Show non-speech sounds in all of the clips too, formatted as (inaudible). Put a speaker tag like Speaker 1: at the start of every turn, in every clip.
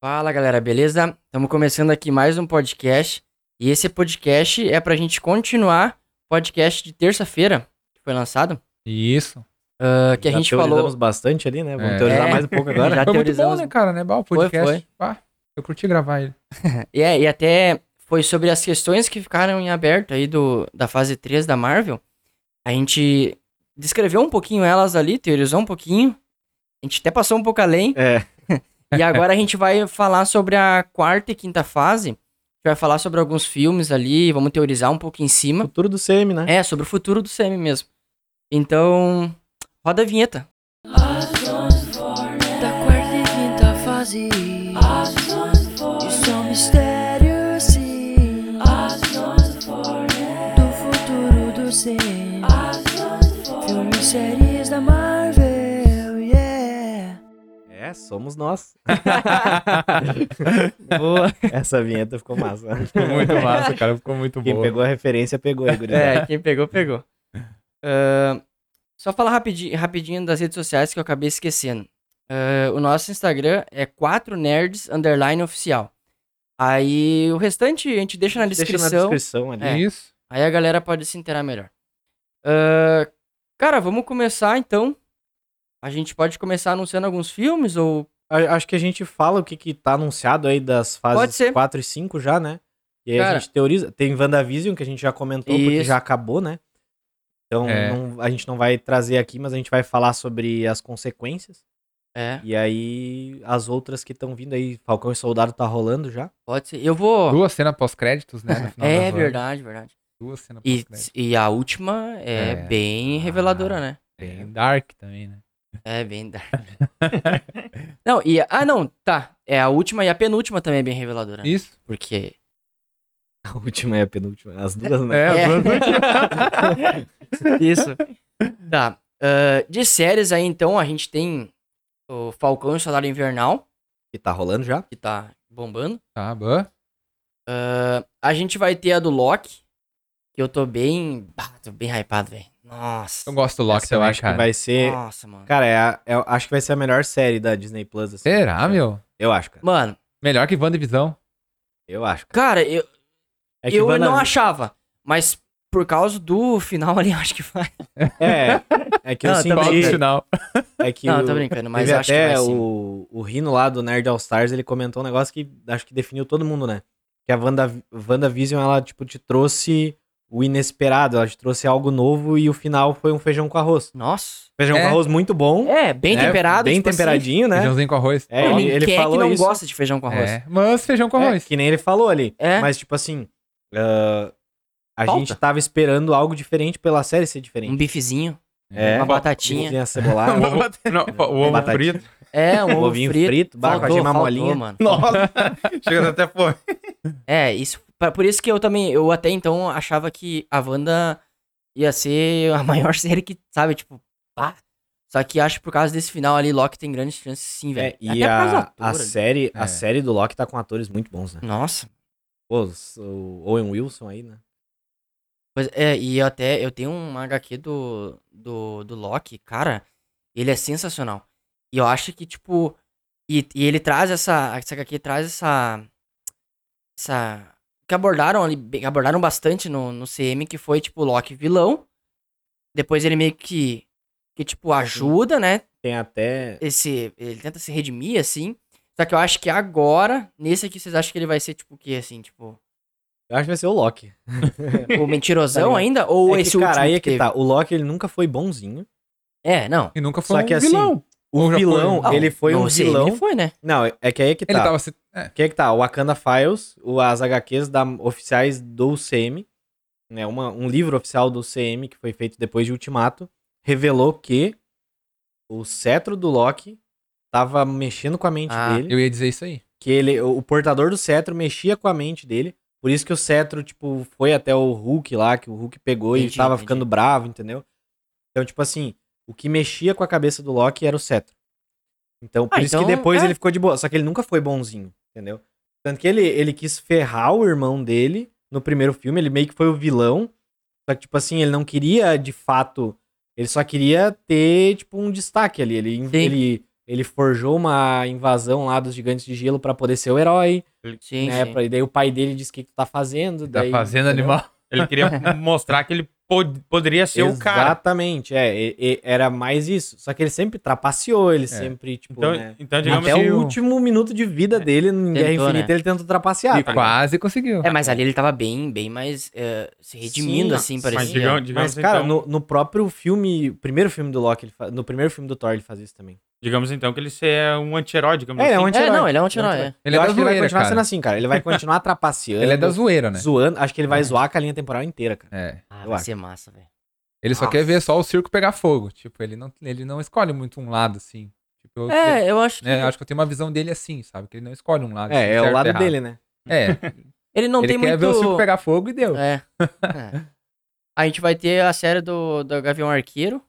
Speaker 1: Fala galera, beleza? Estamos começando aqui mais um podcast. E esse podcast é pra gente continuar o podcast de terça-feira, que foi lançado.
Speaker 2: Isso.
Speaker 1: ah, que a
Speaker 3: Já
Speaker 1: gente
Speaker 3: teorizamos
Speaker 1: falou.
Speaker 3: bastante ali, né? Vamos
Speaker 2: É.
Speaker 3: teorizar
Speaker 1: É.
Speaker 3: mais um
Speaker 1: (laughs)
Speaker 3: pouco agora.
Speaker 1: Já
Speaker 2: foi muito bom,
Speaker 1: teorizamos.
Speaker 2: né, cara, né? Bah, o podcast.
Speaker 1: foi.
Speaker 2: bah, eu curti gravar ele.
Speaker 1: E, é, e até foi sobre as questões que ficaram em aberto aí do, da fase 3 da Marvel. A gente descreveu um pouquinho elas ali, teorizou um pouquinho. A gente até passou um pouco além.
Speaker 3: É.
Speaker 1: (laughs) E agora a gente vai falar sobre a quarta e quinta fase. A gente vai falar sobre alguns filmes ali, vamos teorizar um pouco em cima.
Speaker 3: Futuro do CM, né?
Speaker 1: É, sobre o futuro do semi mesmo. Então, roda a vinheta.
Speaker 4: Da quarta e quinta fase Isso é um mistério sim Do futuro do Zen Filmes, séries da Marvel, yeah
Speaker 3: É, somos nós.
Speaker 1: (laughs) Boa.
Speaker 3: Essa vinheta
Speaker 1: (laughs)
Speaker 3: ficou massa.
Speaker 2: Ficou muito (laughs) massa, cara. Ficou muito
Speaker 3: Quem
Speaker 2: bom.
Speaker 3: pegou a referência pegou, aí, gurizada.
Speaker 1: É, quem pegou, pegou. Ah, só falar rapidinho, rapidinho das redes sociais que eu acabei esquecendo. Ah, o nosso Instagram é 4nerds underline oficial. Aí o restante a gente deixa na
Speaker 3: Deixa
Speaker 1: descrição.
Speaker 3: na descrição ali.
Speaker 1: É.
Speaker 2: Isso.
Speaker 1: Aí a galera pode se inteirar melhor. Ah, cara, vamos começar então. A gente pode começar anunciando alguns filmes ou.
Speaker 3: A- Acho que a gente fala o que, que tá anunciado aí das
Speaker 1: Pode
Speaker 3: fases
Speaker 1: ser.
Speaker 3: 4 e 5 já, né? E aí
Speaker 1: Cara.
Speaker 3: a gente teoriza. Tem WandaVision, que a gente já comentou,
Speaker 1: Isso.
Speaker 3: porque já acabou, né? Então
Speaker 2: É.
Speaker 3: não- a gente não vai trazer aqui, mas a gente vai falar sobre as consequências.
Speaker 1: É,
Speaker 3: E aí as outras que estão vindo aí. Falcão e Soldado tá rolando já. (laughs)
Speaker 1: pode ser. Eu vou.
Speaker 2: Duas cenas pós-créditos, né? no final
Speaker 1: (laughs)
Speaker 2: da
Speaker 1: É
Speaker 2: van.
Speaker 1: verdade, verdade.
Speaker 2: Duas cenas
Speaker 1: E,
Speaker 2: pós-créditos.
Speaker 1: e a última é,
Speaker 2: né? É.
Speaker 1: bem
Speaker 2: Ah.
Speaker 1: reveladora, né?
Speaker 2: Tem Dark também, né?
Speaker 1: É bem dark. (laughs) não, e. a- Ah, não, tá. É a última e a penúltima também é bem reveladora. né?
Speaker 2: Isso.
Speaker 1: Porque.
Speaker 3: A última é a penúltima. As duas, né?
Speaker 1: É.
Speaker 2: É, duas-
Speaker 1: Isso. (laughs) tá. ah, de séries aí, então, a gente tem o Falcão e o Salário Invernal,
Speaker 3: Que tá rolando já.
Speaker 1: que tá bombando.
Speaker 2: Tá, bom.
Speaker 1: Ah, a gente vai ter a do Loki, que eu tô bem. Bah, tô bem hypado, velho. Nossa.
Speaker 2: Eu gosto do Loki
Speaker 3: Essa eu
Speaker 2: também,
Speaker 3: acho
Speaker 2: cara.
Speaker 3: que vai ser.
Speaker 1: Nossa, mano.
Speaker 3: Cara, é a- eu acho que vai ser a melhor série da Disney Plus. assim.
Speaker 2: Será, meu?
Speaker 3: Eu acho, cara.
Speaker 1: Mano,
Speaker 2: Melhor que WandaVision.
Speaker 3: Eu acho. Cara.
Speaker 1: cara, eu,
Speaker 3: É
Speaker 1: eu
Speaker 3: Wanda-
Speaker 1: não achava. Mas por causa do final (laughs) ali, eu acho que vai.
Speaker 3: É, é que eu
Speaker 1: Não, tá
Speaker 2: Qual do
Speaker 3: senti.
Speaker 2: final?
Speaker 3: É que
Speaker 1: não,
Speaker 3: o-
Speaker 1: tô brincando, mas
Speaker 3: teve
Speaker 1: eu acho que
Speaker 3: até
Speaker 1: vai sim.
Speaker 3: o, o Rino lá do Nerd All Stars, ele comentou um negócio que acho que definiu todo mundo, né? Que a Wanda, WandaVision, ela, tipo, te trouxe o inesperado, ela te trouxe algo novo e o final foi um feijão com arroz.
Speaker 1: Nossa.
Speaker 3: Feijão
Speaker 2: É.
Speaker 3: com arroz muito bom.
Speaker 1: É, bem
Speaker 3: né?
Speaker 1: temperado.
Speaker 3: Bem
Speaker 1: tipo assim. (laughs)
Speaker 3: temperadinho, né?
Speaker 2: Feijãozinho com arroz.
Speaker 3: É, ele, ele
Speaker 1: Quem
Speaker 3: falou
Speaker 1: é que não
Speaker 3: isso.
Speaker 1: gosta de feijão com arroz?
Speaker 2: É, mas feijão com
Speaker 3: É,
Speaker 2: arroz.
Speaker 3: que nem ele falou ali.
Speaker 1: É.
Speaker 3: Mas, tipo assim, ah, a
Speaker 1: Falta.
Speaker 3: gente tava esperando algo diferente pela série ser
Speaker 1: Um
Speaker 3: diferente.
Speaker 1: bifezinho,
Speaker 3: É.
Speaker 1: uma
Speaker 2: Ovo-
Speaker 1: batatinha. (laughs)
Speaker 3: Tinha cebolada,
Speaker 2: ovo- não, o ovo
Speaker 3: Batatinha.
Speaker 2: frito.
Speaker 1: É, um
Speaker 3: um
Speaker 1: ovo
Speaker 3: ovinho frito, bah, com a
Speaker 1: Faltou,
Speaker 3: gema
Speaker 1: faltou,
Speaker 3: molinha.
Speaker 1: mano.
Speaker 2: Nossa, chega até fome.
Speaker 1: É, isso. pra- Por isso que eu também, eu até então achava que a Wanda ia ser (laughs) a maior série que, sabe, tipo, pá. Só que acho que por causa desse final ali, Loki tem grandes chances sim,
Speaker 3: É,
Speaker 1: velho.
Speaker 3: e
Speaker 1: por causa
Speaker 3: a,
Speaker 1: da
Speaker 3: a
Speaker 1: atora.
Speaker 3: série,
Speaker 2: É.
Speaker 3: a série do Loki tá com atores muito bons, né?
Speaker 1: Nossa.
Speaker 3: Pô, os- o Owen Wilson aí, né?
Speaker 1: Pois é, e eu até, eu tenho um HQ do, do, do Loki, cara, ele é sensacional. E eu acho que, tipo, e, e ele traz essa, essa HQ traz essa, essa, que abordaram ali, bem- abordaram bastante no, no CM, que foi, tipo, o Loki vilão, depois ele meio que, que tipo, ajuda, né,
Speaker 3: Tem até.
Speaker 1: esse, ele tenta se redimir, assim, só que eu acho que agora, nesse aqui, vocês acham que ele vai ser, tipo, o quê, assim, tipo,
Speaker 3: Eu acho que vai ser o Loki. (laughs)
Speaker 1: o mentirosão
Speaker 3: ligado?
Speaker 1: ainda, ou
Speaker 3: é
Speaker 1: esse
Speaker 3: que,
Speaker 1: último
Speaker 3: cara, aí é
Speaker 1: que
Speaker 3: que
Speaker 1: teve?
Speaker 3: tá. O Loki, ele nunca foi bonzinho.
Speaker 1: É, não.
Speaker 2: E nunca foi
Speaker 3: Só que
Speaker 2: um
Speaker 3: assim,
Speaker 2: vilão.
Speaker 3: O
Speaker 2: Ou já foi
Speaker 3: vilão,
Speaker 2: um-
Speaker 3: ele foi um
Speaker 1: não sei,
Speaker 3: vilão.
Speaker 1: Ele foi, né?
Speaker 3: Não, é que aí é que tá.
Speaker 2: Ele tava... se- É,
Speaker 3: Quem é que tá? O Wakanda Files, o- as HQs da- oficiais do UCM, né? uma- um livro oficial do UCM que foi feito depois de Ultimato, revelou que o cetro do Loki tava mexendo com a mente
Speaker 1: Ah,
Speaker 3: dele,
Speaker 2: eu ia dizer isso aí.
Speaker 3: que ele, o o portador do cetro mexia com a mente dele, por isso que o cetro, tipo, foi até o Hulk lá, que o Hulk pegou
Speaker 1: Entendi,
Speaker 3: e tava
Speaker 1: entendi.
Speaker 3: ficando bravo, entendeu? Então, tipo assim, o que mexia com a cabeça do Loki era o cetro. Então, por
Speaker 1: Ah,
Speaker 3: isso
Speaker 1: então,
Speaker 3: que depois
Speaker 1: é.
Speaker 3: ele ficou de boa, só que ele nunca foi bonzinho, entendeu? Tanto que ele, ele quis ferrar o irmão dele no primeiro filme, ele meio que foi o vilão, só que, tipo assim, ele não queria, de fato, ele só queria ter, tipo, um destaque ali, ele,
Speaker 1: Sim.
Speaker 3: ele Ele forjou uma invasão lá dos gigantes de gelo pra poder ser o herói,
Speaker 1: Sim,
Speaker 3: né?
Speaker 1: sim.
Speaker 3: Pra, e daí o pai dele diz o que, que tu tá fazendo.
Speaker 2: Da
Speaker 3: daí,
Speaker 2: fazenda
Speaker 3: entendeu?
Speaker 2: animal.
Speaker 1: (laughs)
Speaker 2: Ele queria mostrar que ele pod- poderia ser o cara.
Speaker 3: Exatamente, é. e- e- era mais isso. Só que ele sempre trapaceou, ele sempre, tipo,
Speaker 2: Então,
Speaker 3: né?
Speaker 2: então digamos
Speaker 3: Até
Speaker 2: que
Speaker 3: o
Speaker 2: o- É.
Speaker 3: último minuto de vida dele em Guerra
Speaker 1: Tentou, né?
Speaker 3: Infinita, ele tenta
Speaker 5: Ah,
Speaker 3: trapacear.
Speaker 2: E
Speaker 3: tá ligado?
Speaker 2: quase conseguiu.
Speaker 1: É, mas ali ele tava bem, bem mais eh, se redimindo,
Speaker 3: Sim,
Speaker 1: assim,
Speaker 3: mas
Speaker 1: parecia.
Speaker 2: Mas digamos, digamos
Speaker 3: Mas, cara,
Speaker 2: então,
Speaker 3: no, no próprio filme, o primeiro filme do Loki, ele fa- no primeiro filme do Thor, ele faz isso também.
Speaker 2: digamos então que ele é um anti-herói, digamos
Speaker 3: É,
Speaker 2: assim.
Speaker 3: é um anti-herói.
Speaker 1: É, não, ele é um anti-herói,
Speaker 3: Ele,
Speaker 1: é.
Speaker 3: ele
Speaker 2: Ele
Speaker 3: eu
Speaker 2: é da
Speaker 3: acho que ele vai
Speaker 2: zoeira,
Speaker 3: continuar
Speaker 2: cara.
Speaker 3: sendo assim, cara. Ele
Speaker 5: (laughs)
Speaker 3: vai continuar trapaceando.
Speaker 5: Ele é da zoeira, né?
Speaker 3: zoando. Acho que ele vai zoar com a linha temporal inteira, cara.
Speaker 5: É.
Speaker 1: Ah,
Speaker 3: Eu
Speaker 1: vai
Speaker 3: acho.
Speaker 1: ser massa, velho.
Speaker 5: Ele só
Speaker 1: Nossa.
Speaker 5: quer ver só o circo pegar fogo. Tipo, ele não, ele não escolhe muito um lado, assim. Tipo, eu,
Speaker 1: É, eu acho que.
Speaker 5: né, eu acho que eu tenho uma visão dele assim, sabe? Que ele não escolhe um lado. assim,
Speaker 3: É, é o
Speaker 5: certo e
Speaker 3: lado
Speaker 5: errado.
Speaker 3: dele, né? (laughs)
Speaker 5: É.
Speaker 1: Ele não
Speaker 5: ele
Speaker 1: tem
Speaker 5: quer
Speaker 1: muito.
Speaker 5: ver o circo pegar fogo e deu.
Speaker 1: É. É.
Speaker 3: (laughs)
Speaker 1: A gente vai ter a série do, do Gavião Arqueiro,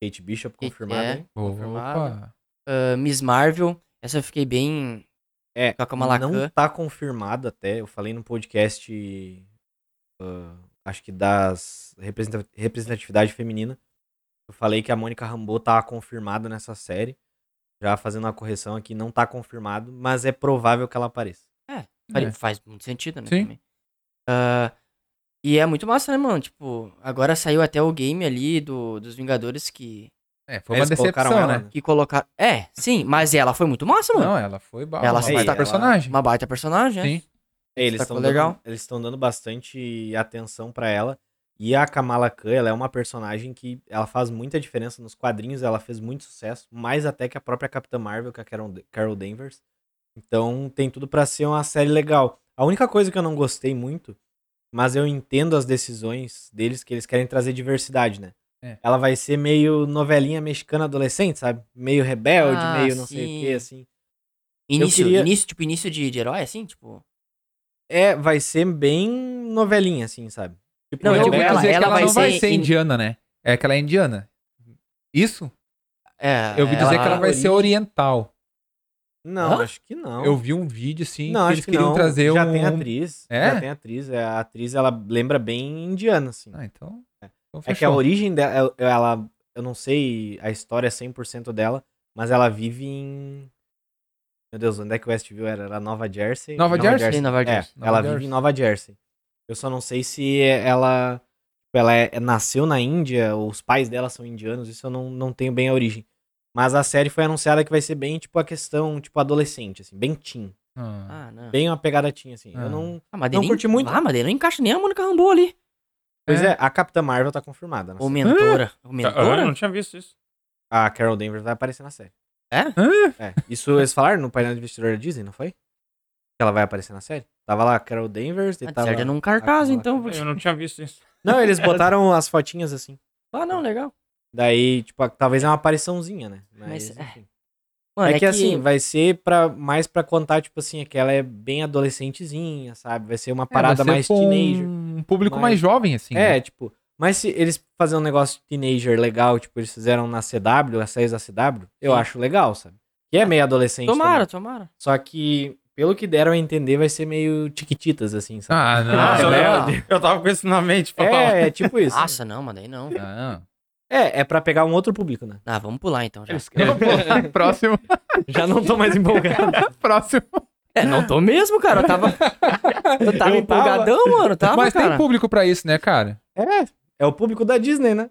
Speaker 3: Kate Bishop
Speaker 1: Que-
Speaker 3: confirmado,
Speaker 1: é.
Speaker 3: hein?
Speaker 1: Confirmado. ah, Miss Marvel. Essa eu fiquei bem.
Speaker 3: É,
Speaker 1: Com a Kamala
Speaker 3: não
Speaker 1: Khan.
Speaker 3: tá confirmado até. Eu falei no podcast, ah, acho que das representa- representatividade feminina. Eu falei que a Mônica Rambeau tá confirmada nessa série. Já fazendo uma correção aqui, não tá confirmado, mas é provável que ela apareça.
Speaker 1: Faz-
Speaker 5: É.
Speaker 1: Faz muito sentido, né?
Speaker 5: Sim.
Speaker 1: também. Ah, e é muito massa, né, mano? Tipo, agora saiu até o game ali do, dos Vingadores que,
Speaker 5: É, foi uma
Speaker 3: Eles
Speaker 5: decepção,
Speaker 3: colocaram
Speaker 5: né?
Speaker 3: ela, né?
Speaker 1: que colocaram. É, sim, mas ela foi muito massa, mano.
Speaker 5: Não, ela foi bala.
Speaker 1: Ela
Speaker 5: uma
Speaker 1: se
Speaker 5: baita
Speaker 1: destacou.
Speaker 5: personagem.
Speaker 1: Uma baita personagem, né?
Speaker 5: Sim.
Speaker 3: É, eles
Speaker 1: Tá
Speaker 3: estão
Speaker 1: ficando legal.
Speaker 3: dando, eles estão dando bastante atenção pra ela. E a Kamala Khan, ela é uma personagem que ela faz muita diferença nos quadrinhos, ela fez muito sucesso, mais até que a própria Capitã Marvel, que é a Carol, Carol Danvers. Então tem tudo pra ser uma série legal. A única coisa que eu não gostei muito, mas eu entendo as decisões deles que eles querem trazer diversidade, né?
Speaker 5: É.
Speaker 3: Ela vai ser meio novelinha mexicana adolescente, sabe? Meio rebelde,
Speaker 1: Ah,
Speaker 3: meio não sei o
Speaker 1: sim.
Speaker 3: quê, assim.
Speaker 1: Início,
Speaker 3: queria-
Speaker 1: início, tipo, início de, de herói, assim, tipo.
Speaker 3: É, vai ser bem novelinha, assim, sabe? Tipo,
Speaker 1: Não,
Speaker 5: Não,
Speaker 1: eu
Speaker 5: eu
Speaker 1: digo
Speaker 5: vou
Speaker 1: ela-
Speaker 5: dizer que
Speaker 1: ela
Speaker 5: ela
Speaker 1: vai
Speaker 5: não vai
Speaker 1: ser
Speaker 5: ser
Speaker 1: in-
Speaker 5: indiana, né? É que ela é indiana. Isso?
Speaker 1: É,
Speaker 5: Eu vi dizer que ela vai ser oriental.
Speaker 3: Não,
Speaker 1: Hã?
Speaker 3: acho que não.
Speaker 5: Eu vi um vídeo, assim,
Speaker 3: não,
Speaker 5: que
Speaker 3: acho
Speaker 5: eles
Speaker 3: que
Speaker 5: queriam
Speaker 3: não.
Speaker 5: trazer
Speaker 3: já
Speaker 5: um...
Speaker 3: tem atriz.
Speaker 5: É?
Speaker 3: Já tem atriz. é, A atriz, ela lembra bem indiana, assim.
Speaker 5: Ah, então... então
Speaker 3: é que a
Speaker 5: fechou.
Speaker 3: origem dela, é- ela... Eu não sei a história 100% dela, mas ela vive em... Meu Deus, onde é que Westview era? Era Nova Jersey?
Speaker 5: Nova Jersey?
Speaker 1: Sim, Nova
Speaker 3: É,
Speaker 1: Jersey.
Speaker 5: Nova
Speaker 3: ela
Speaker 5: Jersey.
Speaker 3: vive em Nova Jersey. Eu só não sei se ela... Ela é- nasceu na Índia, ou os pais dela são indianos, isso eu não, não tenho bem a origem. Mas a série foi anunciada que vai ser bem, tipo, a questão, tipo, adolescente, assim, bem teen.
Speaker 5: Ah.
Speaker 1: Ah, não.
Speaker 3: Bem uma pegadinha, assim.
Speaker 5: Ah.
Speaker 3: Eu não.
Speaker 1: Ah, mas
Speaker 3: Não
Speaker 1: daí nem-
Speaker 3: curti muito.
Speaker 1: Ah, mas daí não encaixa nem a Mônica Rambeau ali.
Speaker 3: Pois é, a Capitã Marvel tá confirmada. na
Speaker 1: Ou
Speaker 3: série.
Speaker 1: mentora. Ou
Speaker 2: Eu não
Speaker 1: mentora?
Speaker 2: tinha visto isso.
Speaker 3: A Carol Danvers vai aparecer na série.
Speaker 1: É?
Speaker 3: É. Isso eles falaram no painel de vestidor da Disney, não foi? Que ela vai aparecer na série? Tava lá a Carol Danvers e
Speaker 1: Tá
Speaker 3: tava.
Speaker 1: certo, é num cartaz,
Speaker 3: a-
Speaker 5: tá,
Speaker 1: então.
Speaker 2: Eu não tinha visto isso.
Speaker 3: Não, eles botaram as fotinhas assim.
Speaker 5: tá.
Speaker 1: Ah, não, legal.
Speaker 3: Daí, tipo, a- talvez é uma apariçãozinha, né? Mas,
Speaker 1: Mas, é.
Speaker 3: enfim.
Speaker 1: Mano,
Speaker 3: é, que, assim, vai ser pra, mais pra contar, tipo assim, é que ela é bem adolescentezinha, sabe? Vai ser uma
Speaker 5: É, vai
Speaker 3: parada
Speaker 5: ser
Speaker 3: mais
Speaker 5: com
Speaker 3: teenager.
Speaker 5: Um público mais,
Speaker 3: Mais-
Speaker 5: jovem, assim.
Speaker 3: É,
Speaker 5: né?
Speaker 3: tipo, mas se eles fazem um negócio teenager legal, tipo, eles fizeram na CW, a série da CW, eu
Speaker 1: Sim.
Speaker 3: acho legal, sabe? Que é meio adolescente.
Speaker 1: Tomara,
Speaker 3: também.
Speaker 1: tomara.
Speaker 3: Só que, pelo que deram a entender, vai ser meio tiquititas, assim, sabe?
Speaker 5: Ah, não.
Speaker 1: Ah,
Speaker 2: Nossa, eu-
Speaker 1: não.
Speaker 2: Eu tava com isso na mente pra falar.
Speaker 3: é, é tipo isso.
Speaker 1: Nossa, não, mas daí não.
Speaker 5: não.
Speaker 3: (laughs) É, é pra pegar um outro público, né?
Speaker 1: Ah, vamos pular então já.
Speaker 5: (laughs) Próximo,
Speaker 3: Já não tô mais empolgado.
Speaker 5: próximo.
Speaker 1: É, não tô mesmo, cara. Eu
Speaker 3: (laughs)
Speaker 1: tava. Eu tava
Speaker 3: Eu
Speaker 1: empolgadão, mano. Tava,
Speaker 5: Mas
Speaker 1: Tá, cara.
Speaker 5: tem público pra isso, né, cara?
Speaker 3: (laughs) É, é o público da Disney, né?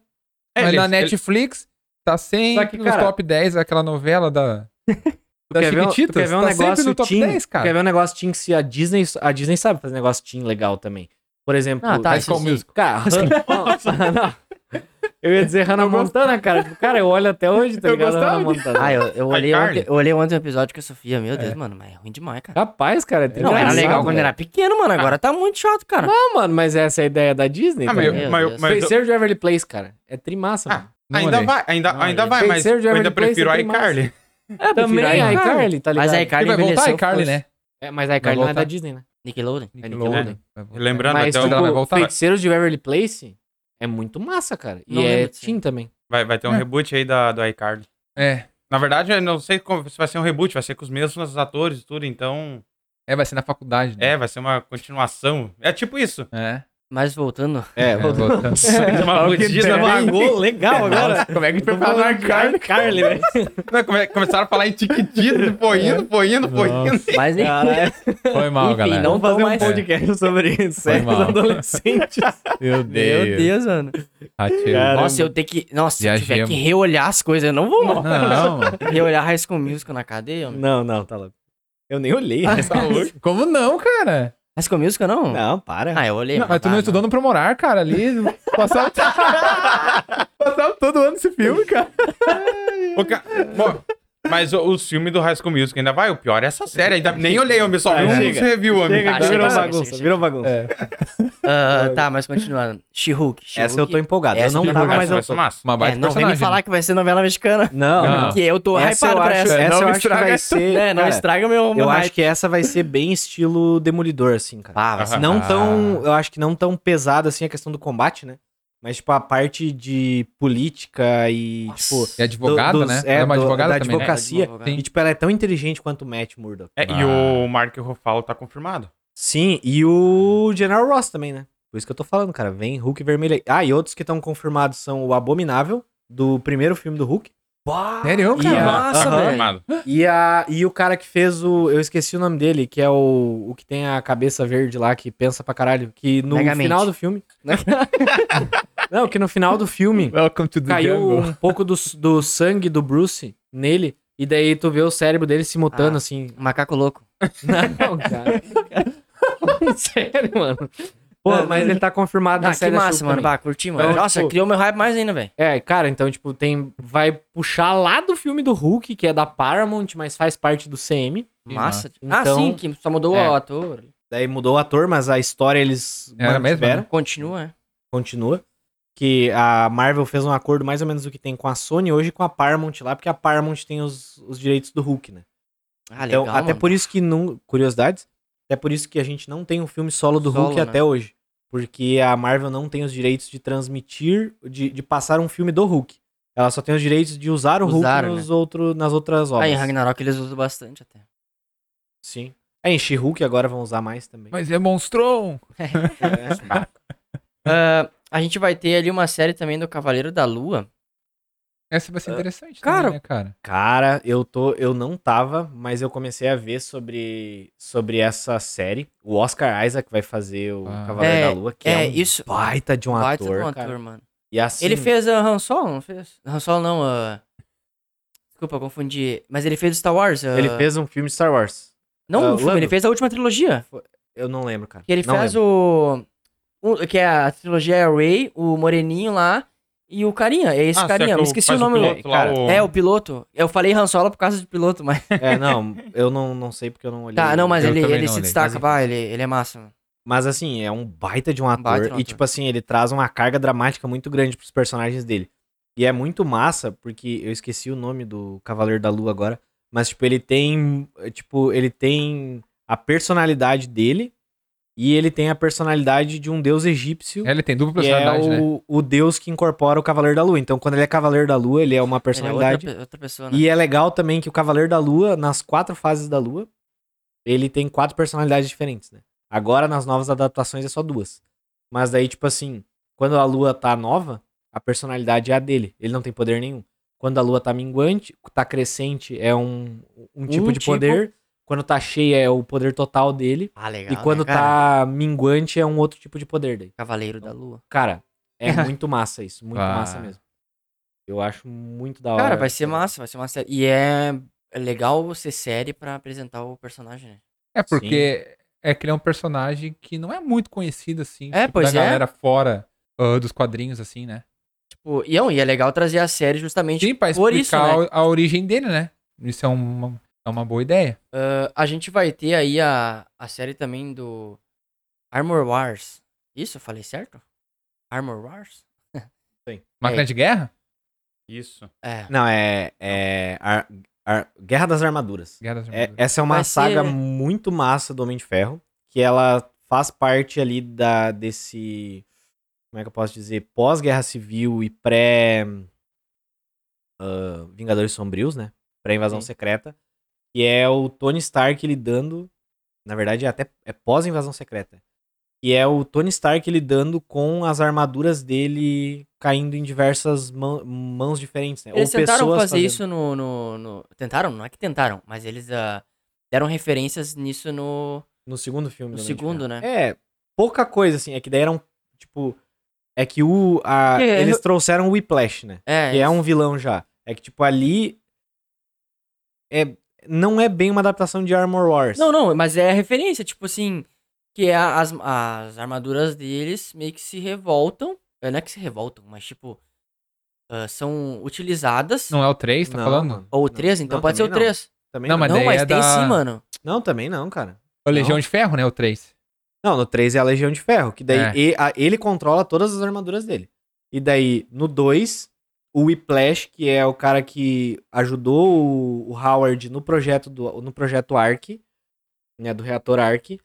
Speaker 2: É,
Speaker 5: Mas
Speaker 2: ele-
Speaker 5: na
Speaker 2: ele-
Speaker 5: Netflix, tá sempre
Speaker 3: Só que,
Speaker 5: nos
Speaker 3: cara-
Speaker 5: top 10, aquela novela da...
Speaker 3: Tu
Speaker 5: Das
Speaker 3: quer ver um- tu
Speaker 5: Chiquititas,
Speaker 3: quer ver um
Speaker 5: tá sempre
Speaker 3: negócio
Speaker 5: no top
Speaker 3: teen?
Speaker 5: 10, cara.
Speaker 3: Tu Quer ver um negócio teen que se a Disney, a Disney sabe fazer negócio teen legal também. Por exemplo,
Speaker 1: Ah, tá,
Speaker 3: High
Speaker 1: isso
Speaker 3: School
Speaker 1: sim.
Speaker 3: Musical. Cara, (laughs) Han- não, não. eu ia dizer Hannah Montana, cara. Tipo, Cara, eu olho até hoje, tá
Speaker 5: Eu
Speaker 3: ligado?
Speaker 5: gostava
Speaker 3: Hannah
Speaker 5: disso.
Speaker 3: Montana.
Speaker 1: Ah, eu, eu, olhei
Speaker 2: iCarly.
Speaker 1: ontem, eu olhei ontem o episódio com a Sofia. Meu Deus, mano, mas é ruim demais, cara.
Speaker 3: Capaz, cara. é
Speaker 1: Não, era
Speaker 3: engraçado,
Speaker 1: legal quando
Speaker 3: velho.
Speaker 1: era pequeno, mano. Agora tá muito chato, cara.
Speaker 3: Não, mano, mas essa é a ideia da Disney.
Speaker 2: Ah,
Speaker 3: tá
Speaker 2: mas,
Speaker 1: Meu
Speaker 2: eu-
Speaker 3: ligado?
Speaker 2: mas, eu-
Speaker 1: Deus.
Speaker 2: mas eu-
Speaker 3: Feiticeiro de Everly Place, cara. É trimaça,
Speaker 2: Ah,
Speaker 3: mano.
Speaker 5: Não
Speaker 2: ainda
Speaker 5: olhei.
Speaker 2: vai, ainda,
Speaker 3: Não
Speaker 2: ainda
Speaker 3: olhei.
Speaker 2: vai, mas eu
Speaker 3: Feiticeiro de
Speaker 2: ainda
Speaker 3: Everly Place
Speaker 2: prefiro
Speaker 3: é
Speaker 2: a
Speaker 3: demais.
Speaker 2: iCarly.
Speaker 3: É, também
Speaker 5: prefiro
Speaker 3: a
Speaker 5: a iCarly.
Speaker 3: iCarly, tá ligado?
Speaker 1: Mas a
Speaker 5: Ele
Speaker 1: iCarly
Speaker 5: vai voltar a
Speaker 1: envelheceu.
Speaker 5: Carly, né?
Speaker 3: É, mas a iCarly não é
Speaker 5: voltar.
Speaker 3: da Disney, né?
Speaker 1: Nickelodeon.
Speaker 3: É Nickelodeon.
Speaker 5: Vai voltar.
Speaker 2: Lembrando
Speaker 3: Mas,
Speaker 2: até o-
Speaker 5: Ela vai
Speaker 3: tipo,
Speaker 5: voltar?
Speaker 3: Feiticeiros de Everly Place é muito massa, cara. E
Speaker 1: Não
Speaker 3: é
Speaker 1: lembro disso.
Speaker 3: teen também.
Speaker 2: Vai, vai ter um
Speaker 5: É.
Speaker 2: reboot aí da, do iCarly.
Speaker 5: É.
Speaker 2: Na verdade, eu não sei como- se vai ser um reboot, vai ser com os mesmos atores e tudo, então.
Speaker 5: É, vai ser na faculdade, né?
Speaker 2: É, vai ser uma continuação. É tipo isso.
Speaker 5: É.
Speaker 1: Mas voltando.
Speaker 3: É, voltando. (laughs)
Speaker 5: voltando.
Speaker 2: Uma
Speaker 3: Porque
Speaker 2: fudida, mano.
Speaker 3: Desvagou, legal agora.
Speaker 5: Como é que a gente
Speaker 3: Tô
Speaker 5: foi falar
Speaker 3: falando
Speaker 5: em
Speaker 3: de
Speaker 5: carne?
Speaker 3: Arne Carly, velho.
Speaker 2: Não, come- começaram a falar em tiquitito, foi indo, foi indo, foi indo.
Speaker 1: Mas enfim,
Speaker 3: Caralho,
Speaker 5: Foi mal,
Speaker 1: Enfim,
Speaker 5: galera.
Speaker 1: não-
Speaker 3: vamos fazer um
Speaker 1: mais. (laughs)
Speaker 3: podcast sobre sexo
Speaker 5: mal.
Speaker 3: adolescente.
Speaker 5: Meu
Speaker 1: meu Deus, mano.
Speaker 5: Ratinho.
Speaker 3: Cara.
Speaker 1: Nossa, eu tenho que. Nossa, se eu tiver
Speaker 5: Viajemos.
Speaker 1: que reolhar as coisas, eu não vou mano.
Speaker 5: Não, mano.
Speaker 1: reolhar High School Musical na cadeia. homem.
Speaker 3: Não, não, tá louco. Eu nem olhei.
Speaker 5: Tá louco. Como não, cara?
Speaker 1: High School Musical não?
Speaker 3: Não, para.
Speaker 1: Ah, eu olhei.
Speaker 5: Não, mas tu não
Speaker 1: ah,
Speaker 5: estudou no Promorar, cara, ali.
Speaker 1: (laughs)
Speaker 5: Passava, passava todo ano esse filme, cara.
Speaker 2: Ô, ca- Bom, Mas o, o filme do High School Music ainda vai, o pior é essa série. Ainda, nem olhei, homem, só
Speaker 3: Ah,
Speaker 2: vi uns
Speaker 3: chega.
Speaker 2: review, homem.
Speaker 3: Chega,
Speaker 1: Ah,
Speaker 3: que
Speaker 1: chega,
Speaker 3: virou
Speaker 1: chega,
Speaker 3: bagunça,
Speaker 1: chega,
Speaker 3: virou bagunça.
Speaker 1: Ah, tá, mas continuando. She-Hulk.
Speaker 3: Essa eu tô empolgado. Eu
Speaker 1: Essa
Speaker 3: não
Speaker 1: eu
Speaker 3: tava,
Speaker 1: empolgado,
Speaker 3: mas eu
Speaker 2: Vai
Speaker 3: tô.
Speaker 2: ser massa.
Speaker 5: Uma
Speaker 1: É,
Speaker 5: baita
Speaker 1: não vem me
Speaker 5: personagem. né?
Speaker 1: falar que vai ser novela mexicana.
Speaker 3: Não,
Speaker 5: Não.
Speaker 3: não.
Speaker 1: Que eu tô
Speaker 3: Ah. Essa eu
Speaker 1: hypado pra
Speaker 3: acho, é,
Speaker 1: essa.
Speaker 3: essa
Speaker 5: Não
Speaker 3: eu acho que
Speaker 5: estraga
Speaker 3: vai
Speaker 5: isso.
Speaker 3: ser.
Speaker 1: É, não
Speaker 3: cara,
Speaker 1: estraga meu.
Speaker 3: eu
Speaker 1: meu
Speaker 3: acho
Speaker 1: hype.
Speaker 3: que essa vai ser bem estilo Demolidor, assim, cara.
Speaker 1: Ah, vai
Speaker 2: Aham.
Speaker 1: ser-
Speaker 3: Não
Speaker 5: Ah.
Speaker 3: tão. Eu acho que não tão pesado assim a questão do combate, né? Mas, tipo, a parte de política e, tipo.
Speaker 5: É advogada,
Speaker 3: do- dos-
Speaker 5: né?
Speaker 3: é,
Speaker 5: Ela é uma
Speaker 3: do-
Speaker 5: advogada
Speaker 3: da
Speaker 5: também. né?
Speaker 3: advocacia.
Speaker 5: Sim.
Speaker 3: E, tipo, ela é tão inteligente quanto o Matt Murdock.
Speaker 2: É, E
Speaker 5: Ah.
Speaker 2: o Mark Ruffalo tá confirmado.
Speaker 3: Sim, e o General Ross também, né? Por isso que eu tô falando, cara. Vem Hulk vermelho aí. Ah, e outros que estão confirmados são o Abominável, do primeiro filme do Hulk.
Speaker 5: Sério,
Speaker 3: E
Speaker 5: cara?
Speaker 1: a- Nossa,
Speaker 2: Tá
Speaker 1: velho.
Speaker 2: confirmado.
Speaker 3: E, a, e o cara que fez o. Eu esqueci o nome dele, que é o, o que tem a cabeça verde lá, que pensa pra caralho. Que no
Speaker 1: Megamente.
Speaker 3: final do filme. né? Não, que no final do filme
Speaker 5: Welcome to the
Speaker 3: caiu
Speaker 5: jungle.
Speaker 3: um pouco do, do sangue do Bruce nele. E daí tu vê o cérebro dele se mutando
Speaker 1: Ah.
Speaker 3: assim.
Speaker 1: Macaco louco.
Speaker 3: (laughs) Não, cara. Sério, mano. Pô, mas ele tá confirmado
Speaker 1: Ah,
Speaker 3: na
Speaker 1: que
Speaker 3: série da
Speaker 1: massa,
Speaker 3: Chuva
Speaker 1: mano.
Speaker 3: também.
Speaker 1: Bah, curti, mano.
Speaker 3: Então,
Speaker 1: Nossa,
Speaker 3: tipo-
Speaker 1: criou meu hype mais ainda, velho.
Speaker 3: É, cara, então, tipo, tem. Vai puxar lá do filme do Hulk, que é da Paramount, mas faz parte do CM.
Speaker 5: Que
Speaker 1: Massa. Ah,
Speaker 3: Então-
Speaker 1: sim, que só mudou
Speaker 3: É.
Speaker 1: o ator.
Speaker 3: Daí mudou o ator, mas a história eles
Speaker 5: Era a mesma,
Speaker 3: mantiveram,
Speaker 5: né?
Speaker 1: Continua, é.
Speaker 3: continua. Que a Marvel fez um acordo mais ou menos o que tem com a Sony hoje e com a Paramount lá, porque a Paramount tem os, os direitos do Hulk, né?
Speaker 1: Ah,
Speaker 3: então,
Speaker 1: legal.
Speaker 3: até
Speaker 1: mano.
Speaker 3: por isso que não. Curiosidades? Até por isso que a gente não tem um filme solo do
Speaker 1: Solo,
Speaker 3: Hulk
Speaker 1: né?
Speaker 3: até hoje. Porque a Marvel não tem os direitos de transmitir, de, de passar um filme do Hulk. Ela só tem os direitos de usar o
Speaker 1: Usaram,
Speaker 3: Hulk nos outro, nas outras obras.
Speaker 1: Ah, em Ragnarok eles usam bastante até.
Speaker 3: Sim. É, em She-Hulk agora vão usar mais também.
Speaker 5: Mas é monstrão.
Speaker 1: (laughs)
Speaker 3: Hum.
Speaker 1: Ah, a gente vai ter ali uma série também do Cavaleiro da Lua.
Speaker 5: Essa vai ser interessante
Speaker 1: Ah, Cara,
Speaker 5: também, né, cara?
Speaker 3: Cara, eu tô, eu não tava, mas eu comecei a ver sobre sobre essa série. O Oscar Isaac vai fazer o
Speaker 5: Ah.
Speaker 3: Cavaleiro
Speaker 1: É,
Speaker 3: da Lua, que é,
Speaker 1: é,
Speaker 3: um
Speaker 1: isso-
Speaker 3: baita de um
Speaker 1: Baita
Speaker 3: ator,
Speaker 1: do
Speaker 3: cara.
Speaker 1: mano.
Speaker 3: E assim,
Speaker 1: Ele fez a Han Solo, não fez? Han Solo não, ah, Desculpa, eu confundi. Mas ele fez o Star Wars. ah,
Speaker 3: ele fez um filme Star Wars.
Speaker 1: Não,
Speaker 3: ah,
Speaker 1: um filme,
Speaker 3: Lando.
Speaker 1: ele fez a última trilogia.
Speaker 3: Eu não lembro, cara.
Speaker 1: Que ele
Speaker 3: não
Speaker 1: fez
Speaker 3: lembro.
Speaker 1: o, o- Que é a trilogia é Ray, o Moreninho lá e o Carinha. É esse
Speaker 2: Ah,
Speaker 1: Carinha,
Speaker 2: será que
Speaker 1: eu esqueci o
Speaker 2: faz
Speaker 1: nome.
Speaker 2: piloto lá,
Speaker 3: cara.
Speaker 2: o-
Speaker 1: É, o piloto. Eu falei Han Solo por causa de piloto, mas.
Speaker 3: É, não, eu não, não sei porque eu não olhei.
Speaker 1: Tá, não, mas
Speaker 5: Eu
Speaker 1: ele,
Speaker 5: também
Speaker 1: ele
Speaker 5: não
Speaker 1: se
Speaker 5: olhei,
Speaker 1: destaca,
Speaker 5: mas
Speaker 1: vai, ele, ele é massa. mano.
Speaker 3: Mas assim, é um baita de um ator.
Speaker 1: Baita de um
Speaker 3: E
Speaker 1: ator.
Speaker 3: tipo assim, ele traz uma carga dramática muito grande pros personagens dele. E é muito massa, porque eu esqueci o nome do Cavaleiro da Lua agora. Mas, tipo, ele tem. eh, Tipo, ele tem a personalidade dele e ele tem a personalidade de um deus egípcio.
Speaker 5: É, Ele tem dupla
Speaker 3: Que é
Speaker 5: personalidade, né?
Speaker 3: o, o deus que incorpora o Cavaleiro da Lua. Então, quando ele é Cavaleiro da Lua, ele é uma
Speaker 1: Ele é outra,
Speaker 3: personalidade.
Speaker 1: pe- outra pessoa, né?
Speaker 3: E é legal também que o Cavaleiro da Lua, nas quatro fases da Lua, ele tem quatro personalidades diferentes, né? Agora, nas novas adaptações, é só duas. Mas daí, tipo assim, quando a Lua tá nova, a personalidade é a dele. Ele não tem poder nenhum. Quando a Lua tá minguante, tá crescente, é um, um tipo de
Speaker 1: tipo.
Speaker 3: poder. Quando tá cheia, é o poder total dele.
Speaker 1: Ah, legal.
Speaker 3: e quando
Speaker 1: né, cara?
Speaker 3: tá minguante, é um outro tipo de poder daí.
Speaker 1: Cavaleiro da Lua.
Speaker 3: Cara,
Speaker 1: (laughs)
Speaker 3: é muito massa isso. Muito
Speaker 5: Ah.
Speaker 3: massa mesmo. Eu acho muito da hora.
Speaker 1: Cara, vai ser
Speaker 3: essa-
Speaker 1: massa, vai ser uma série. E é é legal ser série pra apresentar o personagem, né?
Speaker 5: É porque é que ele é um personagem que não é muito conhecido, assim.
Speaker 1: É, pois
Speaker 5: da
Speaker 1: é.
Speaker 5: galera fora ah, dos quadrinhos, assim, né?
Speaker 1: Tipo, e, não, e é legal trazer a série justamente
Speaker 5: Sim, pra
Speaker 1: por
Speaker 5: explicar
Speaker 1: isso, né?
Speaker 5: a, a origem dele, né? Isso é uma, é uma boa ideia.
Speaker 1: Ah, a gente vai ter aí a, a série também do Armor Wars. Isso, eu falei certo? Armor Wars?
Speaker 5: Máquina
Speaker 1: É.
Speaker 5: de guerra?
Speaker 2: Isso.
Speaker 1: É.
Speaker 3: Não, é. é Ar- Ar- Guerra das Armaduras.
Speaker 5: Guerra das
Speaker 3: É-
Speaker 5: Armaduras.
Speaker 3: essa é uma
Speaker 1: Vai ser-
Speaker 3: saga muito massa do Homem de Ferro. Que ela faz parte ali da, desse. Como é que eu posso dizer? Pós-guerra civil e pré. ah, Vingadores Sombrios, né? Pré-invasão
Speaker 1: Sim.
Speaker 3: secreta. Que é o Tony Stark lidando. Na verdade, é até é pós-invasão secreta. que é o Tony Stark lidando com as armaduras dele caindo em diversas mã- mãos diferentes, né?
Speaker 1: Eles tentaram fazer
Speaker 3: fazendo.
Speaker 1: isso no, no- no- Tentaram? Não é que tentaram, mas eles ah, deram referências nisso no.
Speaker 3: no segundo filme.
Speaker 1: No
Speaker 3: do Homem de
Speaker 1: segundo,
Speaker 3: Ferro.
Speaker 1: né?
Speaker 3: É, pouca coisa assim, é que daí eram tipo é que o a-
Speaker 1: É,
Speaker 3: eles trouxeram o Whiplash, né?
Speaker 1: É,
Speaker 3: que é um vilão já. É que, tipo, ali. É, não é bem uma adaptação de Armor Wars.
Speaker 1: Não, não, mas é a referência, tipo assim, que é a- as, as armaduras deles meio que se revoltam. é, Não é que se revoltam, mas tipo, ah, são utilizadas.
Speaker 5: Não é o 3, tá
Speaker 3: Não,
Speaker 5: falando?
Speaker 3: mano.
Speaker 1: Ou o 3, então
Speaker 3: Não,
Speaker 1: pode ser o
Speaker 3: também não.
Speaker 1: 3.
Speaker 3: Também
Speaker 5: Não,
Speaker 3: não,
Speaker 5: mas
Speaker 3: Mas...
Speaker 1: não,
Speaker 5: daí
Speaker 1: mas
Speaker 5: é
Speaker 1: tem
Speaker 5: da-
Speaker 1: sim, mano.
Speaker 3: não, também não, cara.
Speaker 5: É o Legião
Speaker 3: Não.
Speaker 5: de Ferro, né? O 3.
Speaker 3: Não, no 3 é a Legião de Ferro, que daí
Speaker 5: É.
Speaker 3: e- a- ele controla todas as armaduras dele. E daí, no 2, o Whiplash, que é o cara que ajudou o, o Howard no projeto, do, no projeto ARC, né, do reator ARC,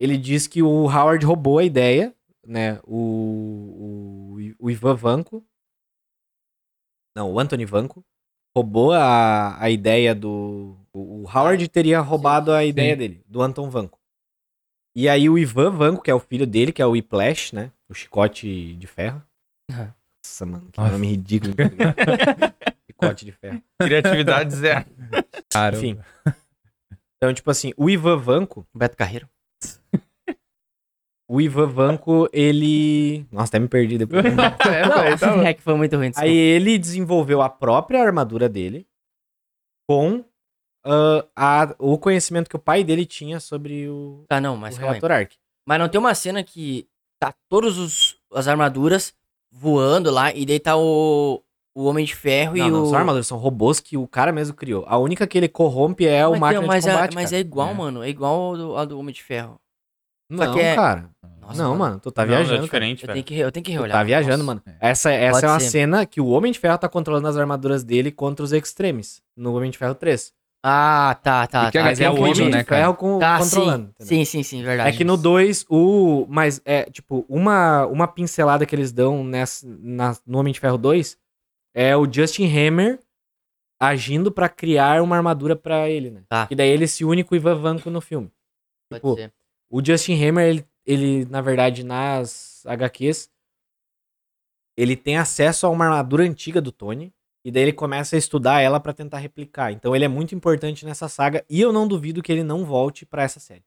Speaker 3: ele diz que o Howard roubou a ideia, né, o, o, o Ivan Vanko, não, o Anthony Vanko, roubou a, a ideia do... O o Howard teria roubado a ideia dele, do Anton Vanko. E aí o Ivan Vanko, que é o filho dele, que é o Whiplash, né? O chicote de ferro.
Speaker 1: Aham.
Speaker 3: Nossa, mano, que
Speaker 5: Nossa.
Speaker 3: nome ridículo. tá ligado? chicote de ferro.
Speaker 2: Criatividade
Speaker 1: Tá
Speaker 2: zero.
Speaker 5: Cara,
Speaker 3: Enfim. Então, tipo assim, o Ivan Vanko,
Speaker 1: Beto Carreiro.
Speaker 3: o Ivan Vanko, ele... (laughs) Nossa, até me perdi depois.
Speaker 1: Não, (laughs) é que foi muito ruim. desculpa.
Speaker 3: tá aí ele desenvolveu a própria armadura dele com ah, a- o conhecimento que o pai dele tinha sobre o,
Speaker 1: Tá, não,
Speaker 3: o
Speaker 1: mas calma aí.
Speaker 3: Reator Arc.
Speaker 1: Mas não tem uma cena que tá todas as armaduras voando lá e daí tá o, o Homem de Ferro
Speaker 3: Não,
Speaker 1: e
Speaker 3: não,
Speaker 1: o.
Speaker 3: são armaduras, são robôs que o cara mesmo criou. A única que ele corrompe é
Speaker 1: mas,
Speaker 3: o
Speaker 1: tem-
Speaker 3: máquina
Speaker 1: mas,
Speaker 3: de
Speaker 1: é-
Speaker 3: combate,
Speaker 1: mas
Speaker 3: cara.
Speaker 1: é igual,
Speaker 5: É.
Speaker 1: mano. É igual a do, a do Homem de Ferro. Só
Speaker 3: Não,
Speaker 1: que é-
Speaker 3: cara.
Speaker 1: Nossa,
Speaker 3: não, mano, tu tá
Speaker 2: Não,
Speaker 3: viajando. cara.
Speaker 2: é diferente,
Speaker 1: Eu
Speaker 2: velho.
Speaker 1: tenho, que, re- eu tenho que
Speaker 3: Tu
Speaker 1: reolhar.
Speaker 3: tá viajando,
Speaker 1: Nossa.
Speaker 3: mano. Essa, essa é uma
Speaker 1: ser.
Speaker 3: cena que o Homem de Ferro tá controlando as armaduras dele contra os extremes. No Homem de Ferro 3.
Speaker 1: Ah, tá, tá.
Speaker 5: E que
Speaker 1: tá,
Speaker 5: a
Speaker 3: Mas
Speaker 5: tem
Speaker 3: é
Speaker 1: tá,
Speaker 3: o
Speaker 5: um
Speaker 3: Homem
Speaker 5: vídeo,
Speaker 3: de
Speaker 5: né, cara?
Speaker 3: Ferro com-
Speaker 1: Tá,
Speaker 3: controlando.
Speaker 1: sim. sim,
Speaker 3: entendeu?
Speaker 1: sim, sim, verdade.
Speaker 3: É que no 2, o. Mas é, tipo, uma, uma pincelada que eles dão nessa, na- no Homem de Ferro 2 é o Justin Hammer agindo pra criar uma armadura pra ele, né?
Speaker 1: Tá.
Speaker 3: Que daí ele se une com o Ivan Vanko no filme.
Speaker 1: Pode
Speaker 3: tipo,
Speaker 1: ser.
Speaker 3: O Justin Hammer, ele, ele, na verdade, nas HQs, ele tem acesso a uma armadura antiga do Tony. E daí ele começa a estudar ela pra tentar replicar. Então ele é muito importante nessa saga. E eu não duvido que ele não volte pra essa série.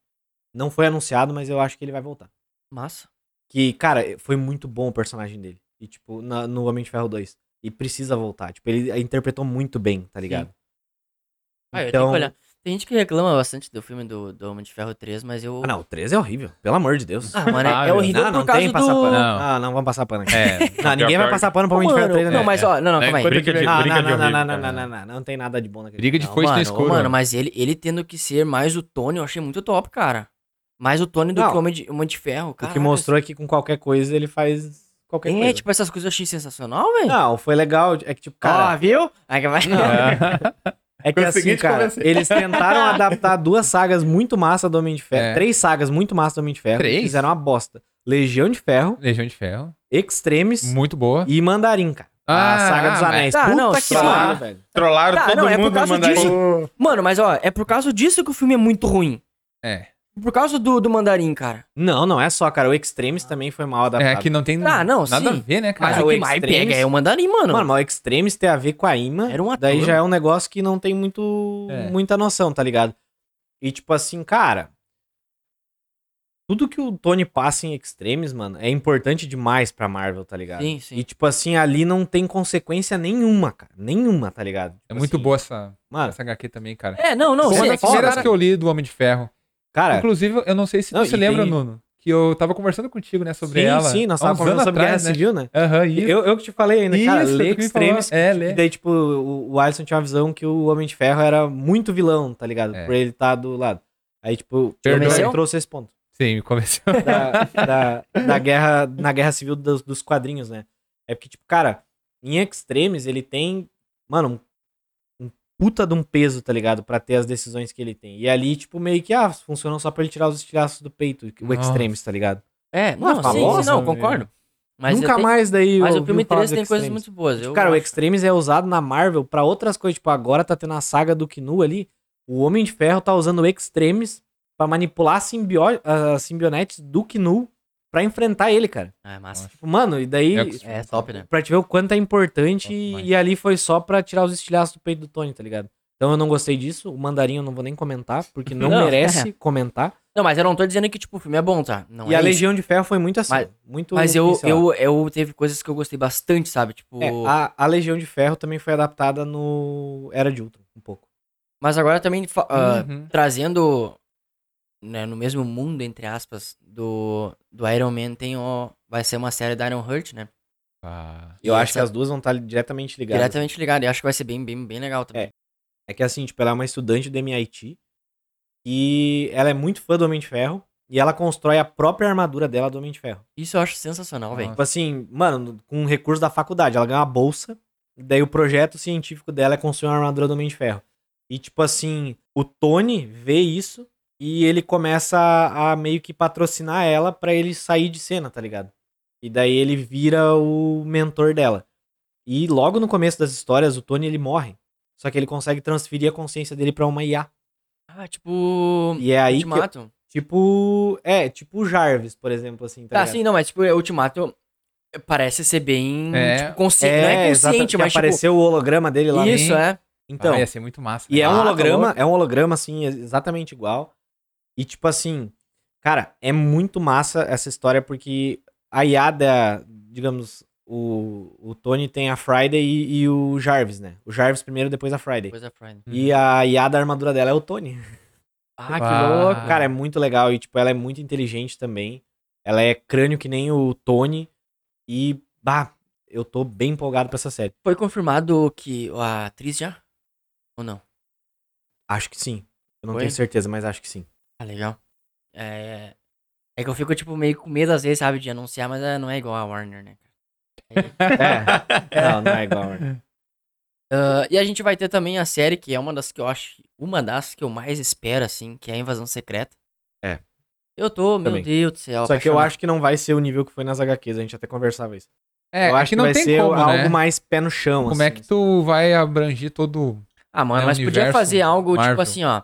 Speaker 3: Não foi anunciado, mas eu acho que ele vai voltar.
Speaker 1: Massa.
Speaker 3: Que, cara, foi muito bom o personagem dele. E, tipo, na- no Homem de Ferro 2. E precisa voltar. Tipo, ele interpretou muito bem, tá ligado? Então
Speaker 1: Ah, eu tenho que olhar. Tem gente que reclama bastante do filme do, do Homem de Ferro 3, mas eu.
Speaker 3: Ah, não, o 13 é horrível. Pelo amor de Deus.
Speaker 1: Ah, mano, é, é
Speaker 5: Ah,
Speaker 1: horrível
Speaker 3: não, não
Speaker 1: por causa
Speaker 3: tem passar
Speaker 1: do...
Speaker 5: pano.
Speaker 3: pano. Ah, não vamos passar pano aqui.
Speaker 5: É.
Speaker 3: (laughs) Não, ninguém vai passar pano pra Homem de Ferro
Speaker 1: Mano,
Speaker 3: 3,
Speaker 1: não,
Speaker 3: né?
Speaker 1: mas ó, não, não, calma aí.
Speaker 2: Briga de,
Speaker 3: Não,
Speaker 2: briga
Speaker 3: não, não,
Speaker 2: de
Speaker 3: não, não,
Speaker 2: horrível.
Speaker 3: não, não, não, não, não tem nada de bom naquele.
Speaker 5: Briga de
Speaker 1: Não,
Speaker 5: foice
Speaker 1: mano,
Speaker 5: no
Speaker 1: ô,
Speaker 5: escuro.
Speaker 1: mano, mas ele, ele tendo que ser mais o Tony, eu achei muito top, cara. Mais o Tony do
Speaker 3: Não.
Speaker 1: que o Homem de, o Homem de Ferro, cara.
Speaker 3: O que mostrou é que com qualquer coisa ele faz qualquer
Speaker 1: É,
Speaker 3: coisa.
Speaker 1: tipo, essas coisas eu achei sensacional, velho.
Speaker 3: Não, foi legal. É que, tipo,
Speaker 1: Ó,
Speaker 3: cara.
Speaker 1: viu? Aí que vai...
Speaker 3: é que
Speaker 5: Foi o
Speaker 3: assim,
Speaker 5: seguinte
Speaker 3: cara,
Speaker 5: conversa.
Speaker 3: eles tentaram adaptar duas sagas muito massa do Homem de Ferro.
Speaker 5: É.
Speaker 3: Três sagas muito massa do Homem de Ferro.
Speaker 5: Três?
Speaker 3: que Fizeram uma bosta. Legião de Ferro,
Speaker 5: Legião de Ferro.
Speaker 3: Extremes
Speaker 5: Muito boa.
Speaker 3: e Mandarim, cara. a
Speaker 5: Ah,
Speaker 3: saga dos
Speaker 5: mas-
Speaker 3: Anéis.
Speaker 1: Tá,
Speaker 3: Puta
Speaker 1: não,
Speaker 3: que
Speaker 1: só-
Speaker 3: pariu, velho.
Speaker 2: Trollaram
Speaker 1: Tá,
Speaker 2: todo
Speaker 1: não, é por
Speaker 2: mundo
Speaker 1: causa
Speaker 2: mandarim.
Speaker 1: disso. (laughs) Mano, mas ó, é por causa disso que o filme é muito ruim.
Speaker 5: É.
Speaker 1: Por causa do, do mandarim, cara.
Speaker 3: Não, não é só, cara. O Extremes também foi mal adaptado.
Speaker 5: É que não tem
Speaker 1: Ah, não,
Speaker 5: nada
Speaker 1: sim.
Speaker 5: a ver, né,
Speaker 1: Mas
Speaker 5: cara?
Speaker 3: Ah,
Speaker 1: o
Speaker 3: o
Speaker 1: que mais
Speaker 3: Extremes-
Speaker 1: pega é o mandarim, mano.
Speaker 3: Mano, mas o Extremes tem a ver com a imã.
Speaker 1: Era um ator.
Speaker 3: Daí já é um negócio que não tem muito,
Speaker 5: É.
Speaker 3: muita noção, tá ligado? E tipo assim, cara. Tudo que o Tony passa em Extremes, mano, é importante demais pra Marvel, tá ligado?
Speaker 1: Sim, sim.
Speaker 3: E tipo assim, ali não tem consequência nenhuma, cara. Nenhuma, tá ligado?
Speaker 5: É
Speaker 3: Tipo
Speaker 5: muito
Speaker 3: assim,
Speaker 5: boa essa,
Speaker 3: Mano,
Speaker 5: essa HQ também, cara.
Speaker 1: É, não, não.
Speaker 5: Foi
Speaker 1: sim,
Speaker 5: uma
Speaker 1: é
Speaker 5: das
Speaker 1: que os
Speaker 5: primeiras
Speaker 1: cara-
Speaker 5: que eu li do Homem de Ferro.
Speaker 3: cara.
Speaker 5: Inclusive, eu não sei se
Speaker 3: Não,
Speaker 5: tu se
Speaker 3: e
Speaker 5: lembra,
Speaker 3: tem-
Speaker 5: Nuno, que eu tava conversando contigo, né, sobre
Speaker 3: sim,
Speaker 5: ela.
Speaker 3: sim, nós
Speaker 5: há
Speaker 3: tava
Speaker 5: uns anos
Speaker 3: conversando sobre guerra
Speaker 5: atrás, né?
Speaker 3: civil, né?
Speaker 5: Aham, isso.
Speaker 3: Eu, eu que te falei ainda, cara,
Speaker 5: Isso,
Speaker 3: lê
Speaker 5: tu que me falou.
Speaker 3: Extremes.
Speaker 5: É,
Speaker 3: E
Speaker 5: lê.
Speaker 3: daí, tipo, o, o Alisson tinha uma visão que o Homem de Ferro era muito vilão, tá ligado?
Speaker 5: É.
Speaker 3: Por ele estar do lado. Aí, tipo,
Speaker 5: Perdoe.
Speaker 3: ele trouxe esse ponto.
Speaker 5: Sim, me convenceu.
Speaker 3: da, (laughs) da, da guerra, na guerra civil dos, dos quadrinhos, né? É porque, tipo, cara, em Extremes ele tem, mano, um, um puta de um peso, tá ligado? Pra ter as decisões que ele tem. E ali, tipo, meio que, ah, funcionam só pra ele tirar os estilhaços do peito, o
Speaker 5: Nossa.
Speaker 3: Extremes, tá ligado?
Speaker 1: É,
Speaker 3: Uma
Speaker 1: não, sim, sim,
Speaker 3: famosa,
Speaker 1: não,
Speaker 5: né?
Speaker 1: concordo. Mas
Speaker 3: Nunca
Speaker 1: eu tenho-
Speaker 3: mais daí.
Speaker 1: Mas
Speaker 3: eu
Speaker 1: o filme
Speaker 3: ouvi falar
Speaker 1: 3
Speaker 3: do
Speaker 1: tem coisas
Speaker 3: Extremes.
Speaker 1: muito boas. Eu
Speaker 3: Cara, o
Speaker 1: acho.
Speaker 3: Extremes é usado na Marvel pra outras coisas. Tipo, agora tá tendo a saga do Knu ali. O Homem de Ferro tá usando o Extremes pra manipular simbio... as simbionetes do Knu pra enfrentar ele, cara.
Speaker 1: Ah, é massa.
Speaker 3: Tipo, mano, e daí.
Speaker 2: É,
Speaker 1: É top, né?
Speaker 3: Pra te ver o quanto é importante e,
Speaker 2: Nossa,
Speaker 3: e ali foi só pra tirar os estilhaços do peito do Tony, tá ligado? Então eu não gostei disso, o mandarim eu não vou nem comentar, porque não,
Speaker 1: (laughs) Não,
Speaker 3: merece comentar.
Speaker 1: Não, mas eu não tô dizendo que, tipo, o filme é bom, tá? Não
Speaker 3: e
Speaker 1: é
Speaker 3: a
Speaker 1: isso.
Speaker 3: Legião de Ferro foi muito assim,
Speaker 1: Mas-
Speaker 3: muito
Speaker 1: Mas eu,
Speaker 3: pincelada.
Speaker 1: eu, eu teve coisas que eu gostei bastante, sabe? Tipo.
Speaker 3: É, a, a Legião de Ferro também foi adaptada no Era de Ultron, um pouco.
Speaker 1: Mas agora também fa- ah,
Speaker 2: Uhum.
Speaker 1: trazendo né, no mesmo mundo, entre aspas, do, do Iron Man, tem o. Vai ser uma série da Iron Heart, né?
Speaker 2: Ah,
Speaker 3: Eu
Speaker 1: E
Speaker 3: acho que
Speaker 1: essa-
Speaker 3: as duas vão estar diretamente ligadas.
Speaker 1: Diretamente ligado. E acho que vai ser bem, bem, bem legal também.
Speaker 3: É que assim, tipo, ela é uma estudante do MIT e ela é muito fã do Homem de Ferro e ela constrói a própria armadura dela do Homem de Ferro.
Speaker 1: Isso eu acho sensacional, velho.
Speaker 3: Tipo assim, mano, com um recurso da faculdade, ela ganha uma bolsa, daí o projeto científico dela é construir uma armadura do Homem de Ferro. E tipo assim, o Tony vê isso e ele começa a, a meio que patrocinar ela pra ele sair de cena, tá ligado? E daí ele vira o mentor dela. E logo no começo das histórias, o Tony ele morre. Só que ele consegue transferir a consciência dele pra uma IA.
Speaker 1: Ah, tipo.
Speaker 3: E é aí que,
Speaker 1: Ultimato.
Speaker 3: tipo, é, tipo o Jarvis, por exemplo, assim, tá
Speaker 1: Tá,
Speaker 3: ligado?
Speaker 1: sim, não, mas tipo, Ultimato parece ser bem.
Speaker 2: É.
Speaker 1: Tipo, consci... não é
Speaker 3: exatamente,
Speaker 1: consciente,
Speaker 3: que
Speaker 1: mas tipo.
Speaker 3: apareceu o holograma dele lá.
Speaker 1: Isso, é.
Speaker 3: Então,
Speaker 2: ah, ia ser muito massa.
Speaker 5: né?
Speaker 3: E é um
Speaker 2: Ah,
Speaker 3: holograma, é um holograma, assim, ex- exatamente igual. E, tipo assim, cara, é muito massa essa história, porque a Yada, digamos, o, o Tony tem a Friday e, e o Jarvis, né? O Jarvis primeiro, depois a Friday.
Speaker 1: Coisa Friday.
Speaker 3: E a Yada, a armadura dela é o Tony.
Speaker 1: Ah,
Speaker 2: Ah.
Speaker 1: que louco.
Speaker 3: Cara, é muito legal e, tipo, ela é muito inteligente também. Ela é crânio que nem o Tony. E, bah, eu tô bem empolgado pra essa série.
Speaker 1: Foi confirmado que a atriz já? Ou não?
Speaker 3: Acho que sim. Eu não
Speaker 1: Foi?
Speaker 3: tenho certeza, mas acho que sim.
Speaker 1: Ah, legal. É... é que eu fico, tipo, meio com medo às vezes, sabe, de anunciar, mas é, não é igual a Warner, né?
Speaker 3: É. Não, não é igual, mano.
Speaker 1: Ah, e a gente vai ter também a série, que é uma das que eu acho, uma das que eu mais espero, assim, que é a Invasão Secreta.
Speaker 2: É.
Speaker 1: Eu tô, meu
Speaker 3: Também.
Speaker 1: Deus do céu.
Speaker 3: Só que eu
Speaker 1: apaixonado.
Speaker 3: acho que não vai ser o nível que foi nas HQs, a gente até conversava isso.
Speaker 2: É,
Speaker 3: eu acho que,
Speaker 2: não
Speaker 3: vai
Speaker 2: tem
Speaker 3: ser
Speaker 2: como,
Speaker 3: algo
Speaker 2: né?
Speaker 3: mais pé no chão,
Speaker 2: Como
Speaker 3: assim.
Speaker 2: é que tu vai abranger todo...
Speaker 1: Ah, mano,
Speaker 3: um
Speaker 2: é
Speaker 1: mas podia
Speaker 2: universo
Speaker 1: fazer algo, tipo
Speaker 2: Marvel.
Speaker 1: assim, ó.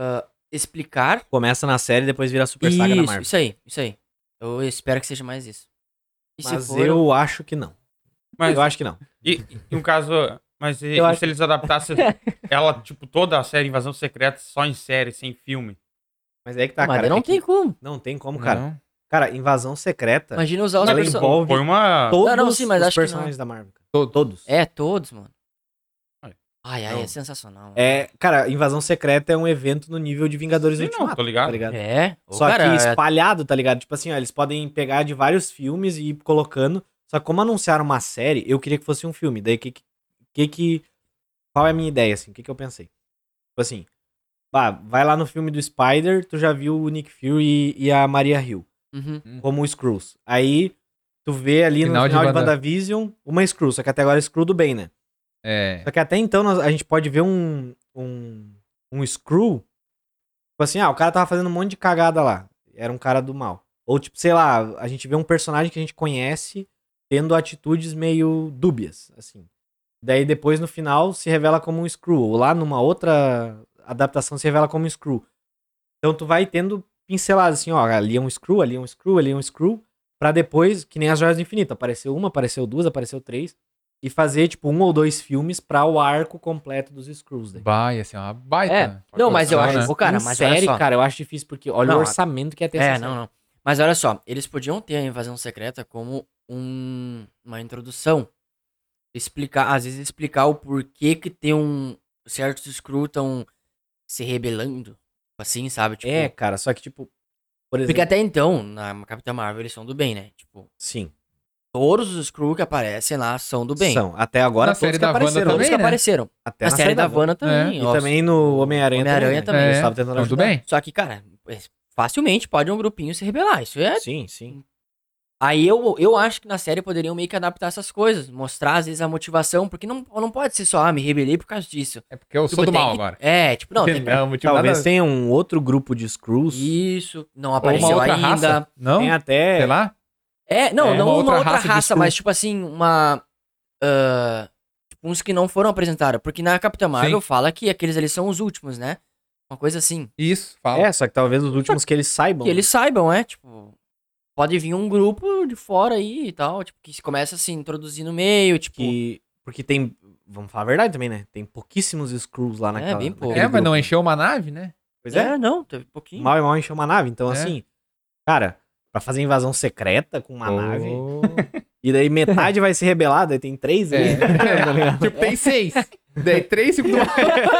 Speaker 1: ah, explicar.
Speaker 3: Começa na série, depois vira a Super Saga da
Speaker 1: Isso,
Speaker 3: Marvel.
Speaker 1: isso aí, isso aí. Eu espero que seja mais isso. E se
Speaker 3: Mas
Speaker 1: for,
Speaker 3: eu acho que não.
Speaker 2: Mas-
Speaker 3: Eu acho que não.
Speaker 2: E, e um caso... Mas e,
Speaker 3: Eu
Speaker 2: e
Speaker 3: acho-
Speaker 2: se eles
Speaker 3: (laughs)
Speaker 2: adaptassem ela, tipo, toda a série Invasão Secreta só em série, sem filme?
Speaker 3: Mas é que tá,
Speaker 1: mas
Speaker 3: cara.
Speaker 1: não
Speaker 3: é que
Speaker 1: tem como.
Speaker 3: não tem como, Um cara.
Speaker 2: Não.
Speaker 3: Cara, Invasão Secreta,
Speaker 1: Imagina usar os
Speaker 3: ela
Speaker 1: perso-
Speaker 3: tá. envolve
Speaker 2: Foi uma...
Speaker 3: todos
Speaker 1: Não, não, sim, mas
Speaker 3: os
Speaker 1: acho que não.
Speaker 3: personagens da Marvel. cara.
Speaker 2: Todo-
Speaker 3: Todos.
Speaker 1: É, todos, mano.
Speaker 2: Ai,
Speaker 1: Ai, ai,
Speaker 2: não.
Speaker 1: é sensacional. mano.
Speaker 3: É, cara, Invasão Secreta é um evento no nível de Vingadores
Speaker 2: Sim,
Speaker 3: Ultimato,
Speaker 2: não, tô ligado.
Speaker 3: tá ligado?
Speaker 1: É. Ô,
Speaker 3: Só
Speaker 1: cara,
Speaker 3: que
Speaker 1: é-
Speaker 3: espalhado, tá ligado? Tipo assim, ó, eles podem pegar de vários filmes e ir colocando. Só que como anunciaram uma série, eu queria que fosse um filme. Daí que que- que. que- qual é a minha ideia, assim? O que, que eu pensei? Tipo assim, bah, vai lá no filme do Spider, tu já viu o Nick Fury e, e a Maria Hill,
Speaker 1: Uhum.
Speaker 3: como Screws. Aí tu vê ali
Speaker 2: Final
Speaker 3: no
Speaker 2: de
Speaker 3: final de,
Speaker 2: Wanda-
Speaker 3: WandaVision uma Screw, só que até agora é Screw do bem, né?
Speaker 2: É.
Speaker 3: Só que até então nós- a gente pode ver um, um, um screw. Tipo assim, ah, o cara tava fazendo um monte de cagada lá. Era um cara do mal. Ou tipo, sei lá, a gente vê um personagem que a gente conhece tendo atitudes meio dúbias, assim. Daí depois no final se revela como um screw. Ou lá numa outra adaptação se revela como um screw. Então tu vai tendo pinceladas assim, ó, ali é um screw, ali é um screw, ali é um screw. Pra depois, que nem as Joias do Infinito. Apareceu uma, apareceu duas, apareceu três e fazer, tipo, um ou dois filmes pra o arco completo dos Screws. né? Daí.
Speaker 2: Vai, assim, uma baita...
Speaker 1: É, Não, mas eu
Speaker 2: produção,
Speaker 1: acho. Ô, cara,
Speaker 3: Em
Speaker 1: mas olha
Speaker 3: série,
Speaker 1: só.
Speaker 3: cara, eu acho difícil, porque olha
Speaker 1: Não,
Speaker 3: o
Speaker 1: a-
Speaker 3: orçamento que ia ter
Speaker 1: É,
Speaker 3: essa
Speaker 1: não,
Speaker 3: série.
Speaker 1: não. Mas olha só, eles podiam ter a invasão secreta como um, uma introdução. Explicar, às vezes explicar o porquê que tem um certos Skrull tão se rebelando, tipo assim, sabe? Tipo,
Speaker 3: É, cara, só que, tipo, por exemplo...
Speaker 1: porque até então, na Capitã Marvel, eles são do bem, né? Tipo,
Speaker 3: Sim,
Speaker 1: todos os Skrull que aparecem lá são do bem.
Speaker 3: são. Até agora,
Speaker 2: Na
Speaker 3: todos
Speaker 2: série
Speaker 3: que
Speaker 2: da Wanda
Speaker 3: apareceram.
Speaker 1: Todos
Speaker 2: também,
Speaker 1: que
Speaker 2: né?
Speaker 1: apareceram.
Speaker 3: Até
Speaker 1: Na série da
Speaker 3: Wanda.
Speaker 1: Wanda também.
Speaker 3: É, E
Speaker 1: ó,
Speaker 3: também no Homem-Aranha
Speaker 1: Homem-Aranha
Speaker 3: também.
Speaker 1: também.
Speaker 3: né?
Speaker 2: É.
Speaker 3: Eles estavam tentando
Speaker 2: Tudo
Speaker 3: ajudar.
Speaker 2: bem?
Speaker 1: Só que, cara, é, facilmente pode um grupinho se rebelar. Isso é
Speaker 3: Sim, sim.
Speaker 1: Aí eu, eu acho que na série poderiam meio que adaptar essas coisas, mostrar às vezes a motivação, porque não, não pode ser só, ah, me rebelei por causa disso.
Speaker 2: É porque eu
Speaker 1: Tipo,
Speaker 2: sou do
Speaker 1: tem
Speaker 2: mal
Speaker 1: que-
Speaker 2: agora.
Speaker 1: É, tipo,
Speaker 5: (laughs)
Speaker 1: não, tem que...
Speaker 2: motivo
Speaker 3: Talvez
Speaker 2: nada-
Speaker 3: tenha um outro grupo de Screws.
Speaker 1: Isso, não
Speaker 2: Ou uma
Speaker 1: apareceu
Speaker 2: outra
Speaker 1: ainda.
Speaker 2: raça. Não?
Speaker 3: Tem até...
Speaker 2: Sei lá.
Speaker 1: É, não,
Speaker 3: É,
Speaker 1: não
Speaker 2: uma
Speaker 1: uma outra,
Speaker 2: outra raça de
Speaker 1: raça,
Speaker 2: Skrull.
Speaker 1: mas tipo assim, uma. ah, tipo, uns que não foram apresentados. Porque na Capitã Marvel fala que aqueles ali são os últimos, né? Uma coisa assim.
Speaker 2: Isso, fala.
Speaker 3: É, só que talvez os últimos que eles saibam.
Speaker 1: Que eles saibam, é, tipo. pode vir um grupo de fora aí e tal, tipo, que se começa a se introduzir no meio, tipo.
Speaker 3: Que, porque tem. Vamos falar a verdade também, né? Tem pouquíssimos screws lá naquela.
Speaker 1: bem pouco.
Speaker 3: naquele
Speaker 1: É,
Speaker 5: É, mas não
Speaker 3: grupo.
Speaker 5: encheu uma nave, né?
Speaker 3: Pois é.
Speaker 1: não, teve pouquinho.
Speaker 3: Mal e mal encheu uma nave. Então,
Speaker 5: É.
Speaker 3: assim, cara, pra fazer invasão secreta com uma
Speaker 2: Oh.
Speaker 3: nave. (laughs) E daí
Speaker 2: (laughs)
Speaker 3: metade vai se rebelar, daí tem três
Speaker 2: É.
Speaker 3: ali. (laughs) tá ligado?
Speaker 5: Tipo, tem seis. Daí três, cinco do
Speaker 3: (laughs)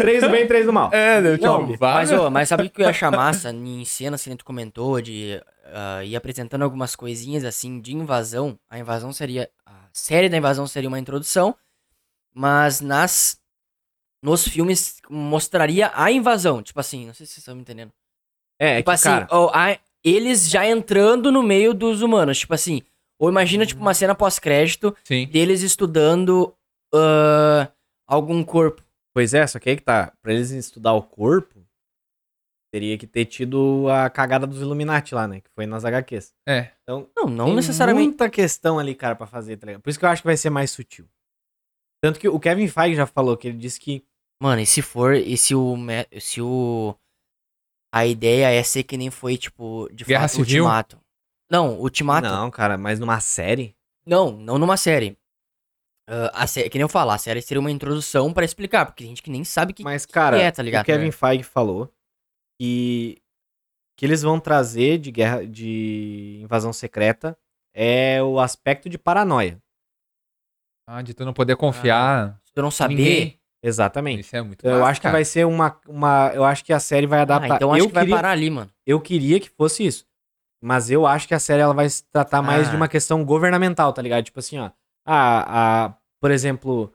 Speaker 3: três do bem e três do mal.
Speaker 5: É, deu
Speaker 3: tipo,
Speaker 1: Não,
Speaker 5: tchau.
Speaker 1: mas, ô, mas sabe o que eu ia
Speaker 3: (laughs)
Speaker 1: achar massa em cena, assim, tu comentou, de ah, ir apresentando algumas coisinhas, assim, de invasão. A invasão seria... A série da invasão seria uma introdução, mas nas... Nos filmes mostraria a invasão. Tipo assim, não sei se vocês estão me entendendo.
Speaker 3: É, é
Speaker 1: tipo
Speaker 3: que,
Speaker 1: assim,
Speaker 3: cara,
Speaker 1: ó, a- eles já entrando no meio dos humanos. Tipo assim, ou imagina, tipo, uma cena pós-crédito
Speaker 5: Sim.
Speaker 1: deles estudando ah, algum corpo.
Speaker 3: Pois é, só que aí que tá. Pra eles estudar o corpo, teria que ter tido a cagada dos Illuminati lá, né? Que foi nas HQs.
Speaker 5: É.
Speaker 3: Então,
Speaker 1: Não, não
Speaker 3: tem
Speaker 1: necessariamente.
Speaker 3: muita questão ali, cara, pra fazer, tá ligado? Por isso que eu acho que vai ser mais sutil. Tanto que o Kevin Feige já falou que ele disse que.
Speaker 1: Mano, e se for, e se o, me- se o, a ideia é ser que nem foi, tipo, de
Speaker 5: Guerra
Speaker 1: fato,
Speaker 5: Civil?
Speaker 1: Ultimato. Não, Ultimato, não,
Speaker 3: Não, cara, mas numa série.
Speaker 1: não, numa série. Ah, a sé- que nem eu falo, a série seria uma introdução pra explicar, porque tem gente que nem sabe que,
Speaker 3: Mas, cara,
Speaker 1: que é, tá ligado?
Speaker 3: o Kevin Feige falou que que eles vão trazer de guerra de invasão secreta é o aspecto de paranoia.
Speaker 5: Ah, de tu não poder confiar.
Speaker 1: Se tu não
Speaker 5: em
Speaker 1: saber,
Speaker 5: ninguém.
Speaker 3: Exatamente.
Speaker 5: Isso é muito
Speaker 3: Ah, Eu
Speaker 5: massa,
Speaker 3: acho que
Speaker 5: cara.
Speaker 3: vai ser uma, uma eu acho que a série vai
Speaker 1: ah,
Speaker 3: adaptar.
Speaker 1: então acho
Speaker 3: eu
Speaker 1: que vai
Speaker 3: queria,
Speaker 1: parar ali, mano.
Speaker 3: eu queria que fosse isso. Mas eu acho que a série ela vai se tratar mais
Speaker 1: Ah.
Speaker 3: de uma questão governamental, tá ligado? Tipo assim, ó, a, a por exemplo,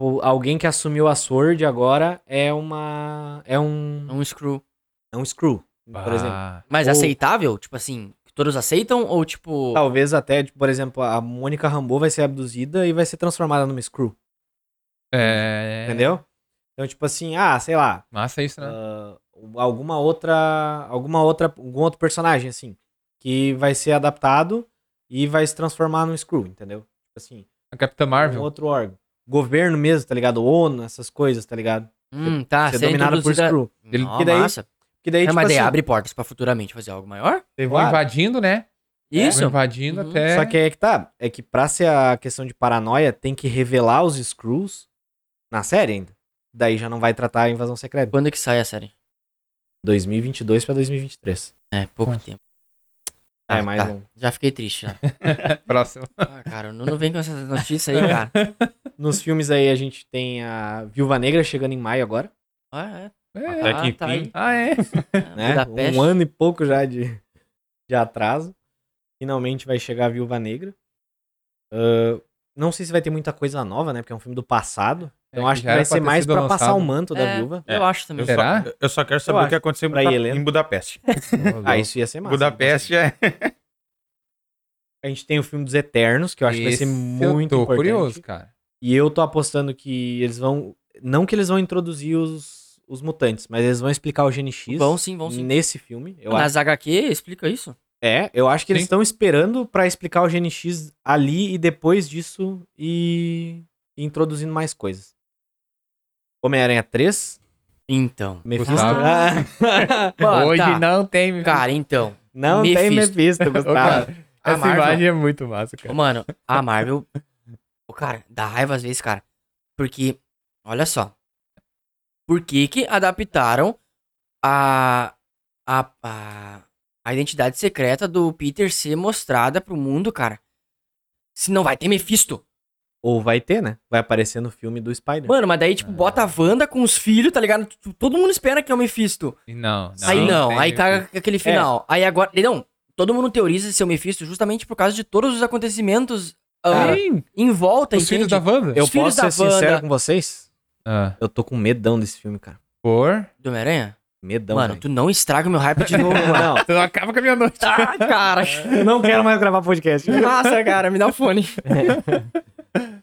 Speaker 3: o- alguém que assumiu a Sword agora é uma é
Speaker 5: Hum.
Speaker 3: um
Speaker 1: É um screw.
Speaker 3: é um Screw, por
Speaker 5: Ah,
Speaker 3: exemplo.
Speaker 1: Mas
Speaker 3: Ou-
Speaker 1: aceitável? Tipo assim, que todos aceitam? Ou tipo...
Speaker 3: Talvez até, tipo, por exemplo, a Mônica Rambeau vai ser abduzida e vai ser transformada numa Screw,
Speaker 5: É.
Speaker 3: entendeu? Então, tipo assim, ah, sei lá,
Speaker 5: Massa isso, né?
Speaker 3: ah, alguma outra, alguma outra, algum outro personagem, assim, que vai ser adaptado e vai se transformar num Screw, entendeu? Tipo assim,
Speaker 5: A Capitã
Speaker 3: um
Speaker 5: Marvel.
Speaker 3: outro órgão. Governo mesmo, tá ligado? ONU, essas coisas, tá ligado?
Speaker 1: hum, tá,
Speaker 3: ser
Speaker 1: série
Speaker 3: dominado por
Speaker 1: introduzida...
Speaker 3: Screw.
Speaker 5: Ele-
Speaker 1: Não,
Speaker 3: que daí-
Speaker 1: massa.
Speaker 3: Que daí,
Speaker 1: É,
Speaker 3: tipo
Speaker 1: mas daí
Speaker 3: assim,
Speaker 1: abre portas pra futuramente fazer algo maior?
Speaker 5: Vão
Speaker 3: claro.
Speaker 5: invadindo, né?
Speaker 1: Isso?
Speaker 5: Vão invadindo
Speaker 1: Uhum.
Speaker 5: até.
Speaker 3: Só que aí é que tá, é que pra ser a questão de paranoia, tem que revelar os Screws na série ainda. Daí já não vai tratar a invasão secreta.
Speaker 1: Quando é que sai a série?
Speaker 3: 2022 pra 2023.
Speaker 1: É, pouco
Speaker 5: Nossa.
Speaker 1: tempo.
Speaker 3: Ah,
Speaker 1: Ah,
Speaker 3: é mais
Speaker 1: tá.
Speaker 3: longo.
Speaker 1: Já fiquei triste,
Speaker 3: (laughs)
Speaker 1: já.
Speaker 5: Próximo.
Speaker 1: Ah, cara, o Nuno vem com essas notícias
Speaker 3: É.
Speaker 1: aí, cara.
Speaker 3: Nos filmes aí a gente tem a Viúva Negra chegando em maio agora,
Speaker 1: Ah, é.
Speaker 5: É.
Speaker 2: Até que
Speaker 1: Ah, tá aí.
Speaker 2: enfim.
Speaker 5: Ah, é.
Speaker 1: é,
Speaker 3: né?
Speaker 1: Budapeste.
Speaker 3: Um ano e pouco já de, de atraso. Finalmente vai chegar a Viúva Negra. Ahn, não sei se vai ter muita coisa nova, né? Porque é um filme do passado. Então
Speaker 5: É, já
Speaker 3: acho que
Speaker 5: era
Speaker 3: vai
Speaker 5: pra
Speaker 3: ser
Speaker 5: ter
Speaker 3: mais
Speaker 5: sido
Speaker 3: pra passar
Speaker 5: lançado.
Speaker 3: o manto da
Speaker 1: É,
Speaker 3: viúva.
Speaker 1: Eu acho também.
Speaker 2: Eu
Speaker 5: Será?
Speaker 2: só, eu só quero
Speaker 3: Eu
Speaker 2: saber o que
Speaker 3: acho.
Speaker 2: aconteceu em,
Speaker 3: Pra
Speaker 2: Buda-
Speaker 3: Helena.
Speaker 2: em Budapeste.
Speaker 3: Ah, isso ia ser
Speaker 5: né?
Speaker 3: massa.
Speaker 2: Budapeste é.
Speaker 3: A gente tem o filme dos Eternos, que eu acho que vai ser
Speaker 5: Esse
Speaker 3: muito
Speaker 5: Eu tô
Speaker 3: importante.
Speaker 5: curioso, cara.
Speaker 3: E eu tô apostando que eles vão. Não que eles vão introduzir os, os mutantes, mas eles vão explicar o Gene X
Speaker 1: Vão sim, vão sim.
Speaker 3: nesse filme. Hum, Eu acho,
Speaker 1: Nas HQ, explica isso?
Speaker 3: é, eu acho que eles
Speaker 5: Sim.
Speaker 3: estão esperando pra explicar o Gene X ali e depois disso e, e introduzindo mais coisas. Homem-Aranha 3,
Speaker 1: Então.
Speaker 3: Mephisto.
Speaker 5: Gustavo.
Speaker 3: (laughs) Ah,
Speaker 1: Mano,
Speaker 5: Hoje
Speaker 1: tá.
Speaker 5: não tem.
Speaker 1: Cara, então.
Speaker 3: não tem
Speaker 1: Mephisto. (laughs)
Speaker 3: Mephisto,
Speaker 5: Ô, cara,
Speaker 3: Gustavo.
Speaker 1: A
Speaker 5: essa
Speaker 1: Marvel-
Speaker 5: imagem é muito massa, cara.
Speaker 1: Ô, Mano, a Marvel. Ô, cara, dá raiva às vezes, cara. Porque, olha só. Por que que adaptaram a. a. a, a identidade secreta do Peter ser mostrada pro mundo, cara? Se não vai ter Mephisto.
Speaker 3: Ou vai ter, né? Vai aparecer no filme do Spider.
Speaker 1: Mano, mas daí, tipo, bota a Wanda com os filhos, tá ligado? Tu- Todo mundo espera que é o Mephisto.
Speaker 5: E Não, não.
Speaker 1: aí não,
Speaker 5: tem
Speaker 1: aí tá- caga
Speaker 5: jeito.
Speaker 1: com
Speaker 3: É.
Speaker 1: aquele final. Aí agora. Não, todo mundo teoriza ser o Mephisto justamente por causa de todos os acontecimentos ah,
Speaker 5: Sim,
Speaker 1: em volta,
Speaker 5: os filhos
Speaker 1: entende?
Speaker 5: da Wanda.
Speaker 3: eu
Speaker 1: os filhos
Speaker 3: posso ser
Speaker 1: da
Speaker 3: sincero
Speaker 1: Wanda-
Speaker 3: com vocês?
Speaker 5: Ah,
Speaker 3: Eu tô com medão desse filme, cara.
Speaker 5: por.
Speaker 1: Do Homem-Aranha?
Speaker 3: Medão.
Speaker 1: Mano, tu não estraga o meu hype de novo,
Speaker 3: (laughs)
Speaker 1: mano. (laughs)
Speaker 3: Não,
Speaker 5: Tu não acaba com a minha noite.
Speaker 1: Ah, cara.
Speaker 3: eu não quero mais gravar podcast.
Speaker 1: Nossa, cara, me dá o fone.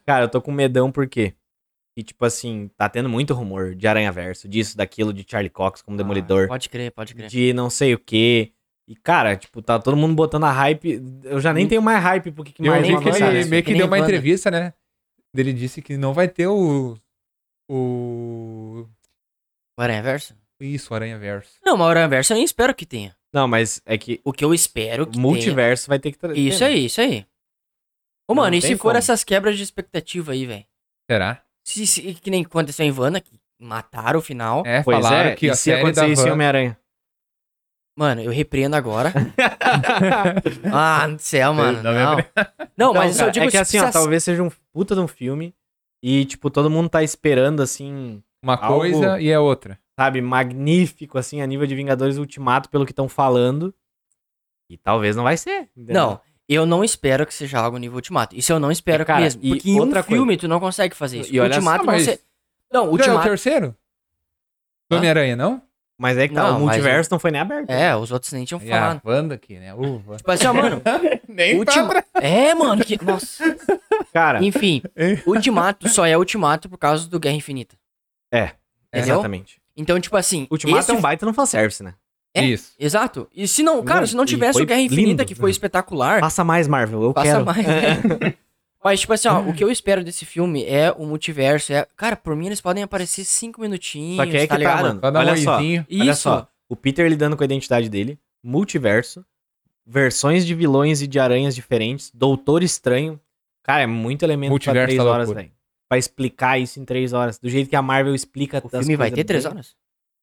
Speaker 3: Cara, eu tô com medão porque. E, tipo assim, tá tendo muito rumor de Aranha Verso, disso, daquilo, de Charlie Cox
Speaker 1: Ah.
Speaker 3: como Demolidor,
Speaker 1: Pode crer, pode crer.
Speaker 3: de não sei o quê. E, cara, tipo, tá todo mundo botando a hype. Eu já nem
Speaker 1: Hum.
Speaker 3: tenho mais hype porque que
Speaker 5: Eu
Speaker 3: mais
Speaker 5: vi
Speaker 3: vão
Speaker 5: que
Speaker 1: avançar,
Speaker 5: ele
Speaker 1: né?
Speaker 3: isso.
Speaker 5: meio
Speaker 1: Que
Speaker 5: que
Speaker 1: nem
Speaker 5: deu uma
Speaker 1: Wanda.
Speaker 5: entrevista, né? Ele disse que não vai ter o. O.
Speaker 1: O Aranha Verso?
Speaker 5: Isso, o Aranha Verso.
Speaker 1: Não, mas o Aranha Verso eu nem espero que tenha.
Speaker 3: Não, mas é que
Speaker 1: O que eu espero que tenha.
Speaker 3: multiverso vai ter que trazer.
Speaker 1: Isso aí, isso aí. Ô, mano,
Speaker 3: Não
Speaker 1: e se
Speaker 3: tem
Speaker 1: for
Speaker 3: como.
Speaker 1: essas quebras de expectativa aí, velho?
Speaker 2: Será?
Speaker 1: Se, se- que nem aconteceu em Vanna, que mataram o final.
Speaker 2: É,
Speaker 3: Pois
Speaker 2: falaram
Speaker 3: é,
Speaker 2: que
Speaker 3: e
Speaker 2: a
Speaker 3: se
Speaker 2: série da
Speaker 3: acontecer isso em
Speaker 2: Van-
Speaker 3: Homem-Aranha?
Speaker 1: Mano, eu repreendo
Speaker 3: (laughs)
Speaker 1: agora. ah, no céu, mano.
Speaker 2: Não,
Speaker 1: Não, não mas isso eu digo tipo,
Speaker 3: é que
Speaker 1: se
Speaker 3: assim, ó,
Speaker 1: precisasse-
Speaker 3: talvez seja um puta de um filme e, tipo, todo mundo tá esperando, assim,
Speaker 2: Uma
Speaker 3: Algo-
Speaker 2: coisa e é outra.
Speaker 3: sabe, magnífico, assim, a nível de Vingadores Ultimato, pelo que estão falando. E talvez não vai ser. entendeu?
Speaker 1: Não, eu não espero que seja algo nível ultimato. Isso eu não espero
Speaker 3: E, cara,
Speaker 1: mesmo.
Speaker 3: e
Speaker 1: Porque em um
Speaker 3: outra coisa-
Speaker 1: filme tu não consegue fazer isso.
Speaker 3: E olha
Speaker 1: ultimato
Speaker 2: só, mas-
Speaker 1: você. Não,
Speaker 2: Não é o
Speaker 1: ultimato.
Speaker 2: terceiro? Do
Speaker 1: Hã?
Speaker 2: Homem-Aranha, não?
Speaker 3: Mas é que tá,
Speaker 1: Não,
Speaker 3: o
Speaker 1: mas-
Speaker 3: multiverso não foi nem aberto.
Speaker 1: É, os outros nem tinham
Speaker 2: E a
Speaker 1: falado.
Speaker 2: Wanda aqui, né?
Speaker 5: (laughs)
Speaker 2: Uva.
Speaker 1: Tipo assim, ó,
Speaker 3: (laughs)
Speaker 1: mano.
Speaker 2: Nem
Speaker 1: ultima- É, mano, que. Nossa.
Speaker 3: Cara,
Speaker 1: Enfim, ultimato só é ultimato por causa do Guerra Infinita. entendeu?
Speaker 3: É, exatamente.
Speaker 1: Então, tipo assim.
Speaker 3: Ultimato
Speaker 1: esse
Speaker 3: é um baita não fanservice, né?
Speaker 1: É.
Speaker 2: Isso.
Speaker 1: Exato. E se não, cara,
Speaker 3: Não,
Speaker 1: se não
Speaker 3: e
Speaker 1: tivesse
Speaker 3: foi
Speaker 1: o Guerra Infinita,
Speaker 3: lindo.
Speaker 1: que foi espetacular,
Speaker 3: Passa mais, Marvel, eu
Speaker 1: passa
Speaker 3: quero. É.
Speaker 1: mais. né?
Speaker 3: (laughs)
Speaker 1: Mas, tipo assim, ó, o que eu espero desse filme é o multiverso. É... Cara, por mim eles podem aparecer cinco minutinhos,
Speaker 3: Só que é
Speaker 1: tá
Speaker 3: que tá,
Speaker 1: ligado?
Speaker 3: mano.
Speaker 2: Pra dar um
Speaker 3: Olha só,
Speaker 2: oizinho.
Speaker 3: Olha
Speaker 1: Isso.
Speaker 3: só, o Peter lidando com a identidade dele, multiverso, versões de vilões e de aranhas diferentes, Doutor Estranho. Cara, é muito elemento
Speaker 2: Multiverso
Speaker 3: pra três
Speaker 2: tá
Speaker 3: horas,
Speaker 2: loucura.
Speaker 3: velho. Pra explicar isso em três horas. Do jeito que a Marvel explica
Speaker 1: O
Speaker 3: as
Speaker 1: filme vai
Speaker 3: coisas
Speaker 1: ter três
Speaker 3: dele.
Speaker 1: horas?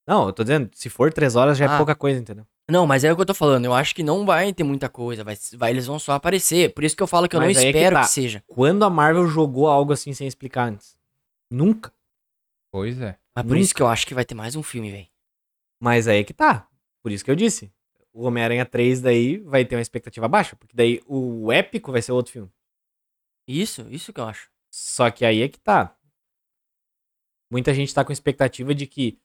Speaker 3: Não, eu tô dizendo, se for três horas já é
Speaker 1: Ah.
Speaker 3: pouca coisa, entendeu?
Speaker 1: Não, mas é o que eu tô falando. Eu acho que não vai ter muita coisa. Vai, vai- eles vão só aparecer. Por isso que eu falo que eu
Speaker 3: Mas
Speaker 1: não
Speaker 3: aí é que
Speaker 1: espero que,
Speaker 3: tá.
Speaker 1: seja.
Speaker 3: Quando a Marvel jogou algo assim sem explicar antes? Nunca.
Speaker 2: Pois é.
Speaker 1: Mas
Speaker 3: Hum.
Speaker 1: por isso que eu acho que vai ter mais um filme, velho.
Speaker 3: Mas aí é que tá. Por isso que eu disse. O Homem-Aranha 3 daí vai ter uma expectativa baixa, porque daí o épico vai ser outro filme.
Speaker 1: Isso, isso que eu acho.
Speaker 3: Só que aí é que tá. Muita gente tá com expectativa de que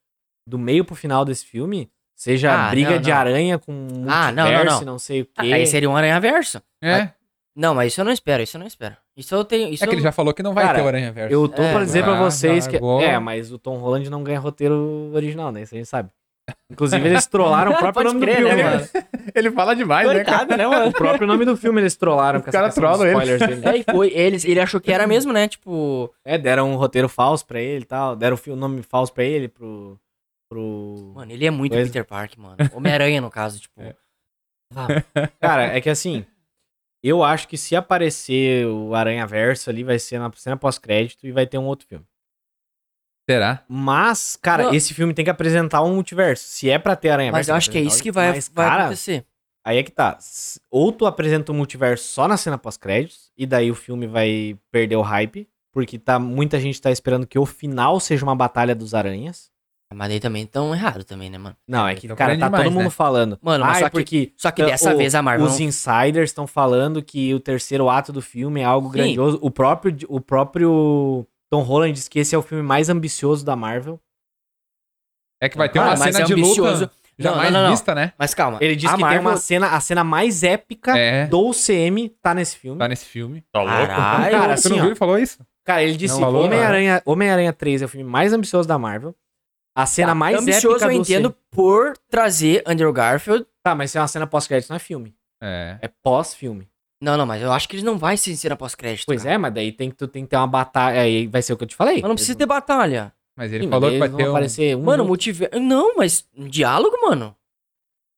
Speaker 3: do meio pro final desse filme seja
Speaker 1: Ah,
Speaker 3: briga
Speaker 1: não,
Speaker 3: de
Speaker 1: não.
Speaker 3: aranha com
Speaker 1: Ah, não, não,
Speaker 3: multiverso,
Speaker 1: não.
Speaker 3: não sei o quê.
Speaker 1: Ah, Aí seria um aranhaverso.
Speaker 2: É,
Speaker 1: Não, mas isso eu não espero, isso eu não espero. Isso eu tenho. Isso
Speaker 2: é que ele já falou que não vai
Speaker 3: Cara,
Speaker 2: ter o Aranha Verso.
Speaker 3: Eu tô
Speaker 1: É,
Speaker 3: pra dizer pra
Speaker 2: já,
Speaker 3: vocês
Speaker 2: já
Speaker 3: que
Speaker 2: largou.
Speaker 3: é, mas o Tom Holland não ganha roteiro original, né? Isso a gente sabe. Inclusive
Speaker 1: (laughs)
Speaker 3: eles trollaram o próprio
Speaker 1: Pode
Speaker 3: nome
Speaker 1: crer,
Speaker 3: do
Speaker 1: né,
Speaker 3: filme.
Speaker 1: mano?
Speaker 5: Ele fala demais, né, cara?
Speaker 3: Coitado, né, mano? O próprio nome do filme eles trollaram
Speaker 5: Os caras
Speaker 3: questão dos
Speaker 5: trollam ele.
Speaker 3: spoilers dele.
Speaker 1: (laughs)
Speaker 3: né?
Speaker 1: É, e foi. Eles, ele achou
Speaker 3: (laughs)
Speaker 1: que era mesmo, né? Tipo.
Speaker 3: É, deram um roteiro falso pra ele e tal, deram o fi- o nome falso pra ele pro
Speaker 1: (laughs)
Speaker 3: pro
Speaker 1: Mano, ele é muito
Speaker 3: Coisa.
Speaker 1: Peter Park, mano. Homem-Aranha, no caso, tipo.
Speaker 2: É.
Speaker 1: Ah, mano.
Speaker 3: Cara, é que assim, eu acho que se aparecer o Aranha Verso ali, vai ser na cena pós-crédito e vai ter um outro filme.
Speaker 2: Será?
Speaker 3: Mas, cara,
Speaker 1: Não.
Speaker 3: esse filme tem que apresentar um multiverso. Se é pra ter Aranha
Speaker 1: Mas
Speaker 3: Verso.
Speaker 1: eu acho que é isso que vai,
Speaker 3: um Mas,
Speaker 1: vai
Speaker 3: cara,
Speaker 1: acontecer.
Speaker 3: aí é que tá. S- Ou tu apresenta o multiverso só na cena pós-créditos, e daí o filme vai perder o hype, porque tá, muita gente tá esperando que o final seja uma batalha dos aranhas.
Speaker 1: Mas daí também tão errado também, né, mano?
Speaker 3: Não, é
Speaker 2: Eles
Speaker 3: que,
Speaker 2: tão
Speaker 3: cara,
Speaker 2: querendo
Speaker 3: tá todo
Speaker 2: demais,
Speaker 3: mundo
Speaker 2: né?
Speaker 3: falando.
Speaker 1: Mano, mas
Speaker 3: "Ai,
Speaker 1: só que-
Speaker 3: porque
Speaker 1: Só que
Speaker 3: Então,
Speaker 1: dessa
Speaker 3: o-
Speaker 1: vez a Marvel.
Speaker 3: Os insiders estão falando que o terceiro ato do filme é algo
Speaker 1: Sim.
Speaker 3: grandioso. O próprio, o próprio Tom Holland diz que esse é o filme mais ambicioso da Marvel.
Speaker 2: É que vai ter
Speaker 1: Cara,
Speaker 2: uma
Speaker 1: mas
Speaker 2: cena
Speaker 1: é
Speaker 2: de
Speaker 1: ambicioso.
Speaker 2: luta
Speaker 1: Não,
Speaker 2: jamais
Speaker 1: não, não, não.
Speaker 2: vista, né?
Speaker 1: Mas calma.
Speaker 3: Ele diz
Speaker 1: a
Speaker 3: que
Speaker 1: Marvel...
Speaker 3: tem uma cena, a cena mais épica
Speaker 2: É,
Speaker 3: do UCM tá nesse filme.
Speaker 2: tá nesse filme.
Speaker 5: Tá
Speaker 1: Caralho,
Speaker 3: Cara,
Speaker 2: Você
Speaker 3: assim,
Speaker 2: não
Speaker 3: ó.
Speaker 2: viu? Ele falou isso?
Speaker 3: Cara, ele disse
Speaker 2: Não falou,
Speaker 3: Homem-Aranha Homem 3 é o filme mais ambicioso da Marvel. A cena
Speaker 1: tá,
Speaker 3: mais
Speaker 1: ambicioso
Speaker 3: épica
Speaker 1: eu
Speaker 3: do
Speaker 1: entendo
Speaker 3: UCM.
Speaker 1: por trazer Andrew Garfield.
Speaker 3: Tá, mas se é uma cena pós-crédito, não é filme.
Speaker 2: É.
Speaker 3: É pós-filme.
Speaker 1: Não, não, mas eu acho que ele não vai se inserir pós-crédito.
Speaker 3: Pois
Speaker 1: cara.
Speaker 3: é, mas daí tem que, tu tem que ter uma batalha. Aí vai ser o que eu te falei.
Speaker 1: Tá. Mas não precisa ter batalha.
Speaker 2: Mas ele
Speaker 3: Ele
Speaker 2: falou que vai ter um...
Speaker 3: aparecer um
Speaker 1: Mano,
Speaker 3: minuto.
Speaker 1: multiverso. Não, mas um diálogo, mano.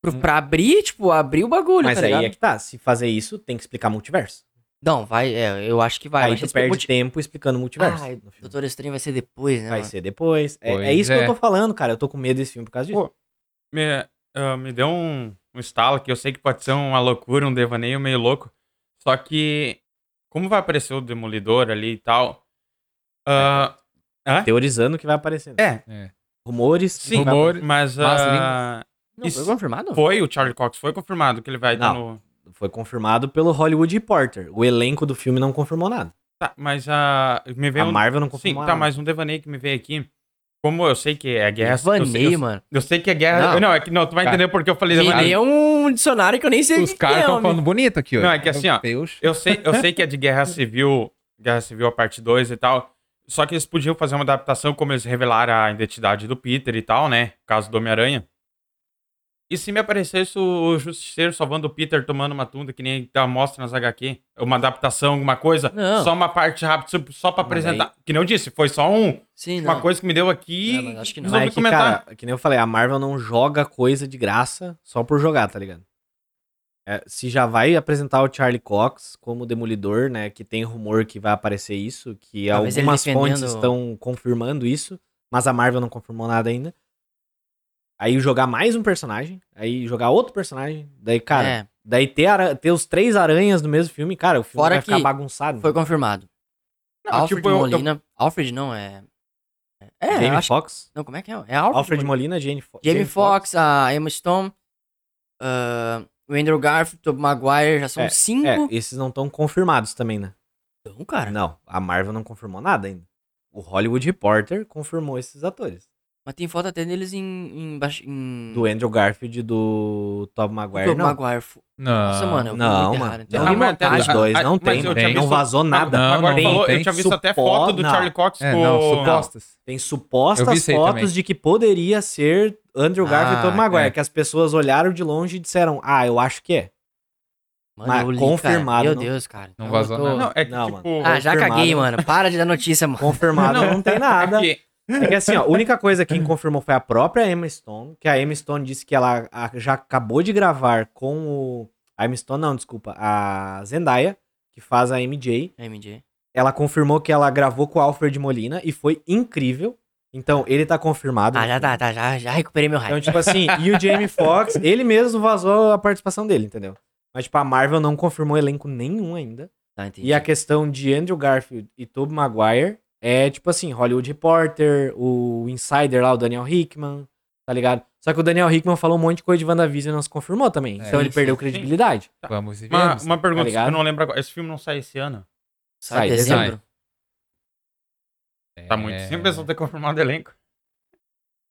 Speaker 1: Pro, pra abrir, tipo, abrir o bagulho,
Speaker 3: Mas
Speaker 1: tá
Speaker 3: aí
Speaker 1: ligado?
Speaker 3: é que tá. Se fazer isso, tem que explicar multiverso.
Speaker 1: Não, vai, é, eu acho que vai.
Speaker 3: aí
Speaker 1: mas
Speaker 3: tu
Speaker 1: respe-
Speaker 3: perde
Speaker 1: multi-
Speaker 3: tempo explicando multiverso.
Speaker 1: Ai,
Speaker 3: no filme.
Speaker 1: Doutor Estranho vai ser depois, né?
Speaker 3: Vai
Speaker 1: mano?
Speaker 3: ser depois. É,
Speaker 2: Pois
Speaker 3: é isso que
Speaker 2: é.
Speaker 3: eu tô falando, cara. Eu tô com medo desse filme por causa disso.
Speaker 2: Pô, Me-
Speaker 5: Ah,
Speaker 2: me deu um, um estalo que eu sei que pode ser uma loucura, um devaneio meio louco. Só que, como vai aparecer o Demolidor ali e tal? ah,
Speaker 3: Teorizando que vai aparecendo.
Speaker 5: É.
Speaker 2: É.
Speaker 3: Rumores.
Speaker 5: Sim,
Speaker 3: Vai-
Speaker 2: Rumores.
Speaker 5: mas.
Speaker 2: Mas,
Speaker 5: ah,
Speaker 1: Não,
Speaker 5: Isso-
Speaker 1: foi confirmado?
Speaker 5: foi, o Charlie Cox foi confirmado que ele vai estar
Speaker 3: Não.
Speaker 5: no.
Speaker 3: Foi confirmado pelo Hollywood Reporter. O elenco do filme não confirmou nada.
Speaker 5: Tá, mas a. me veio
Speaker 3: A
Speaker 5: um-
Speaker 3: Marvel não
Speaker 5: Sim,
Speaker 3: confirmou
Speaker 5: tá,
Speaker 3: nada.
Speaker 5: mas um devaneio que me veio aqui. Como eu sei que é guerra. eu sei- eu,
Speaker 1: Vaneio, mano.
Speaker 5: eu sei que é guerra.
Speaker 1: Não.
Speaker 5: Não, é que não, tu vai
Speaker 2: Cara,
Speaker 5: entender porque eu falei
Speaker 1: Vaneio
Speaker 5: devaneio.
Speaker 1: é um dicionário que eu nem sei o
Speaker 2: Os
Speaker 1: que que é,
Speaker 2: caras estão
Speaker 1: homem.
Speaker 2: falando bonito aqui hoje.
Speaker 5: Não, é que assim, ó,
Speaker 2: Meu Deus.
Speaker 5: Eu sei, eu sei que é
Speaker 1: (laughs)
Speaker 5: de guerra civil, guerra civil a parte 2 e tal. Só que eles podiam fazer uma adaptação como eles revelaram a identidade do Peter e tal, né? O caso do Homem-Aranha.
Speaker 2: E se me aparecesse o Justiceiro salvando o Peter tomando uma tunda, que nem tá mostra nas HQ, uma adaptação, alguma coisa,
Speaker 1: Não.
Speaker 2: só uma parte rápida, só pra
Speaker 3: Mas
Speaker 2: apresentar. Que nem eu disse, foi só um,
Speaker 1: Sim,
Speaker 2: uma
Speaker 1: não.
Speaker 2: coisa que me deu aqui.
Speaker 1: É, mas acho que não.
Speaker 3: Mas
Speaker 2: resolvi
Speaker 3: é que,
Speaker 2: comentar.
Speaker 3: cara, que nem eu falei, a Marvel não joga coisa de graça só por jogar, tá ligado? É, se já vai apresentar o Charlie Cox como Demolidor, né? Que tem rumor que vai aparecer isso, que
Speaker 1: Talvez ele
Speaker 3: algumas fontes
Speaker 1: defendendo-
Speaker 3: estão confirmando isso, mas a Marvel não confirmou nada ainda. Aí jogar mais um personagem, aí jogar outro personagem, daí, cara,
Speaker 1: é,
Speaker 3: daí ter, ara- ter os três aranhas no mesmo filme, cara, o filme
Speaker 1: Fora
Speaker 3: vai ficar
Speaker 1: que
Speaker 3: bagunçado.
Speaker 1: foi confirmado.
Speaker 2: Não,
Speaker 1: Alfred
Speaker 2: tipo, eu- eu-
Speaker 1: Molina. Alfred não, é. É, é,
Speaker 3: Jamie
Speaker 1: acho-
Speaker 3: Foxx,
Speaker 1: Não, como é que é? É Alfred,
Speaker 3: Alfred
Speaker 1: Molina.
Speaker 3: Molina, Jane Fo
Speaker 1: Jamie Foxx, a Emma Stone, ah, o Andrew Garfield, Tobey Maguire, já são cinco.
Speaker 3: É, esses não estão confirmados também, né?
Speaker 1: Então, Uhum. cara.
Speaker 3: Não, a Marvel não confirmou nada ainda. O Hollywood Reporter confirmou esses atores.
Speaker 1: Mas tem foto até deles em. em, baixo- em
Speaker 3: Do Andrew Garfield e do Tobey Maguire,
Speaker 1: Tobey
Speaker 3: não.
Speaker 1: Hum. Maguire. Fo-
Speaker 5: Não.
Speaker 1: Nossa, mano, eu vi
Speaker 3: Ah, Não,
Speaker 1: muito
Speaker 3: mano.
Speaker 1: errado, então.
Speaker 3: Não,
Speaker 1: Ah, mas
Speaker 2: mas até-
Speaker 3: Os dois
Speaker 2: ah,
Speaker 3: não
Speaker 2: mas
Speaker 3: tem,
Speaker 2: eu tinha
Speaker 3: não
Speaker 2: visto-
Speaker 3: vazou nada.
Speaker 5: Não,
Speaker 2: Agora
Speaker 5: não
Speaker 2: falou, eu
Speaker 3: tem.
Speaker 2: tinha visto até
Speaker 3: Supo-
Speaker 2: foto do
Speaker 3: não.
Speaker 2: Charlie Cox
Speaker 5: É,
Speaker 2: com...
Speaker 5: não, supostas.
Speaker 3: Tem
Speaker 5: Eu vi
Speaker 3: supostas
Speaker 5: isso aí também.
Speaker 3: fotos de que poderia ser Andrew Garfield
Speaker 1: Ah,
Speaker 3: e Tobey Maguire,
Speaker 5: é.
Speaker 3: que as pessoas olharam de longe e disseram, ah, eu acho que é.
Speaker 1: Mano,
Speaker 3: Mas
Speaker 1: eu li,
Speaker 3: confirmado,
Speaker 1: Cara. Meu
Speaker 3: não-
Speaker 1: Deus, cara.
Speaker 5: Não
Speaker 1: Então eu
Speaker 5: vazou
Speaker 1: tô-
Speaker 5: nada.
Speaker 2: Não, é que,
Speaker 3: Não,
Speaker 2: tipo...
Speaker 3: mano.
Speaker 1: Ah, já
Speaker 3: Confirmado.
Speaker 1: caguei, mano. Para de dar notícia, mano.
Speaker 3: Confirmado, não, tem nada.
Speaker 2: é que-
Speaker 3: É que assim, ó, a única coisa que quem confirmou foi a própria Emma Stone, que a Emma Stone disse que ela a- já acabou de gravar com o. A Emma Stone, não, desculpa. A Zendaya, que faz a MJ.
Speaker 1: MJ.
Speaker 3: Ela confirmou que ela gravou com o Alfred Molina e foi incrível. Então, ele tá confirmado.
Speaker 1: Ah, já tá, tá. Já, já recuperei meu hype.
Speaker 3: Então, tipo assim, e o Jamie Foxx, ele mesmo vazou a participação dele, entendeu? Mas, tipo, a Marvel não confirmou elenco nenhum ainda.
Speaker 1: Tá, entendi.
Speaker 3: E a questão de Andrew Garfield e Tobey Maguire é tipo assim, Hollywood Reporter, o Insider lá, o Daniel Hickman, tá ligado? Só que o Daniel Hickman falou um monte de coisa de WandaVision e não se confirmou também.
Speaker 5: É,
Speaker 3: então ele
Speaker 1: sim,
Speaker 3: perdeu
Speaker 1: sim.
Speaker 3: credibilidade.
Speaker 5: Vamos e
Speaker 2: Uma,
Speaker 5: viemos.
Speaker 2: uma pergunta,
Speaker 3: ligado?
Speaker 2: eu não lembro agora. Esse filme não sai esse ano?
Speaker 1: Sai
Speaker 3: Sai,
Speaker 1: dezembro.
Speaker 5: É.
Speaker 2: Tá muito simples só ter confirmado o elenco.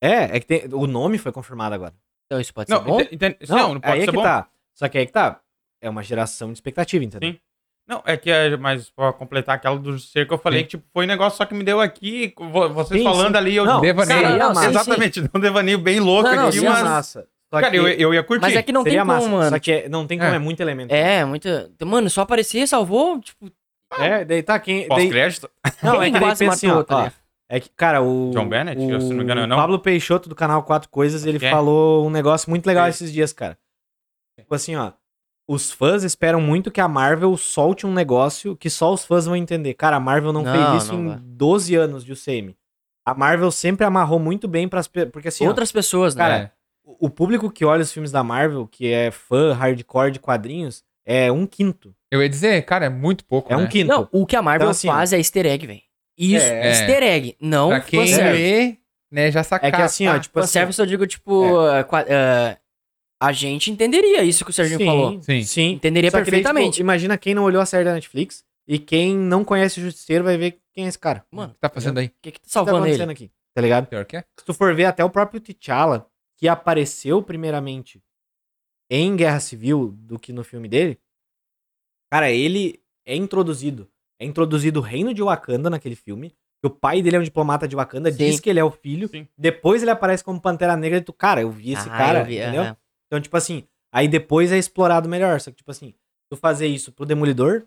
Speaker 3: É, é que tem- o nome foi confirmado agora.
Speaker 1: Então isso pode
Speaker 2: Não,
Speaker 1: ser bom?
Speaker 2: ente- ente- não, não, pode
Speaker 3: aí é
Speaker 2: ser
Speaker 3: que
Speaker 2: bom.
Speaker 3: tá. Só que aí que tá. É uma geração de expectativa, entendeu?
Speaker 2: Sim. Não, é que é mais pra completar aquela do ser que eu falei,
Speaker 5: Sim.
Speaker 2: que tipo, foi um negócio só que me deu aqui, com vo- vocês
Speaker 3: Sim,
Speaker 2: falando
Speaker 3: sim.
Speaker 2: ali, eu um
Speaker 3: Não,
Speaker 5: Devaneio.
Speaker 3: seria
Speaker 1: Cara, não,
Speaker 3: massa.
Speaker 1: sim, sim.
Speaker 2: Exatamente, deu um devaneio bem louco
Speaker 1: Não, não,
Speaker 2: aqui,
Speaker 1: sim,
Speaker 3: Seria
Speaker 2: mas.
Speaker 3: massa. Só
Speaker 2: Cara,
Speaker 3: que
Speaker 2: eu, eu ia curtir.
Speaker 1: Mas é que não tem
Speaker 3: seria
Speaker 1: como,
Speaker 3: massa.
Speaker 1: mano.
Speaker 3: Só que é- não tem como, é,
Speaker 5: É.
Speaker 3: muito elemento.
Speaker 1: É, muito. Mano, só aparecer, salvou. Tipo,
Speaker 3: É, daí tá quem. daí-
Speaker 2: Pós-crédito?
Speaker 3: Não, é
Speaker 1: Quem
Speaker 3: que daí
Speaker 1: quase
Speaker 3: pensa assim,
Speaker 1: matou,
Speaker 3: ó,
Speaker 1: tá
Speaker 3: ó,
Speaker 1: ligado?
Speaker 3: É que, cara, o.
Speaker 2: John Bennett,
Speaker 3: o,
Speaker 2: se não me engano, não?
Speaker 3: Pablo Peixoto, do canal Quatro Coisas, ele
Speaker 2: Quem?
Speaker 3: falou um negócio muito legal
Speaker 2: Quem?
Speaker 3: esses dias, cara. Tipo assim, ó. Os fãs esperam muito que a Marvel solte um negócio que só os fãs vão entender. Cara, a Marvel não,
Speaker 1: Não,
Speaker 3: fez isso
Speaker 1: não
Speaker 3: em
Speaker 1: vai.
Speaker 3: 12 anos de UCM. A Marvel sempre amarrou muito bem pras pessoas. Porque assim, ó,
Speaker 1: outras pessoas, né?
Speaker 3: Cara, o o público que olha os filmes da Marvel, que é fã hardcore de quadrinhos, é um quinto.
Speaker 5: Eu ia dizer, cara, é muito pouco,
Speaker 3: É um
Speaker 5: né?
Speaker 3: quinto.
Speaker 1: não, o que a Marvel
Speaker 3: Então, assim,
Speaker 1: faz é easter egg, velho. Isso,
Speaker 3: É.
Speaker 1: easter egg. Não, tipo,
Speaker 5: Pra quem
Speaker 1: fanservice.
Speaker 5: lê, né, já saca.
Speaker 3: é
Speaker 1: tá,
Speaker 3: que assim, ó, tipo assim. é.
Speaker 1: Fanservice eu digo, tipo, ah, qua- ah, a gente entenderia isso que o Serginho
Speaker 3: sim,
Speaker 1: falou.
Speaker 5: Sim.
Speaker 3: Sim.
Speaker 1: Entenderia
Speaker 3: Só que daí,
Speaker 1: perfeitamente.
Speaker 3: tipo, imagina quem não olhou a série da Netflix e quem não conhece o Justiceiro vai ver quem é esse cara.
Speaker 1: Mano,
Speaker 5: O que tá fazendo aí?
Speaker 1: o que que tá
Speaker 3: O que tá
Speaker 1: salvando
Speaker 3: acontecendo
Speaker 1: ele?
Speaker 3: aqui? Tá ligado?
Speaker 5: Pior que é?
Speaker 3: Se tu for ver até o próprio T'Challa, que apareceu primeiramente em Guerra Civil do que no filme dele, cara, ele é introduzido. É introduzido o reino de Wakanda naquele filme. que O pai dele é um diplomata de Wakanda,
Speaker 1: Sim.
Speaker 3: diz que ele é o filho.
Speaker 2: Sim.
Speaker 3: Depois ele aparece como Pantera Negra e tu, cara, eu vi esse
Speaker 1: Ah,
Speaker 3: cara,
Speaker 1: eu vi,
Speaker 3: entendeu?
Speaker 1: aham.
Speaker 3: Então, tipo assim, aí depois é explorado melhor. Só que, tipo assim, tu fazer isso pro Demolidor,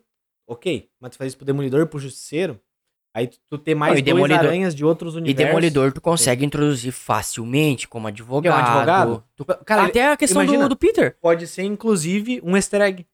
Speaker 3: ok. Mas tu fazer isso pro Demolidor, pro Justiceiro, aí tu, tu ter mais
Speaker 1: Não, e
Speaker 3: dois
Speaker 1: Demolidor-
Speaker 3: aranhas de outros
Speaker 1: E
Speaker 3: universos.
Speaker 1: Demolidor tu consegue introduzir facilmente como advogado.
Speaker 3: Que é um advogado. Tu- cara, ele
Speaker 1: Até a questão do,
Speaker 3: imagina.
Speaker 1: do Peter.
Speaker 3: pode ser, inclusive, um easter egg.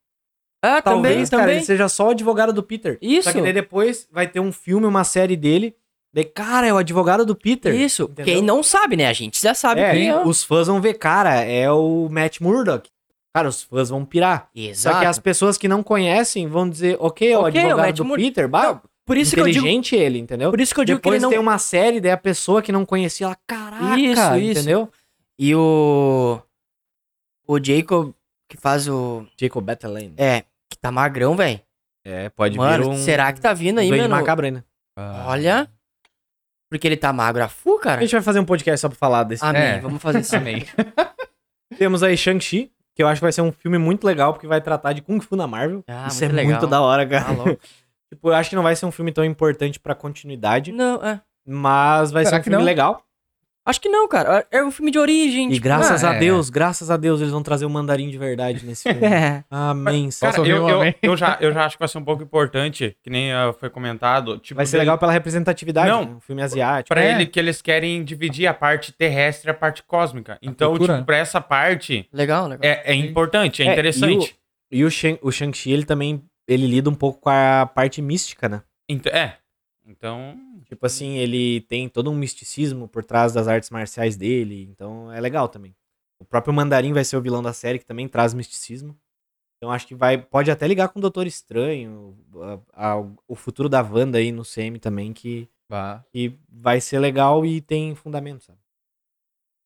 Speaker 1: Ah,
Speaker 3: Talvez,
Speaker 1: também,
Speaker 3: cara,
Speaker 1: também.
Speaker 3: ele seja só o advogado do Peter. Só
Speaker 1: Isso.
Speaker 3: que daí depois vai ter um filme, uma série dele. Daí, cara, é o advogado do Peter.
Speaker 1: Isso.
Speaker 3: Entendeu?
Speaker 1: Quem não sabe, né? A gente já sabe
Speaker 3: É,
Speaker 1: quem é.
Speaker 3: os fãs vão ver, cara, é o Matt Murdock. Cara, os fãs vão pirar.
Speaker 1: Exato.
Speaker 3: Só que as pessoas que não conhecem vão dizer, ok, é o
Speaker 1: Ok, é o
Speaker 3: advogado
Speaker 1: Matt
Speaker 3: do
Speaker 1: Murdock.
Speaker 3: Peter, bah,
Speaker 1: Não, por isso que eu digo,
Speaker 3: inteligente ele, entendeu?
Speaker 1: por isso que eu digo que ele
Speaker 3: Depois
Speaker 1: não
Speaker 3: tem um uma série, daí a pessoa que não conhecia, ela, caraca,
Speaker 1: Isso, isso.
Speaker 3: entendeu?
Speaker 1: E o o Jacob que faz o
Speaker 3: Jacob Batalane.
Speaker 1: é, que tá magrão, velho.
Speaker 3: É, pode
Speaker 1: Mano, será que tá vindo aí,
Speaker 3: Duende
Speaker 1: mano?
Speaker 3: macabro ainda.
Speaker 5: Ah,
Speaker 1: Olha. Porque ele tá magro a fu,
Speaker 3: A
Speaker 1: cara.
Speaker 3: gente vai fazer um podcast só pra falar desse
Speaker 1: Amém,
Speaker 5: É.
Speaker 1: vamos fazer
Speaker 3: (laughs)
Speaker 1: isso.
Speaker 5: Amei.
Speaker 3: Temos aí Shang-Chi, que eu acho que vai ser um filme muito legal, porque vai tratar de Kung Fu na Marvel.
Speaker 1: Ah,
Speaker 3: Isso
Speaker 1: muito
Speaker 3: é
Speaker 1: legal.
Speaker 3: muito da hora, cara.
Speaker 1: Tá louco.
Speaker 3: Tipo, eu acho que não vai ser um filme tão importante pra continuidade,
Speaker 1: Não, é.
Speaker 3: mas vai
Speaker 5: Será
Speaker 3: ser um
Speaker 5: que
Speaker 3: filme
Speaker 5: não?
Speaker 3: legal.
Speaker 1: Acho que não, cara. É um filme de origem.
Speaker 3: E
Speaker 1: tipo,
Speaker 3: graças
Speaker 5: ah,
Speaker 3: a
Speaker 5: é.
Speaker 3: Deus, graças a Deus, eles vão trazer o mandarim de verdade (laughs) nesse filme.
Speaker 1: (laughs) É.
Speaker 3: Amém, Senhor.
Speaker 5: Posso
Speaker 2: Cara,
Speaker 5: ouvir
Speaker 2: eu,
Speaker 5: um
Speaker 2: eu,
Speaker 5: amém?
Speaker 2: eu já, eu já acho que vai ser um pouco importante, que nem ah, foi comentado. Tipo,
Speaker 3: Vai ser
Speaker 2: dele-
Speaker 3: legal pela representatividade,
Speaker 2: Não.
Speaker 3: né? um filme asiático.
Speaker 2: Pra
Speaker 5: É.
Speaker 2: ele que eles querem dividir a parte terrestre e a parte cósmica. Então,
Speaker 5: cultura.
Speaker 2: tipo, pra essa parte
Speaker 1: Legal, legal.
Speaker 2: é, é importante, é,
Speaker 3: É,
Speaker 2: interessante.
Speaker 3: E o, Shang, o Shang-Chi, ele também ele lida um pouco com a parte mística, né?
Speaker 2: Então, é. Então,
Speaker 3: Tipo assim, ele tem todo um misticismo por trás das artes marciais dele, então é legal também. O próprio Mandarim vai ser o vilão da série, que também traz misticismo. Então acho que vai pode até ligar com o Doutor Estranho, a- a- o futuro da Wanda aí no CM também, que,
Speaker 5: Bah.
Speaker 3: que vai ser legal e tem fundamento, sabe?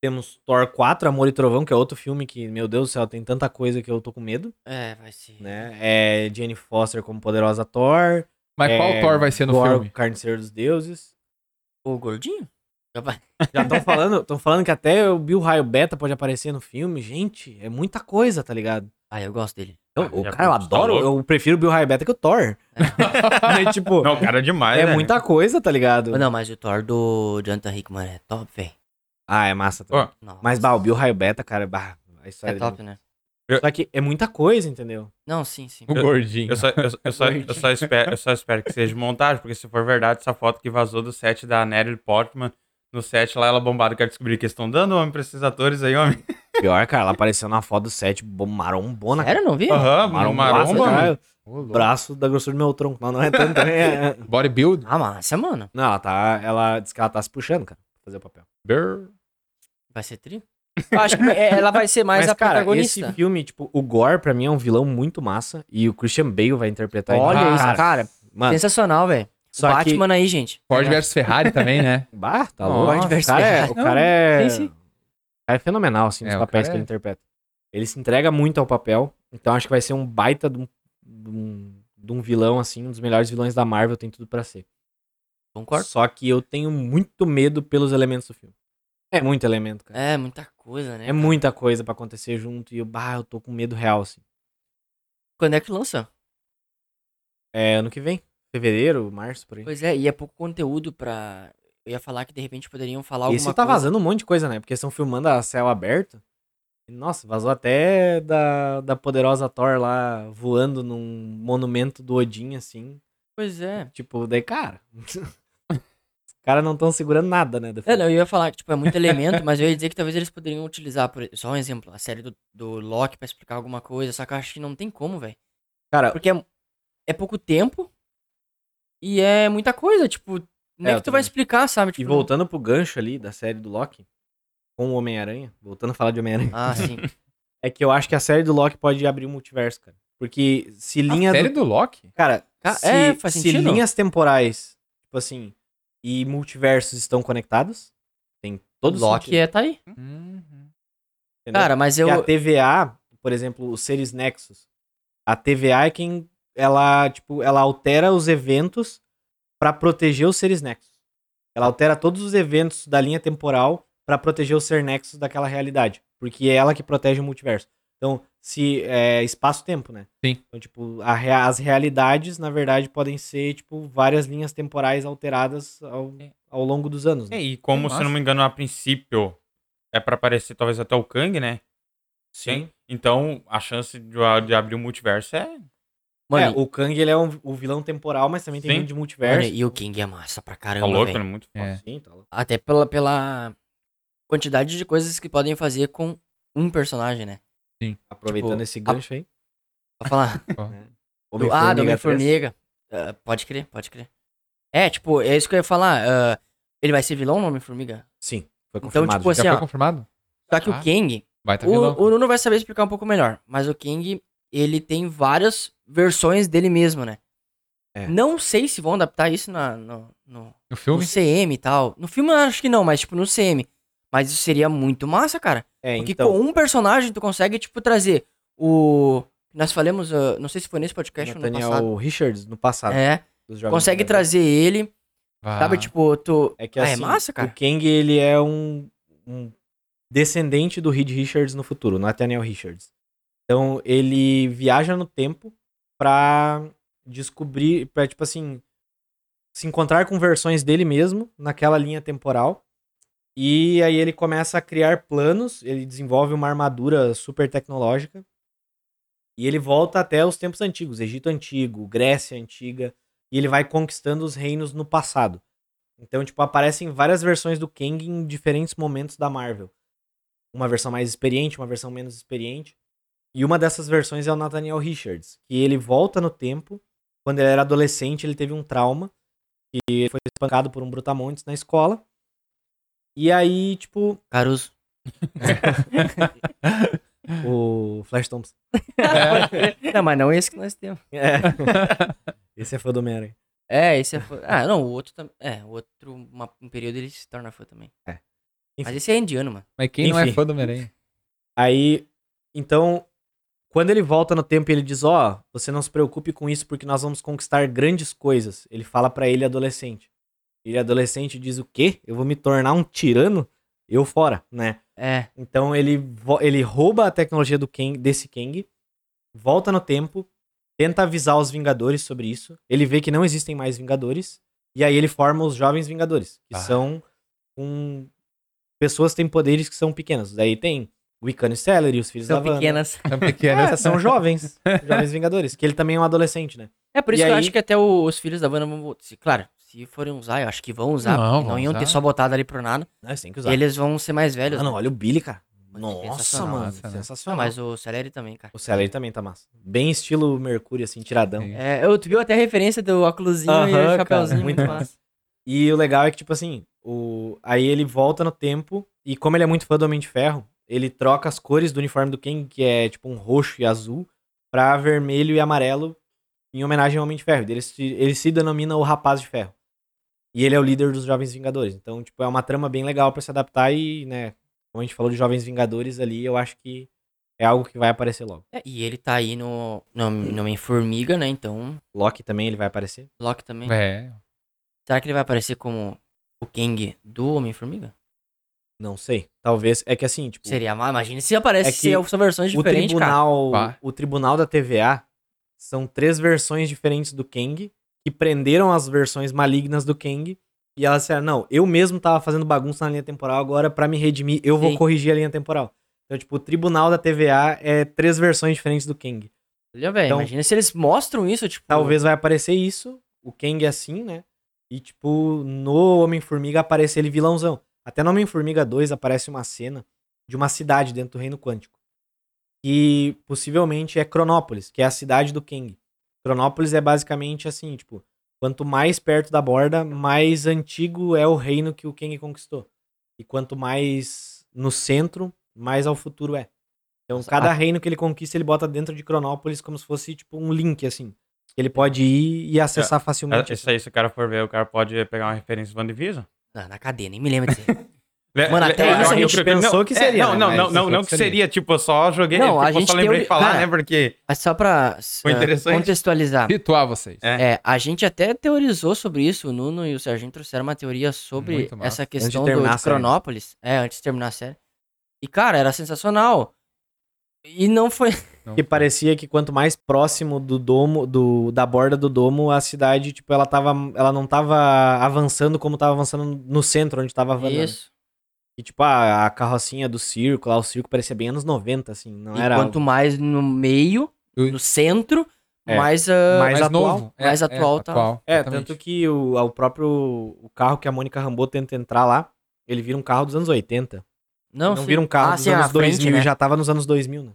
Speaker 3: Temos Thor 4, Amor e Trovão, que é outro filme que, meu Deus do céu, tem tanta coisa que eu tô com medo,
Speaker 1: É, vai ser.
Speaker 3: né? É Jane Foster como poderosa Thor.
Speaker 5: Mas
Speaker 3: é
Speaker 5: qual Thor vai ser no
Speaker 3: Gorgo,
Speaker 5: filme?
Speaker 3: Carniceiro dos Deuses.
Speaker 1: O gordinho? Já vai-
Speaker 3: Já estão falando, tão falando que até o Bill Raio Beta pode aparecer no filme. Gente, é muita coisa, tá ligado?
Speaker 1: Ah, eu gosto dele.
Speaker 3: Eu,
Speaker 2: Ah,
Speaker 3: o
Speaker 2: já
Speaker 3: cara, eu
Speaker 2: tá
Speaker 3: adoro,
Speaker 2: louco.
Speaker 3: eu prefiro o Bill Raio Beta que
Speaker 5: (laughs)
Speaker 3: o Thor. Mas, tipo,
Speaker 2: não, cara, é demais.
Speaker 3: é
Speaker 2: né?
Speaker 3: muita coisa, tá ligado?
Speaker 1: Mas Não, mas o Thor do Jonathan Hickman é top, velho.
Speaker 3: Ah, é massa. também.
Speaker 2: Ó,
Speaker 1: Nossa.
Speaker 3: Mas, bah, o Bill Raio Beta, cara, bah, a
Speaker 1: É
Speaker 3: história
Speaker 1: top,
Speaker 3: dele.
Speaker 1: né?
Speaker 3: Só que é muita coisa, entendeu?
Speaker 1: Não, sim, sim.
Speaker 3: Uhum.
Speaker 5: O
Speaker 2: Um
Speaker 5: gordinho.
Speaker 2: Eu só, eu, eu só, eu, só espero, eu só espero que seja montagem, porque se for verdade, essa foto que vazou do set da Natalie Portman, no set lá, ela bombada, quer descobrir que eles estão dando homem pra esses atores aí, homem.
Speaker 3: Pior, cara, ela apareceu na foto do set bom- marombona. cara.
Speaker 1: Sério, não vi?
Speaker 2: Aham, uhum,
Speaker 3: Marombaça,
Speaker 2: maromba.
Speaker 3: cara,
Speaker 2: mano.
Speaker 5: Ô, louco.
Speaker 3: braço da grossura do meu tronco. Não, não é tanto, (laughs) né? É-
Speaker 5: Bodybuild.
Speaker 1: Ah, massa, mano.
Speaker 3: Não, ela tá, ela diz que ela tá se puxando, cara, pra fazer o papel.
Speaker 5: Brr.
Speaker 1: Vai ser tri? Eu acho que é- ela vai ser mais
Speaker 3: Mas,
Speaker 1: a
Speaker 3: cara,
Speaker 1: protagonista.
Speaker 3: esse filme, tipo, o Gore, pra mim, é um vilão muito massa. E o Christian Bale vai interpretar
Speaker 1: Olha
Speaker 3: ele. Ah,
Speaker 5: isso,
Speaker 3: cara. cara. Mano,
Speaker 1: Sensacional, velho. O
Speaker 3: só que...
Speaker 1: Batman aí, gente.
Speaker 5: Ford versus Ferrari também, né?
Speaker 3: Bah, tá
Speaker 5: Nossa,
Speaker 3: louco.
Speaker 1: Ford
Speaker 3: O cara é...
Speaker 1: versus
Speaker 3: O cara
Speaker 1: Sim,
Speaker 3: é...
Speaker 1: sim.
Speaker 3: o cara é fenomenal, assim, nos
Speaker 5: É, o
Speaker 3: papéis
Speaker 5: cara
Speaker 3: que ele
Speaker 5: é-
Speaker 3: interpreta. Ele se entrega muito ao papel. Então, acho que vai ser um baita de um, de um, de um vilão, assim, um dos melhores vilões da Marvel, tem tudo pra ser.
Speaker 1: Concordo.
Speaker 3: Só que eu tenho muito medo pelos elementos do filme. É muito elemento, cara.
Speaker 1: É, muita coisa, né?
Speaker 3: É muita coisa pra acontecer junto e eu, bah, eu tô com medo real, assim.
Speaker 1: Quando é que lança?
Speaker 3: É ano que vem. Fevereiro, março, por aí.
Speaker 1: Pois é, e é pouco conteúdo pra... Eu ia falar que de repente poderiam falar
Speaker 3: Isso
Speaker 1: alguma
Speaker 3: tá
Speaker 1: coisa.
Speaker 3: vazando um monte de coisa, né? Porque estão filmando a céu aberto. E, Nossa, vazou até da, da poderosa Thor lá voando num monumento do Odin, assim.
Speaker 1: Pois é.
Speaker 3: Tipo, daí, cara. Os caras não estão segurando nada, né? do
Speaker 1: É,
Speaker 3: filme.
Speaker 1: não, eu ia falar que, tipo, é muito elemento, mas eu ia dizer que talvez eles poderiam utilizar, por... só um exemplo, a série do, do Loki pra explicar alguma coisa, só que eu acho que não tem como, velho.
Speaker 3: Cara,
Speaker 1: Porque é, é pouco tempo e é muita coisa, tipo, não é,
Speaker 3: É, eu
Speaker 1: que tu vai
Speaker 3: também.
Speaker 1: explicar, sabe? Tipo,
Speaker 3: e
Speaker 1: não-
Speaker 3: voltando pro gancho ali da série do Loki com o Homem-Aranha, voltando a falar de Homem-Aranha,
Speaker 1: Ah,
Speaker 3: (laughs)
Speaker 1: sim.
Speaker 3: é que eu acho que a série do Loki pode abrir o multiverso, cara. Porque se (laughs) linha
Speaker 5: a
Speaker 3: do
Speaker 5: série do Loki?
Speaker 3: Cara,
Speaker 1: Ca-
Speaker 3: se,
Speaker 1: é, faz
Speaker 3: se
Speaker 1: sentido.
Speaker 3: linhas temporais, tipo assim, e multiversos estão conectados, tem todo
Speaker 1: Loki
Speaker 3: sentido,
Speaker 1: é, tá aí.
Speaker 2: Uhum.
Speaker 3: entendeu?
Speaker 1: Cara, mas eu.
Speaker 3: Porque a TVA, por exemplo, os seres nexos, a TVA é quem ela, tipo, ela altera os eventos pra proteger os seres nexos. Ela altera todos os eventos da linha temporal pra proteger os ser nexos daquela realidade, porque é ela que protege o multiverso. Então, se é espaço-tempo, né?
Speaker 5: Sim.
Speaker 3: Então, tipo, a rea- as realidades, na verdade, podem ser, tipo, várias linhas temporais alteradas ao, ao longo dos anos,
Speaker 2: É,
Speaker 3: né?
Speaker 2: e como, se
Speaker 5: Massa.
Speaker 2: não me engano, a princípio é pra aparecer talvez até o Kang, né? Sim. Então, a chance de, de abrir o multiverso é.
Speaker 3: É,
Speaker 1: Mano,
Speaker 3: o Kang, ele é um, o vilão temporal, mas também tem
Speaker 2: Sim.
Speaker 3: muito de
Speaker 1: e- mano,
Speaker 3: multiverso.
Speaker 1: e o King é massa pra
Speaker 2: Tá
Speaker 1: caramba.
Speaker 2: louco,
Speaker 1: velho.
Speaker 2: né? Muito foda.
Speaker 5: É.
Speaker 3: Sim, tá louco.
Speaker 1: Até pela, pela quantidade de coisas que podem fazer com um personagem, né?
Speaker 3: Aproveitando
Speaker 1: Tipo,
Speaker 3: esse gancho aí.
Speaker 1: Pra
Speaker 3: (laughs)
Speaker 1: falar. Do, ah, do Homem-Formiga. Ah, pode crer, pode crer. É, tipo, é isso que eu ia falar. ah, ele vai ser vilão no Homem-Formiga?
Speaker 3: Sim, foi
Speaker 1: Então,
Speaker 3: confirmado.
Speaker 1: tipo
Speaker 5: Já
Speaker 3: já.
Speaker 1: Assim, ó.
Speaker 5: foi confirmado?
Speaker 1: Só que o
Speaker 5: Ah.
Speaker 1: Kang,
Speaker 5: Vai tá vilão.
Speaker 1: O, o Nuno vai saber explicar um pouco melhor, mas o King, ele tem várias versões dele mesmo, né?
Speaker 3: É.
Speaker 1: Não sei se vão adaptar isso na, no, no,
Speaker 5: No
Speaker 1: no
Speaker 5: filme?
Speaker 1: CM e tal. No filme eu acho que não, mas tipo no CM. Mas isso seria muito massa, cara.
Speaker 3: é,
Speaker 1: Porque
Speaker 3: então,
Speaker 1: com um personagem tu consegue, tipo, trazer o. Nós falamos, ah, não sei se foi nesse podcast ou no
Speaker 3: Nathaniel
Speaker 1: passado.
Speaker 3: é Richards no passado.
Speaker 1: É,
Speaker 3: dos Jovens
Speaker 1: consegue
Speaker 3: Vingadores.
Speaker 1: trazer ele,
Speaker 5: Vai.
Speaker 1: sabe? Tipo, tu.
Speaker 3: É que
Speaker 1: Ah,
Speaker 3: assim,
Speaker 1: é massa,
Speaker 3: o
Speaker 1: cara.
Speaker 3: Kang, ele é um, um descendente do Reed Richards no futuro, Nathaniel Richards. Então, ele viaja no tempo pra descobrir, pra, tipo assim, se encontrar com versões dele mesmo naquela linha temporal E aí ele começa a criar planos, ele desenvolve uma armadura super tecnológica. E ele volta até os tempos antigos, Egito antigo, Grécia antiga, e ele vai conquistando os reinos no passado. Então, tipo, aparecem várias versões do Kang em diferentes momentos da Marvel. Uma versão mais experiente, uma versão menos experiente. E uma dessas versões é o Nathaniel Richards, que ele volta no tempo. Quando ele era adolescente, ele teve um trauma, que ele foi espancado por um brutamontes na escola. E
Speaker 1: (gasps)
Speaker 3: aí, tipo, (laughs)
Speaker 1: Caruso.
Speaker 3: o Flash Thompson.
Speaker 1: Não, mas não esse que nós temos.
Speaker 3: É. Esse é fã do Homem-Aranha.
Speaker 1: É,
Speaker 3: (laughs)
Speaker 1: esse é fã. Ah, não, o outro também. É, o outro, uma- um período ele se torna fã também.
Speaker 3: É. Enfim.
Speaker 1: Mas esse é indiano, mano.
Speaker 5: Mas quem não é
Speaker 3: Enfim.
Speaker 5: fã do Homem-Aranha?
Speaker 3: Aí, então, quando ele volta no tempo e ele diz, ó, você não se preocupe com isso porque nós vamos conquistar grandes coisas. Ele fala pra ele adolescente. Ele adolescente diz o quê? Eu vou me tornar um tirano? Eu fora, né?
Speaker 1: É.
Speaker 3: Então ele, vo- ele rouba a tecnologia do Kang, desse Kang, volta no tempo, tenta avisar os Vingadores sobre isso. Ele vê que não existem mais Vingadores. E aí ele forma os Jovens Vingadores, que
Speaker 2: Ah.
Speaker 3: são um... pessoas que têm poderes que são pequenas. Daí tem Wiccan e Celery, os filhos
Speaker 1: São
Speaker 3: da Wanda.
Speaker 1: pequenas.
Speaker 5: Tão
Speaker 3: É,
Speaker 5: pequenas.
Speaker 3: são jovens. jovens Vingadores. Que ele também é um adolescente, né?
Speaker 1: É por
Speaker 3: E
Speaker 1: isso que eu
Speaker 3: aí-
Speaker 1: acho que até o- os filhos da Wanda vão. vo- se- Claro, se forem usar, eu acho que vão usar.
Speaker 5: Não,
Speaker 1: Não,
Speaker 5: vão
Speaker 1: não iam ter
Speaker 5: usar.
Speaker 1: só botado ali pro nada.
Speaker 3: Nós Ah, tem que usar.
Speaker 1: Eles vão ser mais velhos.
Speaker 3: Ah, não, olha o Billy, cara.
Speaker 1: é Mas é
Speaker 3: Nossa,
Speaker 1: sensacional,
Speaker 3: mano.
Speaker 5: nossa, né?
Speaker 1: Não,
Speaker 3: Sensacional.
Speaker 1: mas o Celery também, cara.
Speaker 3: O Celery também tá massa. Bem estilo Mercúrio, assim, tiradão.
Speaker 5: Sim.
Speaker 1: É, eu, tu viu até a referência do óculosinho e
Speaker 3: Aham,
Speaker 1: o chapéuzinho,
Speaker 3: cara,
Speaker 1: muito
Speaker 3: muito
Speaker 1: massa.
Speaker 3: E o legal é que, tipo assim, o... aí ele volta no tempo, e como ele é muito fã do Homem de Ferro, ele troca as cores do uniforme do King, que é tipo um roxo e azul, pra vermelho e amarelo, em homenagem ao Homem de Ferro. Ele se, ele se denomina o Rapaz de Ferro. E ele é o líder dos Jovens Vingadores. Então, tipo, é uma trama bem legal pra se adaptar e, né, como a gente falou de Jovens Vingadores ali, eu acho que é algo que vai aparecer logo.
Speaker 1: É, e ele tá aí no, no, no Homem-Formiga, né? Então,
Speaker 3: Loki também, ele vai aparecer.
Speaker 1: Loki também.
Speaker 5: (laughs) É.
Speaker 1: Será que ele vai aparecer como o Kang do Homem-Formiga?
Speaker 3: Não sei. Talvez, é que assim, tipo...
Speaker 1: Seria mal, imagina se aparece,
Speaker 3: É que
Speaker 1: se são versões
Speaker 3: o
Speaker 1: diferentes, cara.
Speaker 3: tribunal,
Speaker 5: Pá.
Speaker 3: o tribunal da TVA são três versões diferentes do Kang que prenderam as versões malignas do Kang e elas disseram, não, eu mesmo tava fazendo bagunça na linha temporal, agora pra me redimir eu vou
Speaker 1: Sim.
Speaker 3: corrigir a linha temporal. Então, tipo, o tribunal da TVA é três versões diferentes do Kang.
Speaker 1: Olha, velho,
Speaker 3: Então-
Speaker 1: imagina se eles mostram isso, tipo...
Speaker 3: Talvez vai aparecer isso, o Kang é assim, né? E, tipo, no Homem-Formiga aparece ele vilãozão. Até no Homem-Formiga 2 aparece uma cena de uma cidade dentro do Reino Quântico. Que possivelmente é Cronópolis, que é a cidade do Kang. Cronópolis é basicamente assim, tipo, quanto mais perto da borda, mais antigo é o reino que o Kang conquistou. E quanto mais no centro, mais ao futuro é. Então, cada reino que ele conquista, ele bota dentro de Cronópolis como se fosse, tipo, um link, assim. Que ele pode ir e acessar facilmente. assim.
Speaker 2: É, Isso aí, se o cara for ver, o cara pode pegar uma referência do WandaVision.
Speaker 1: Ah, na cadeia, nem me lembro
Speaker 3: (laughs)
Speaker 1: disso.
Speaker 2: Le-
Speaker 1: Mano,
Speaker 2: le-
Speaker 1: até
Speaker 2: Né, eu-
Speaker 1: isso a
Speaker 2: eu- eu-
Speaker 3: gente
Speaker 2: eu-
Speaker 3: pensou
Speaker 2: não,
Speaker 3: que
Speaker 2: é,
Speaker 3: seria,
Speaker 2: não,
Speaker 3: né?
Speaker 2: não,
Speaker 3: Mas
Speaker 2: não, não,
Speaker 5: pensou
Speaker 2: não
Speaker 5: que
Speaker 2: que seria, tipo, eu só joguei,
Speaker 1: Não, a
Speaker 2: tipo, eu
Speaker 1: gente
Speaker 2: só
Speaker 1: tem
Speaker 2: lembrei de
Speaker 1: o-
Speaker 2: falar,
Speaker 1: cara,
Speaker 2: né, porque...
Speaker 1: Mas só pra
Speaker 2: Foi
Speaker 1: ah,
Speaker 2: interessante.
Speaker 1: contextualizar.
Speaker 5: Ritual vocês.
Speaker 2: É.
Speaker 1: É, a gente até teorizou sobre isso, o Nuno e o Serginho trouxeram uma teoria sobre
Speaker 5: Muito massa.
Speaker 1: essa
Speaker 3: de
Speaker 1: questão
Speaker 3: terminar
Speaker 1: do,
Speaker 3: a
Speaker 1: de
Speaker 3: série.
Speaker 1: Cronópolis. É, antes de terminar a série. E, cara, era sensacional. E não foi.
Speaker 5: Não.
Speaker 3: Que parecia que quanto mais próximo do domo, do, da borda do domo, a cidade, tipo, ela, tava, ela não tava avançando como tava avançando no centro, onde tava avançando.
Speaker 1: Isso.
Speaker 3: E, tipo, a, a carrocinha do circo, lá o circo parecia bem anos 90, assim. Não
Speaker 1: E
Speaker 3: era
Speaker 1: quanto mais no meio,
Speaker 5: Eu-
Speaker 1: no centro,
Speaker 3: É.
Speaker 1: mais. ah,
Speaker 3: Mais atual.
Speaker 5: É,
Speaker 1: Mais atual, tá.
Speaker 3: É, tanto que o, o próprio o carro que a Mônica Rambeau tenta entrar lá, ele vira um carro dos anos 80.
Speaker 1: não,
Speaker 3: não
Speaker 1: sim.
Speaker 3: vira um carro
Speaker 1: Ah,
Speaker 3: dos
Speaker 1: sim, a
Speaker 3: anos
Speaker 1: frente,
Speaker 3: 2000,
Speaker 1: né?
Speaker 3: já tava nos anos 2000, né?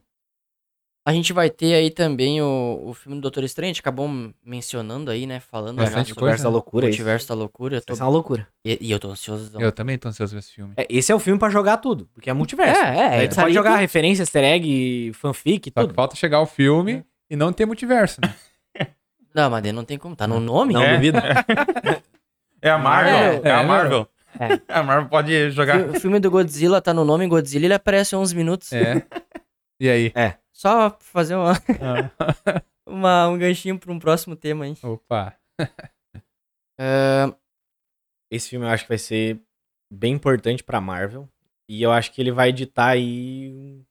Speaker 1: A gente vai ter aí também o, o filme do Doutor Estranho, a gente acabou m- mencionando aí, né? Falando já
Speaker 5: Bastante
Speaker 1: sobre
Speaker 5: coisa. né?
Speaker 3: Multiverso da
Speaker 1: o
Speaker 3: loucura, isso.
Speaker 1: multiverso da é loucura. eu tô-
Speaker 3: Vai ser uma loucura.
Speaker 1: E, e eu tô ansioso.
Speaker 5: Eu também tô ansioso pra esse filme.
Speaker 3: Então, É, esse é o filme pra jogar tudo, porque é multiverso.
Speaker 1: é,
Speaker 3: Aí
Speaker 1: é. isso
Speaker 3: tu
Speaker 1: aí Tá
Speaker 3: pode jogar
Speaker 1: tu-
Speaker 3: referência, easter egg, fanfic,
Speaker 5: Só que
Speaker 3: tudo. É.
Speaker 5: falta chegar o filme e não ter multiverso, né?
Speaker 3: (laughs)
Speaker 1: Não, mas daí não tem como. Tá no nome?
Speaker 3: Não
Speaker 1: né?
Speaker 2: É.
Speaker 3: duvido.
Speaker 1: (laughs)
Speaker 2: É a Marvel,
Speaker 5: É,
Speaker 2: é,
Speaker 5: é.
Speaker 2: a Marvel.
Speaker 1: É.
Speaker 2: (laughs) A Marvel pode jogar...
Speaker 1: O filme do Godzilla tá no nome Godzilla, ele aparece há uns minutos.
Speaker 5: É. E aí?
Speaker 1: Só pra fazer
Speaker 5: (laughs)
Speaker 1: uma,
Speaker 5: Ah.
Speaker 1: (laughs) uma- um ganchinho pra um próximo tema aí.
Speaker 5: Opa.
Speaker 3: É,
Speaker 1: Ah,
Speaker 3: Esse filme eu acho que vai ser bem importante pra Marvel. E eu acho que ele vai editar aí. um-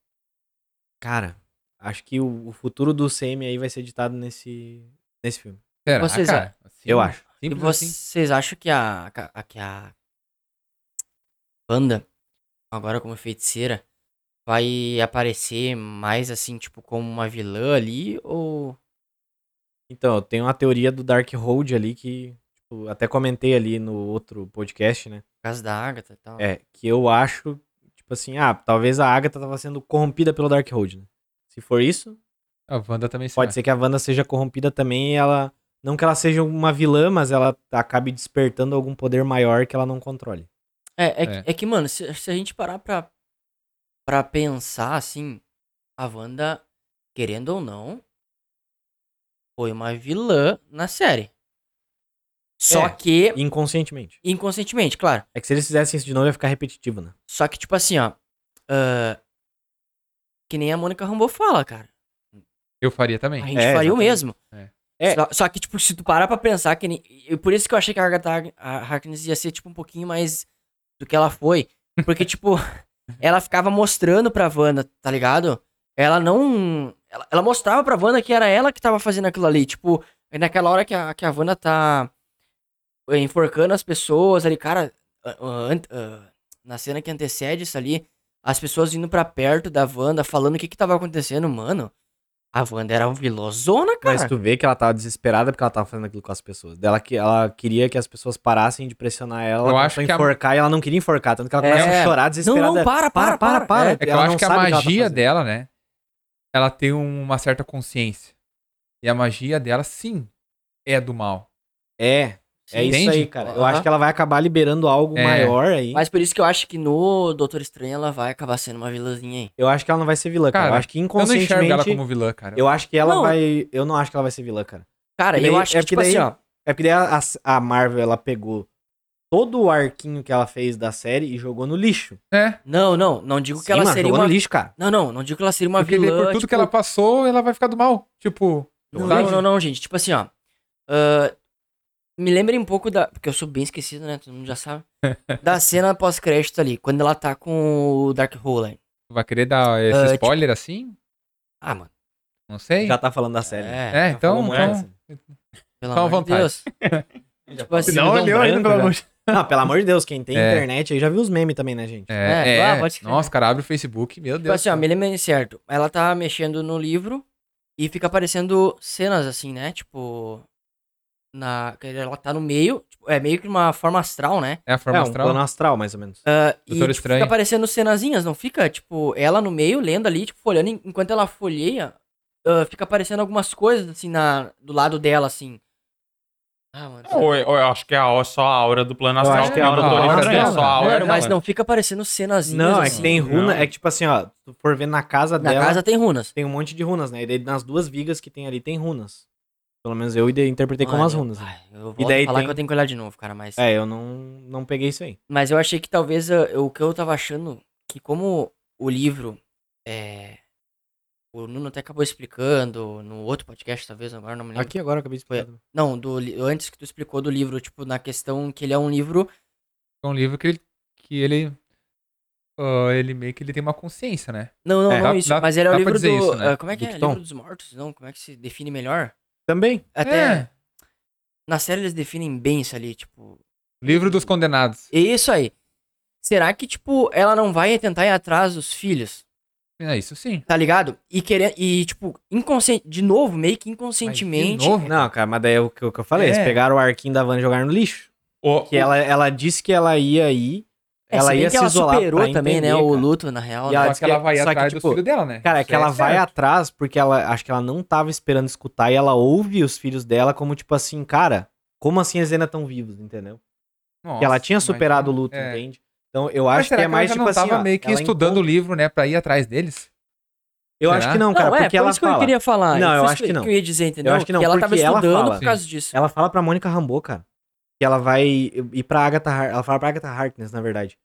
Speaker 3: Cara, acho que o, o futuro do CM aí vai ser editado nesse, nesse filme.
Speaker 5: Será,
Speaker 1: Vocês-
Speaker 5: cara? assim.
Speaker 3: Eu acho.
Speaker 1: e
Speaker 5: Simples assim.
Speaker 1: vocês acham que a, a- que a Wanda, agora como feiticeira, vai aparecer mais assim, tipo, como uma vilã ali? Ou.
Speaker 3: Então, eu tenho uma teoria do Dark Hold ali que tipo, até comentei ali no outro podcast, né?
Speaker 1: Por causa da Agatha e tal?
Speaker 3: É, que eu acho, tipo assim, ah, talvez a Agatha tava sendo corrompida pelo Dark Hold, né? Se for isso,
Speaker 5: A Wanda também
Speaker 3: Pode ser que a Wanda seja corrompida também e ela. Não que ela seja uma vilã, mas ela acabe despertando algum poder maior que ela não controle.
Speaker 1: É, é, Que, é que, mano, se, se a gente parar pra, pra pensar, assim, a Wanda, querendo ou não, foi uma vilã na série. Só
Speaker 3: É.
Speaker 1: que,
Speaker 3: Inconscientemente.
Speaker 1: inconscientemente, claro.
Speaker 3: É que se eles fizessem isso de novo ia ficar repetitivo, né?
Speaker 1: Só que, tipo assim, ó. ah, que nem a Mônica Rambeau fala, cara.
Speaker 5: Eu faria
Speaker 1: A
Speaker 5: também.
Speaker 1: gente
Speaker 3: É,
Speaker 1: faria o
Speaker 3: exatamente.
Speaker 1: mesmo.
Speaker 5: É.
Speaker 3: É.
Speaker 1: Só, só que, tipo, se tu parar pra pensar que nem... e Por isso que eu achei que a Agatha a Harkness ia ser, tipo, um pouquinho mais do que ela foi.
Speaker 3: (laughs)
Speaker 1: Porque, tipo, ela ficava mostrando pra Wanda, tá ligado? Ela não... Ela, ela mostrava pra Wanda que era ela que tava fazendo aquilo ali. Tipo, naquela hora que a, que a Wanda tá enforcando as pessoas ali, cara... ah, ah, ant- ah, na cena que antecede isso ali, as pessoas indo pra perto da Wanda, falando o que que tava acontecendo, mano... A Wanda era um vilozona, cara.
Speaker 3: Mas tu vê que ela tava desesperada porque ela tava fazendo aquilo com as pessoas. Dela que ela queria que as pessoas parassem de pressionar ela,
Speaker 5: Eu
Speaker 3: ela
Speaker 5: acho
Speaker 3: tentou
Speaker 5: que a-
Speaker 3: enforcar e ela não queria enforcar, tanto que ela
Speaker 1: É.
Speaker 3: começa a chorar desesperada.
Speaker 1: Não, não, para, para, para,
Speaker 3: para.
Speaker 1: é.
Speaker 5: É que eu
Speaker 3: Ela
Speaker 5: acho
Speaker 3: não
Speaker 5: que a
Speaker 3: sabe o que ela tá
Speaker 5: magia
Speaker 3: fazendo.
Speaker 5: dela, né? Ela tem uma certa consciência. E a magia dela, sim, é do mal.
Speaker 3: É, é isso
Speaker 5: Entende?
Speaker 3: aí, cara. Eu
Speaker 1: Aham.
Speaker 3: acho que ela vai acabar liberando algo
Speaker 5: É.
Speaker 3: maior aí.
Speaker 1: Mas por isso que eu acho que no Doutor Estranho ela vai acabar sendo uma vilãzinha aí.
Speaker 3: Eu acho que ela não vai ser vilã, cara.
Speaker 5: Cara,
Speaker 3: Eu acho que
Speaker 5: Eu não
Speaker 3: inconscientemente.
Speaker 5: enxergo ela como vilã, cara.
Speaker 3: Eu acho que ela
Speaker 1: Não.
Speaker 3: vai. Eu não acho que ela vai ser vilã, cara.
Speaker 1: Cara,
Speaker 3: E daí-
Speaker 1: eu acho
Speaker 3: é
Speaker 1: que, tipo
Speaker 3: porque daí-
Speaker 1: assim, ó.
Speaker 3: É porque daí a, a Marvel, ela pegou todo o arquinho que ela fez da série e jogou no lixo.
Speaker 5: É,
Speaker 1: Não, não, não digo que ela
Speaker 3: mano,
Speaker 1: seria
Speaker 3: jogou
Speaker 1: uma.
Speaker 3: no lixo, cara.
Speaker 1: Não, não, não digo que ela seria uma
Speaker 5: porque
Speaker 1: vilã.
Speaker 5: por tudo
Speaker 1: tipo-
Speaker 5: que ela passou, ela vai ficar do mal. Tipo,
Speaker 1: Não,
Speaker 5: sabe?
Speaker 1: não, não, não, gente. Tipo assim, ó. ah, me lembrem um pouco da. Porque eu sou bem esquecido, né? Todo mundo já sabe. da cena pós-crédito ali, quando ela tá com o Dark Hole.
Speaker 5: Vai querer dar
Speaker 1: Ah,
Speaker 5: esse
Speaker 1: tipo-
Speaker 5: spoiler assim?
Speaker 1: Ah, mano.
Speaker 5: Não sei.
Speaker 3: Já tá falando da série.
Speaker 1: É,
Speaker 5: é, então.
Speaker 3: Falou muito
Speaker 5: então-
Speaker 3: da série.
Speaker 1: pelo
Speaker 5: Fica à
Speaker 1: amor de
Speaker 5: vontade. né?
Speaker 1: Deus. tipo assim,
Speaker 2: Não
Speaker 3: Dá um
Speaker 2: olhou ainda,
Speaker 3: branco,
Speaker 2: pelo
Speaker 3: já.
Speaker 2: amor de
Speaker 3: Não, pelo amor de Deus, quem tem
Speaker 5: É.
Speaker 3: internet aí já viu os memes também, né, gente?
Speaker 5: É,
Speaker 1: É,
Speaker 5: é.
Speaker 1: ah, pode crer.
Speaker 5: Nossa, cara, abre o Facebook, meu
Speaker 1: Tipo
Speaker 5: Deus.
Speaker 1: assim, ó, me lembrei certo. Ela tá mexendo no livro e fica aparecendo cenas assim, né? Tipo. Na. que Ela tá no meio. tipo, é meio que uma forma astral, né?
Speaker 5: é a
Speaker 3: É,
Speaker 5: forma
Speaker 3: um
Speaker 5: astral.
Speaker 3: plano astral, mais ou menos.
Speaker 1: Ah, e
Speaker 5: Doutor
Speaker 1: tipo,
Speaker 5: Estranho.
Speaker 1: fica aparecendo cenazinhas, não fica? Tipo, ela no meio, lendo ali, tipo, folhando. en- Enquanto ela folheia, ah, fica aparecendo algumas coisas, assim, na, do lado dela, assim. Ah, mano.
Speaker 2: Deus. Ou, ou eu acho que é a- só a aura do plano
Speaker 3: Eu
Speaker 2: astral.
Speaker 3: acho que é
Speaker 2: não
Speaker 3: a
Speaker 2: do
Speaker 5: aura
Speaker 2: Doutor Estranho,
Speaker 5: dela.
Speaker 2: só a aura
Speaker 1: Mano, mas
Speaker 2: dela.
Speaker 1: não fica aparecendo cenazinhas.
Speaker 3: Não, é
Speaker 1: assim.
Speaker 3: que tem runa,
Speaker 2: Não.
Speaker 3: é que tipo assim, ó, tu for ver na casa
Speaker 1: Na
Speaker 3: dela,
Speaker 1: casa tem runas.
Speaker 3: tem um monte de runas, né? E daí nas duas vigas que tem ali tem runas. Pelo menos eu ide- interpretei como
Speaker 1: Ai,
Speaker 3: as
Speaker 1: meu
Speaker 3: runas. né?
Speaker 1: pai, eu
Speaker 3: E
Speaker 1: vou
Speaker 3: daí
Speaker 1: falar
Speaker 3: tem-
Speaker 1: que eu tenho que olhar de novo, cara, mas.
Speaker 3: É, eu não, não peguei isso aí.
Speaker 1: Mas eu achei que talvez ah, eu- o que eu tava achando, que como o livro é. O Nuno até acabou explicando no outro podcast, talvez, agora não me lembro.
Speaker 3: Aqui agora eu acabei de explicar.
Speaker 1: Não, do, li- antes que tu explicou do livro, tipo, na questão que ele é um livro.
Speaker 5: É um livro que ele. Que ele, ah, ele meio que ele tem uma consciência, né?
Speaker 1: Não, não,
Speaker 5: É,
Speaker 1: não
Speaker 5: dá-
Speaker 1: isso.
Speaker 5: dá-
Speaker 1: mas ele é o
Speaker 5: dá pra
Speaker 1: livro do.
Speaker 5: dizer isso, né?
Speaker 1: ah, como é que
Speaker 3: Do
Speaker 1: é?
Speaker 3: Piton.
Speaker 1: Livro dos mortos? Não, como é que se define melhor?
Speaker 3: Também.
Speaker 1: Até.
Speaker 5: É.
Speaker 1: Na série eles definem bem isso ali, tipo.
Speaker 5: Livro dos condenados.
Speaker 1: É Isso aí. Será que, tipo, ela não vai tentar ir atrás dos filhos?
Speaker 5: É isso sim.
Speaker 1: Tá ligado? E querer. E, tipo, inconsciente. De novo, meio que
Speaker 5: Aí,
Speaker 1: inconscientemente.
Speaker 5: de novo?
Speaker 3: Não, cara, mas daí é o que eu, que eu falei. Eles
Speaker 5: É.
Speaker 3: pegaram o arquinho da Wanda e jogaram no lixo.
Speaker 2: O-
Speaker 3: Que é ela, ela disse que ela ia ir.
Speaker 1: Uhum. É,
Speaker 3: ela
Speaker 1: se bem
Speaker 3: ia
Speaker 1: que
Speaker 3: se
Speaker 1: ela
Speaker 3: isolar
Speaker 1: superou
Speaker 3: pra
Speaker 1: também, né?
Speaker 3: entender,
Speaker 1: O
Speaker 3: cara.
Speaker 1: luto, na real.
Speaker 3: E
Speaker 1: né?
Speaker 3: ela
Speaker 5: Só
Speaker 3: disse
Speaker 5: que ela
Speaker 3: que-
Speaker 5: vai
Speaker 3: só que,
Speaker 5: atrás
Speaker 3: tipo,
Speaker 5: dos filhos dela, né?
Speaker 3: Cara, é que ela vai
Speaker 5: atrás.
Speaker 3: atrás porque ela acho que ela não tava esperando escutar e ela ouve os filhos dela como tipo assim, cara, como assim eles ainda estão vivos, entendeu? que ela tinha superado o luto,
Speaker 5: É.
Speaker 1: É.
Speaker 3: entende? Então eu acho que é mais tipo
Speaker 5: ela
Speaker 3: assim,
Speaker 5: tava
Speaker 3: ó,
Speaker 5: meio que
Speaker 3: ela
Speaker 5: estudando
Speaker 3: encont-
Speaker 5: o livro, né, pra ir atrás deles.
Speaker 3: Eu
Speaker 5: Será?
Speaker 3: acho que não, cara,
Speaker 1: é,
Speaker 3: porque
Speaker 1: por
Speaker 3: ela
Speaker 1: isso
Speaker 3: fala.
Speaker 1: que eu queria falar.
Speaker 3: Não, eu
Speaker 1: Foi
Speaker 3: acho
Speaker 1: isso
Speaker 3: que não.
Speaker 1: eu ia dizer, entendeu?
Speaker 3: acho que não,
Speaker 1: ela tava
Speaker 3: porque ela
Speaker 1: estudando
Speaker 3: fala.
Speaker 1: por causa disso.
Speaker 3: Ela fala pra Mônica Rambeau, cara, que ela vai ir pra Agatha, Har- ela fala pra Agatha Harkness, na verdade,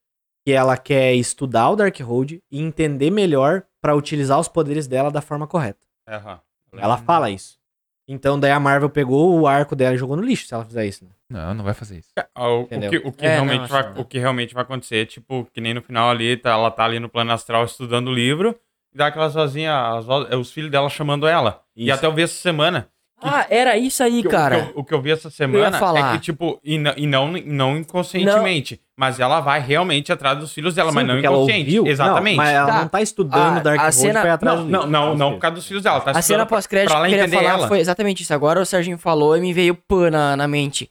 Speaker 3: que ela quer estudar o Darkhold e entender melhor pra utilizar os poderes dela da forma correta.
Speaker 2: É, Aham.
Speaker 3: Ela
Speaker 2: Uhum.
Speaker 3: fala isso. Então daí a Marvel pegou o arco dela e jogou no lixo, se ela fizer isso, né?
Speaker 5: Não, não vai fazer isso.
Speaker 2: Ah, O, o
Speaker 3: Entendeu?
Speaker 2: que, o que
Speaker 1: É, não,
Speaker 2: realmente
Speaker 1: acho
Speaker 2: vai,
Speaker 1: que não.
Speaker 2: o que realmente vai acontecer, tipo, que nem no final ali, tá, ela tá ali no plano astral estudando o livro, e dá aquela sozinha, as vo- os filhos dela chamando ela. E
Speaker 3: Isso.
Speaker 2: até eu vi essa semana
Speaker 1: Ah, era isso aí,
Speaker 2: que eu-
Speaker 1: cara.
Speaker 2: que eu- o que eu vi essa
Speaker 1: ia
Speaker 2: semana é
Speaker 1: falar.
Speaker 2: que, tipo, e, não- e não, não inconscientemente, mas ela vai realmente atrás dos filhos dela, mas
Speaker 3: Sim,
Speaker 2: não
Speaker 3: porque ela
Speaker 2: inconsciente.
Speaker 3: ouviu.
Speaker 2: Exatamente.
Speaker 3: Não, mas ela
Speaker 1: Tá.
Speaker 3: não tá estudando
Speaker 1: A-
Speaker 3: Dark
Speaker 1: a
Speaker 3: Horse
Speaker 1: cena-
Speaker 3: pra ir atrás
Speaker 2: não,
Speaker 3: do
Speaker 2: não,
Speaker 3: livro.
Speaker 2: não, não por causa dos filhos dela. Tá
Speaker 1: A cena
Speaker 2: estudando pra-
Speaker 1: pós-crédito
Speaker 2: ela
Speaker 1: que eu queria
Speaker 2: entender
Speaker 1: falar
Speaker 2: ela.
Speaker 1: foi exatamente isso. Agora o Serginho falou e me veio pã na, na mente.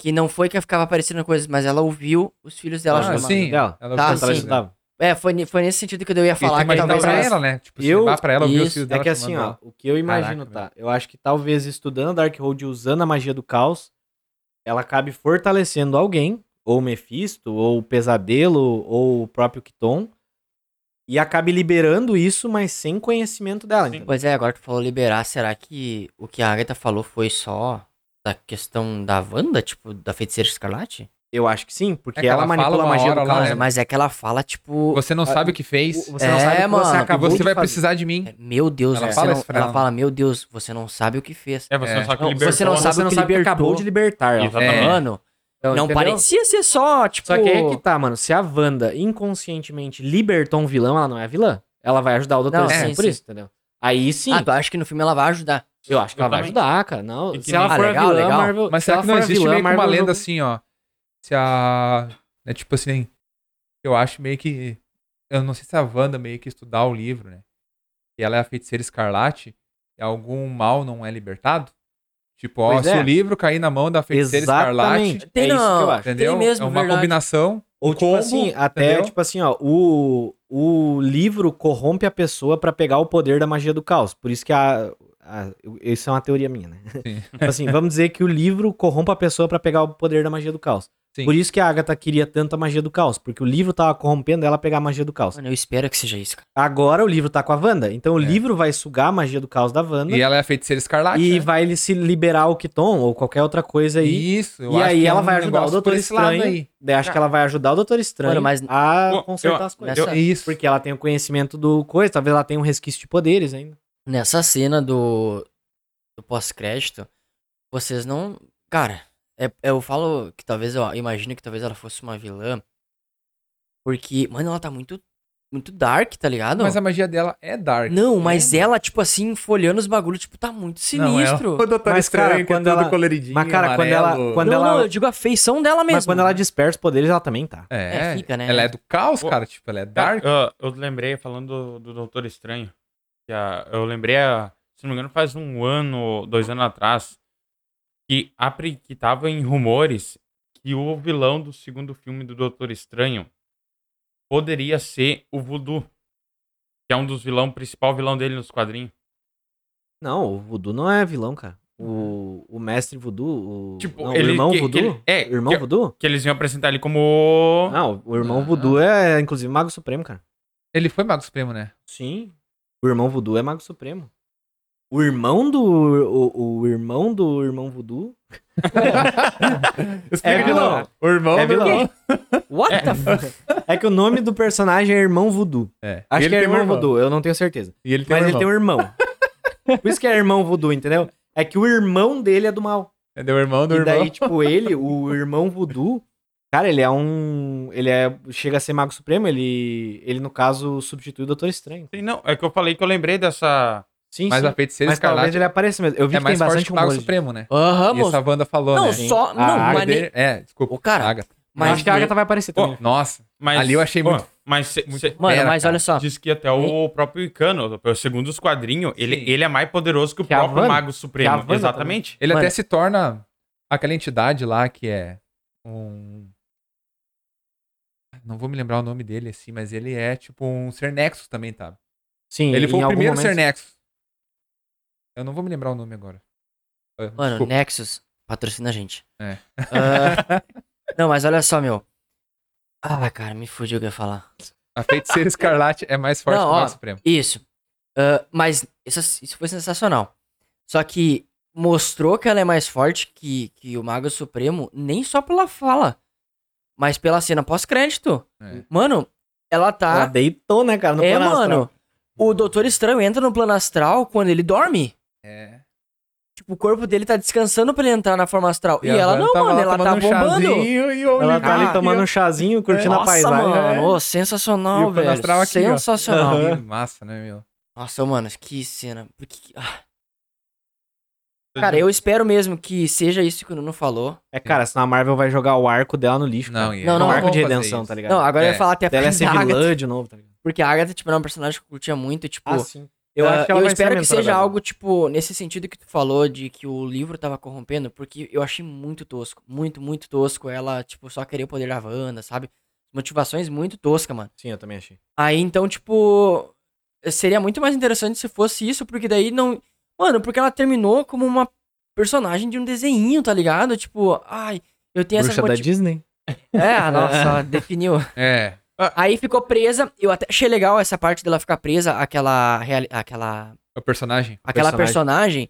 Speaker 1: Que não foi que ficava aparecendo coisas, mas ela ouviu os filhos dela
Speaker 5: Ah,
Speaker 1: chamar.
Speaker 5: sim.
Speaker 3: Dela.
Speaker 1: Tá,
Speaker 5: Ela
Speaker 3: Então,
Speaker 5: tá,
Speaker 1: sim.
Speaker 3: ela
Speaker 5: sim.
Speaker 3: estudava.
Speaker 1: É, foi, ni- foi nesse sentido que eu ia falar. Que
Speaker 5: Mas
Speaker 1: talvez
Speaker 5: talvez
Speaker 1: ela-
Speaker 5: ela, né? Tipo,
Speaker 3: Eu-
Speaker 5: eu... levar pra ela ouvir o
Speaker 1: Isso,
Speaker 5: filho
Speaker 3: É
Speaker 5: dela
Speaker 3: que assim,
Speaker 5: chamando
Speaker 3: ó, o que eu imagino,
Speaker 5: Caraca,
Speaker 3: tá? Eu acho que talvez estudando Dark Hold e usando a magia do caos, ela acabe fortalecendo alguém, ou o Mephisto, ou o Pesadelo, ou o próprio Kiton, e acabe liberando isso, mas sem conhecimento dela.
Speaker 2: Sim.
Speaker 3: entendeu?
Speaker 1: Pois é, agora que tu falou liberar, será que o que a Agatha falou foi só da questão da Wanda, tipo, da feiticeira escarlate?
Speaker 3: Eu acho que sim, porque
Speaker 5: É que
Speaker 3: ela,
Speaker 5: ela fala
Speaker 3: manipula a
Speaker 5: uma
Speaker 3: magia
Speaker 5: hora
Speaker 3: do
Speaker 5: lá,
Speaker 3: caos.
Speaker 1: Mas,
Speaker 5: é.
Speaker 1: mas é que ela fala, tipo.
Speaker 5: Você não
Speaker 3: Ah,
Speaker 5: sabe o que fez.
Speaker 3: O- Você não
Speaker 1: É,
Speaker 3: sabe o que você
Speaker 1: mano,
Speaker 5: E
Speaker 3: acabou
Speaker 5: você
Speaker 3: de
Speaker 5: vai
Speaker 3: fazer. É.
Speaker 5: precisar de mim.
Speaker 1: é, Meu Deus,
Speaker 5: Ela
Speaker 1: você
Speaker 5: fala
Speaker 1: não-
Speaker 5: isso pra ela.
Speaker 1: ela fala, meu Deus, você não sabe o que fez.
Speaker 2: É, você não
Speaker 5: É.
Speaker 2: sabe que
Speaker 1: Não,
Speaker 2: libertou.
Speaker 1: você não
Speaker 3: Você
Speaker 1: sabe o
Speaker 3: não
Speaker 1: que
Speaker 3: sabe o que acabou
Speaker 1: libertou.
Speaker 3: de libertar. ela.
Speaker 2: Exatamente. É.
Speaker 1: Mano,
Speaker 3: Então,
Speaker 1: não
Speaker 3: entendeu?
Speaker 1: parecia ser só, tipo.
Speaker 3: Só que aí é que tá, mano. Se a Wanda inconscientemente libertou um vilão, ela não é vilã. Ela vai ajudar o Dr.
Speaker 1: Não,
Speaker 3: Estranho
Speaker 1: sim,
Speaker 3: por
Speaker 1: sim.
Speaker 3: isso, entendeu? Aí sim,
Speaker 1: Ah, eu acho que no filme ela vai ajudar.
Speaker 3: eu acho que
Speaker 2: eu
Speaker 3: ela vai
Speaker 2: também.
Speaker 3: ajudar, cara. Não,
Speaker 2: E que
Speaker 3: se
Speaker 2: nem-
Speaker 3: ela
Speaker 1: Ah,
Speaker 3: for a
Speaker 1: legal,
Speaker 3: vilã,
Speaker 1: legal.
Speaker 3: Marvel...
Speaker 5: Mas
Speaker 3: se
Speaker 5: será
Speaker 3: ela
Speaker 5: que não
Speaker 3: for a
Speaker 5: existe
Speaker 3: vilã,
Speaker 5: meio que uma
Speaker 3: Marvel
Speaker 5: lenda
Speaker 3: jogou-
Speaker 5: assim, ó? Se a. É tipo assim. Eu acho meio que. Eu não sei se a Wanda meio que estudar o livro, né? E ela é a feiticeira escarlate. E algum mal não é libertado? Tipo, ó,
Speaker 3: Pois
Speaker 5: se
Speaker 3: é.
Speaker 5: o livro cair na mão da feiticeira
Speaker 3: Exatamente.
Speaker 5: escarlate.
Speaker 1: Tem
Speaker 3: é isso que
Speaker 1: não.
Speaker 3: eu acho.
Speaker 5: Entendeu?
Speaker 1: mesmo,
Speaker 5: é uma
Speaker 1: verdade.
Speaker 5: combinação.
Speaker 3: Ou
Speaker 5: um
Speaker 3: tipo
Speaker 5: combo,
Speaker 3: assim, até,
Speaker 5: entendeu?
Speaker 3: tipo assim, ó, o, o livro corrompe a pessoa pra pegar o poder da magia do caos. Por isso que a, a- eu- isso é uma teoria minha, né?
Speaker 5: Sim.
Speaker 3: (laughs) Tipo assim, vamos dizer que o livro corrompe a pessoa pra pegar o poder da magia do caos.
Speaker 5: Sim.
Speaker 3: Por isso que a Agatha queria tanto a magia do caos, porque o livro tava corrompendo ela a pegar a magia do caos.
Speaker 1: Mano, eu espero que seja isso, cara.
Speaker 3: Agora o livro tá com a Wanda, então o
Speaker 5: É.
Speaker 3: livro vai sugar a magia do caos da Wanda
Speaker 5: E ela é a feiticeira escarlate.
Speaker 3: e
Speaker 5: né?
Speaker 3: vai ele se liberar o Kiton ou qualquer outra coisa aí.
Speaker 5: Isso, eu
Speaker 3: e
Speaker 5: acho
Speaker 3: aí
Speaker 5: que é
Speaker 3: ela
Speaker 5: um
Speaker 3: vai ajudar o
Speaker 5: negócio
Speaker 3: Doutor
Speaker 5: por esse lado
Speaker 3: Estranho.
Speaker 5: aí.
Speaker 3: Daí acho que ela vai ajudar o Doutor Estranho
Speaker 1: Mano, mas-
Speaker 3: a
Speaker 2: Pô,
Speaker 3: consertar
Speaker 2: eu-
Speaker 3: as coisas.
Speaker 1: nessa-
Speaker 5: Isso.
Speaker 3: Porque ela tem o conhecimento do coisa, talvez ela tenha um resquício de poderes ainda.
Speaker 1: Nessa cena do, do pós-crédito, vocês não. Cara, é- eu falo que talvez eu imagino que talvez ela fosse uma vilã. Porque, mano, ela tá muito. Muito dark, tá ligado?
Speaker 5: Mas a magia dela é dark.
Speaker 1: Não, mas
Speaker 5: né?
Speaker 1: ela, tipo assim, folhando os bagulhos, tipo, tá muito
Speaker 5: Não,
Speaker 3: é
Speaker 5: ela-
Speaker 1: sinistro.
Speaker 5: O Doutor
Speaker 3: Mas, cara,
Speaker 5: Estranho, que é
Speaker 3: quando
Speaker 5: todo
Speaker 3: ela-
Speaker 5: coloridinho,
Speaker 3: Mas, cara, quando ela-
Speaker 5: amarelo.
Speaker 3: quando
Speaker 1: não,
Speaker 3: ela-
Speaker 1: não, eu digo a feição dela mesmo.
Speaker 3: Mas quando ela dispersa os poderes, ela também tá.
Speaker 5: É,
Speaker 1: É, fica, né?
Speaker 5: Ela é do caos,
Speaker 2: Pô,
Speaker 5: cara. Tipo, ela é dark.
Speaker 2: Ah, eu lembrei, falando do, do Doutor Estranho, que a- eu lembrei, a- se não me engano, faz um ano, dois anos atrás, que, a, pri- que tava em rumores que o vilão do segundo filme do Doutor Estranho poderia ser o Voodoo, que é um dos vilão, principal vilão dele nos quadrinhos.
Speaker 3: Não, o Voodoo não é vilão, cara. O, o mestre Voodoo, o,
Speaker 2: Tipo,
Speaker 3: não, o
Speaker 2: ele-
Speaker 3: irmão
Speaker 2: que- que
Speaker 3: Voodoo?
Speaker 2: ele- é,
Speaker 3: O irmão
Speaker 2: que-
Speaker 3: Voodoo?
Speaker 2: Que eles iam apresentar ele como...
Speaker 5: Ah.
Speaker 3: Não, o irmão
Speaker 5: Não.
Speaker 3: Voodoo é, inclusive, Mago Supremo, cara.
Speaker 5: Ele foi Mago Supremo, né?
Speaker 3: Sim. O irmão Voodoo é Mago Supremo. O irmão do. O, o irmão do irmão Voodoo.
Speaker 5: Explica de
Speaker 3: vilão.
Speaker 5: novo. O irmão
Speaker 2: Oh,
Speaker 3: É
Speaker 5: do
Speaker 3: vilão.
Speaker 5: irmão.
Speaker 1: What the f...
Speaker 3: É que o nome do personagem é Irmão Voodoo.
Speaker 5: É.
Speaker 3: Acho
Speaker 5: E
Speaker 3: que é
Speaker 5: tem um
Speaker 3: Irmão Voodoo, eu não tenho certeza.
Speaker 5: E ele tem
Speaker 3: Mas
Speaker 5: um
Speaker 3: ele tem
Speaker 5: irmão.
Speaker 3: um irmão. Por isso que é Irmão Voodoo, entendeu? É que o irmão dele é do mal.
Speaker 5: Entendeu? O irmão do
Speaker 3: e daí,
Speaker 5: irmão.
Speaker 3: tipo, ele, o irmão voodoo, cara, ele é um. Ele é. Chega a ser Mago Supremo, ele. Ele, no caso, substitui o Doutor Estranho.
Speaker 2: Sim, não, é que eu falei que eu lembrei dessa...
Speaker 3: Sim,
Speaker 5: Mas
Speaker 3: sim.
Speaker 5: a feiticeira
Speaker 3: Mas talvez
Speaker 5: escarlate
Speaker 3: ele apareça mesmo. Eu vi
Speaker 5: é
Speaker 3: que tem
Speaker 5: mais forte
Speaker 3: bastante
Speaker 5: que o Mago
Speaker 3: rumores.
Speaker 5: Supremo, né?
Speaker 1: Aham,
Speaker 5: E essa
Speaker 1: moço.
Speaker 5: a Wanda falou,
Speaker 1: Não,
Speaker 5: né?
Speaker 3: Sim.
Speaker 1: só...
Speaker 3: é A
Speaker 1: não,
Speaker 5: O
Speaker 3: Agatha
Speaker 1: mas
Speaker 5: poder-
Speaker 1: nem...
Speaker 5: É, desculpa.
Speaker 1: Ô, cara,
Speaker 5: Agatha.
Speaker 3: Mas acho que a
Speaker 1: nem-
Speaker 3: Agatha vai aparecer também.
Speaker 5: Nossa.
Speaker 2: Mas,
Speaker 5: Ali eu achei
Speaker 2: Pô,
Speaker 5: muito-
Speaker 2: mas cê-
Speaker 5: muito-
Speaker 2: cê-
Speaker 1: Mano,
Speaker 5: Pera,
Speaker 1: mas
Speaker 5: cara.
Speaker 1: olha
Speaker 3: Ah.
Speaker 1: só.
Speaker 2: Diz que até o próprio Icano, segundo os quadrinhos, ele,
Speaker 5: Sim.
Speaker 2: ele é mais poderoso que o
Speaker 3: Que a
Speaker 2: próprio
Speaker 3: Wanda.
Speaker 2: Mago
Speaker 3: Que a
Speaker 2: Supremo.
Speaker 3: Wanda
Speaker 2: Exatamente.
Speaker 5: Ele
Speaker 1: Mano.
Speaker 5: até se torna aquela entidade lá que é um. Não vou me lembrar o nome dele assim, mas ele é tipo um ser Nexus também, tá?
Speaker 3: Sim,
Speaker 5: Ele foi
Speaker 3: em
Speaker 5: o
Speaker 3: algum
Speaker 5: primeiro
Speaker 3: momento-
Speaker 5: ser Nexus. Eu não vou me lembrar o nome agora. Ah,
Speaker 1: Mano, né?
Speaker 5: desculpa.
Speaker 1: Nexus, patrocina a gente.
Speaker 5: É.
Speaker 1: Ah, não, mas olha só, meu. Ah, cara, me fudiu o que eu ia falar.
Speaker 5: A feiticeira escarlate é mais forte
Speaker 1: Não,
Speaker 5: que o
Speaker 1: ó.
Speaker 5: Mago Supremo.
Speaker 1: Isso. Ah, mas isso, isso foi sensacional. Só que mostrou que ela é mais forte que, que o Mago Supremo, nem só pela fala, mas pela cena pós-crédito.
Speaker 5: É.
Speaker 1: Mano, ela
Speaker 3: Ela
Speaker 5: Ah.
Speaker 1: tá.
Speaker 3: deitou, né, cara? No
Speaker 1: é,
Speaker 3: plano astral.
Speaker 1: mano. O Doutor Estranho entra no plano astral quando ele dorme.
Speaker 5: É.
Speaker 1: Tipo, o corpo dele tá descansando pra ele entrar na forma astral. E,
Speaker 5: a
Speaker 1: ela
Speaker 5: Wanda
Speaker 1: não,
Speaker 5: tava
Speaker 1: mano,
Speaker 5: lá
Speaker 1: ela tá
Speaker 5: tomando um
Speaker 1: bombando.
Speaker 5: chazinho E o
Speaker 3: Ela tá
Speaker 1: Ah,
Speaker 3: ali tomando um chazinho, curtindo a
Speaker 1: Nossa,
Speaker 3: paisagem.
Speaker 1: mano.
Speaker 5: É.
Speaker 1: ô, sensacional,
Speaker 5: E o plano
Speaker 1: velho.
Speaker 5: astral aqui, ó.
Speaker 1: sensacional.
Speaker 3: Aham.
Speaker 5: Massa, né, meu?
Speaker 1: Nossa, mano, que cena. Por que que- ah. Cara, eu espero mesmo que seja isso que o Nuno falou.
Speaker 3: É, cara, senão a Marvel vai jogar o arco dela no lixo.
Speaker 5: Não,
Speaker 3: cara.
Speaker 1: Não,
Speaker 5: e é-
Speaker 1: não,
Speaker 3: o
Speaker 1: não
Speaker 3: arco
Speaker 5: vamos
Speaker 3: de
Speaker 5: fazer
Speaker 3: redenção,
Speaker 5: isso.
Speaker 3: tá ligado?
Speaker 1: Não, agora eu ia
Speaker 5: É,
Speaker 1: falar até a
Speaker 3: Ela é
Speaker 1: parte
Speaker 3: ser
Speaker 1: da Agatha.
Speaker 3: vilã de novo, tá ligado?
Speaker 1: Porque a Agatha, tipo, era um personagem que eu curtia muito, tipo...
Speaker 3: Ah, sim.
Speaker 1: Eu,
Speaker 3: acho que ela
Speaker 1: eu
Speaker 3: vai ser a
Speaker 1: espero que
Speaker 3: mentora
Speaker 1: seja
Speaker 3: dela.
Speaker 1: algo, tipo, nesse sentido que tu falou de que o livro tava corrompendo, porque eu achei muito tosco. Muito, muito tosco. Ela, tipo, só queria o poder da Wanda, sabe? Motivações muito tosca, mano.
Speaker 3: Sim, eu também achei.
Speaker 1: Aí, então, tipo, seria muito mais interessante se fosse isso, porque daí não. Mano, porque ela terminou como uma personagem de um desenho, tá ligado? Tipo, ai, eu tenho
Speaker 3: Bruxa
Speaker 1: essa
Speaker 3: da
Speaker 1: motivação.
Speaker 3: Disney. (laughs)
Speaker 1: É, nossa, definiu.
Speaker 5: É.
Speaker 1: Aí ficou presa. Eu até achei legal essa parte dela ficar presa, aquela, reali- aquela
Speaker 5: É o personagem.
Speaker 1: aquela personagem.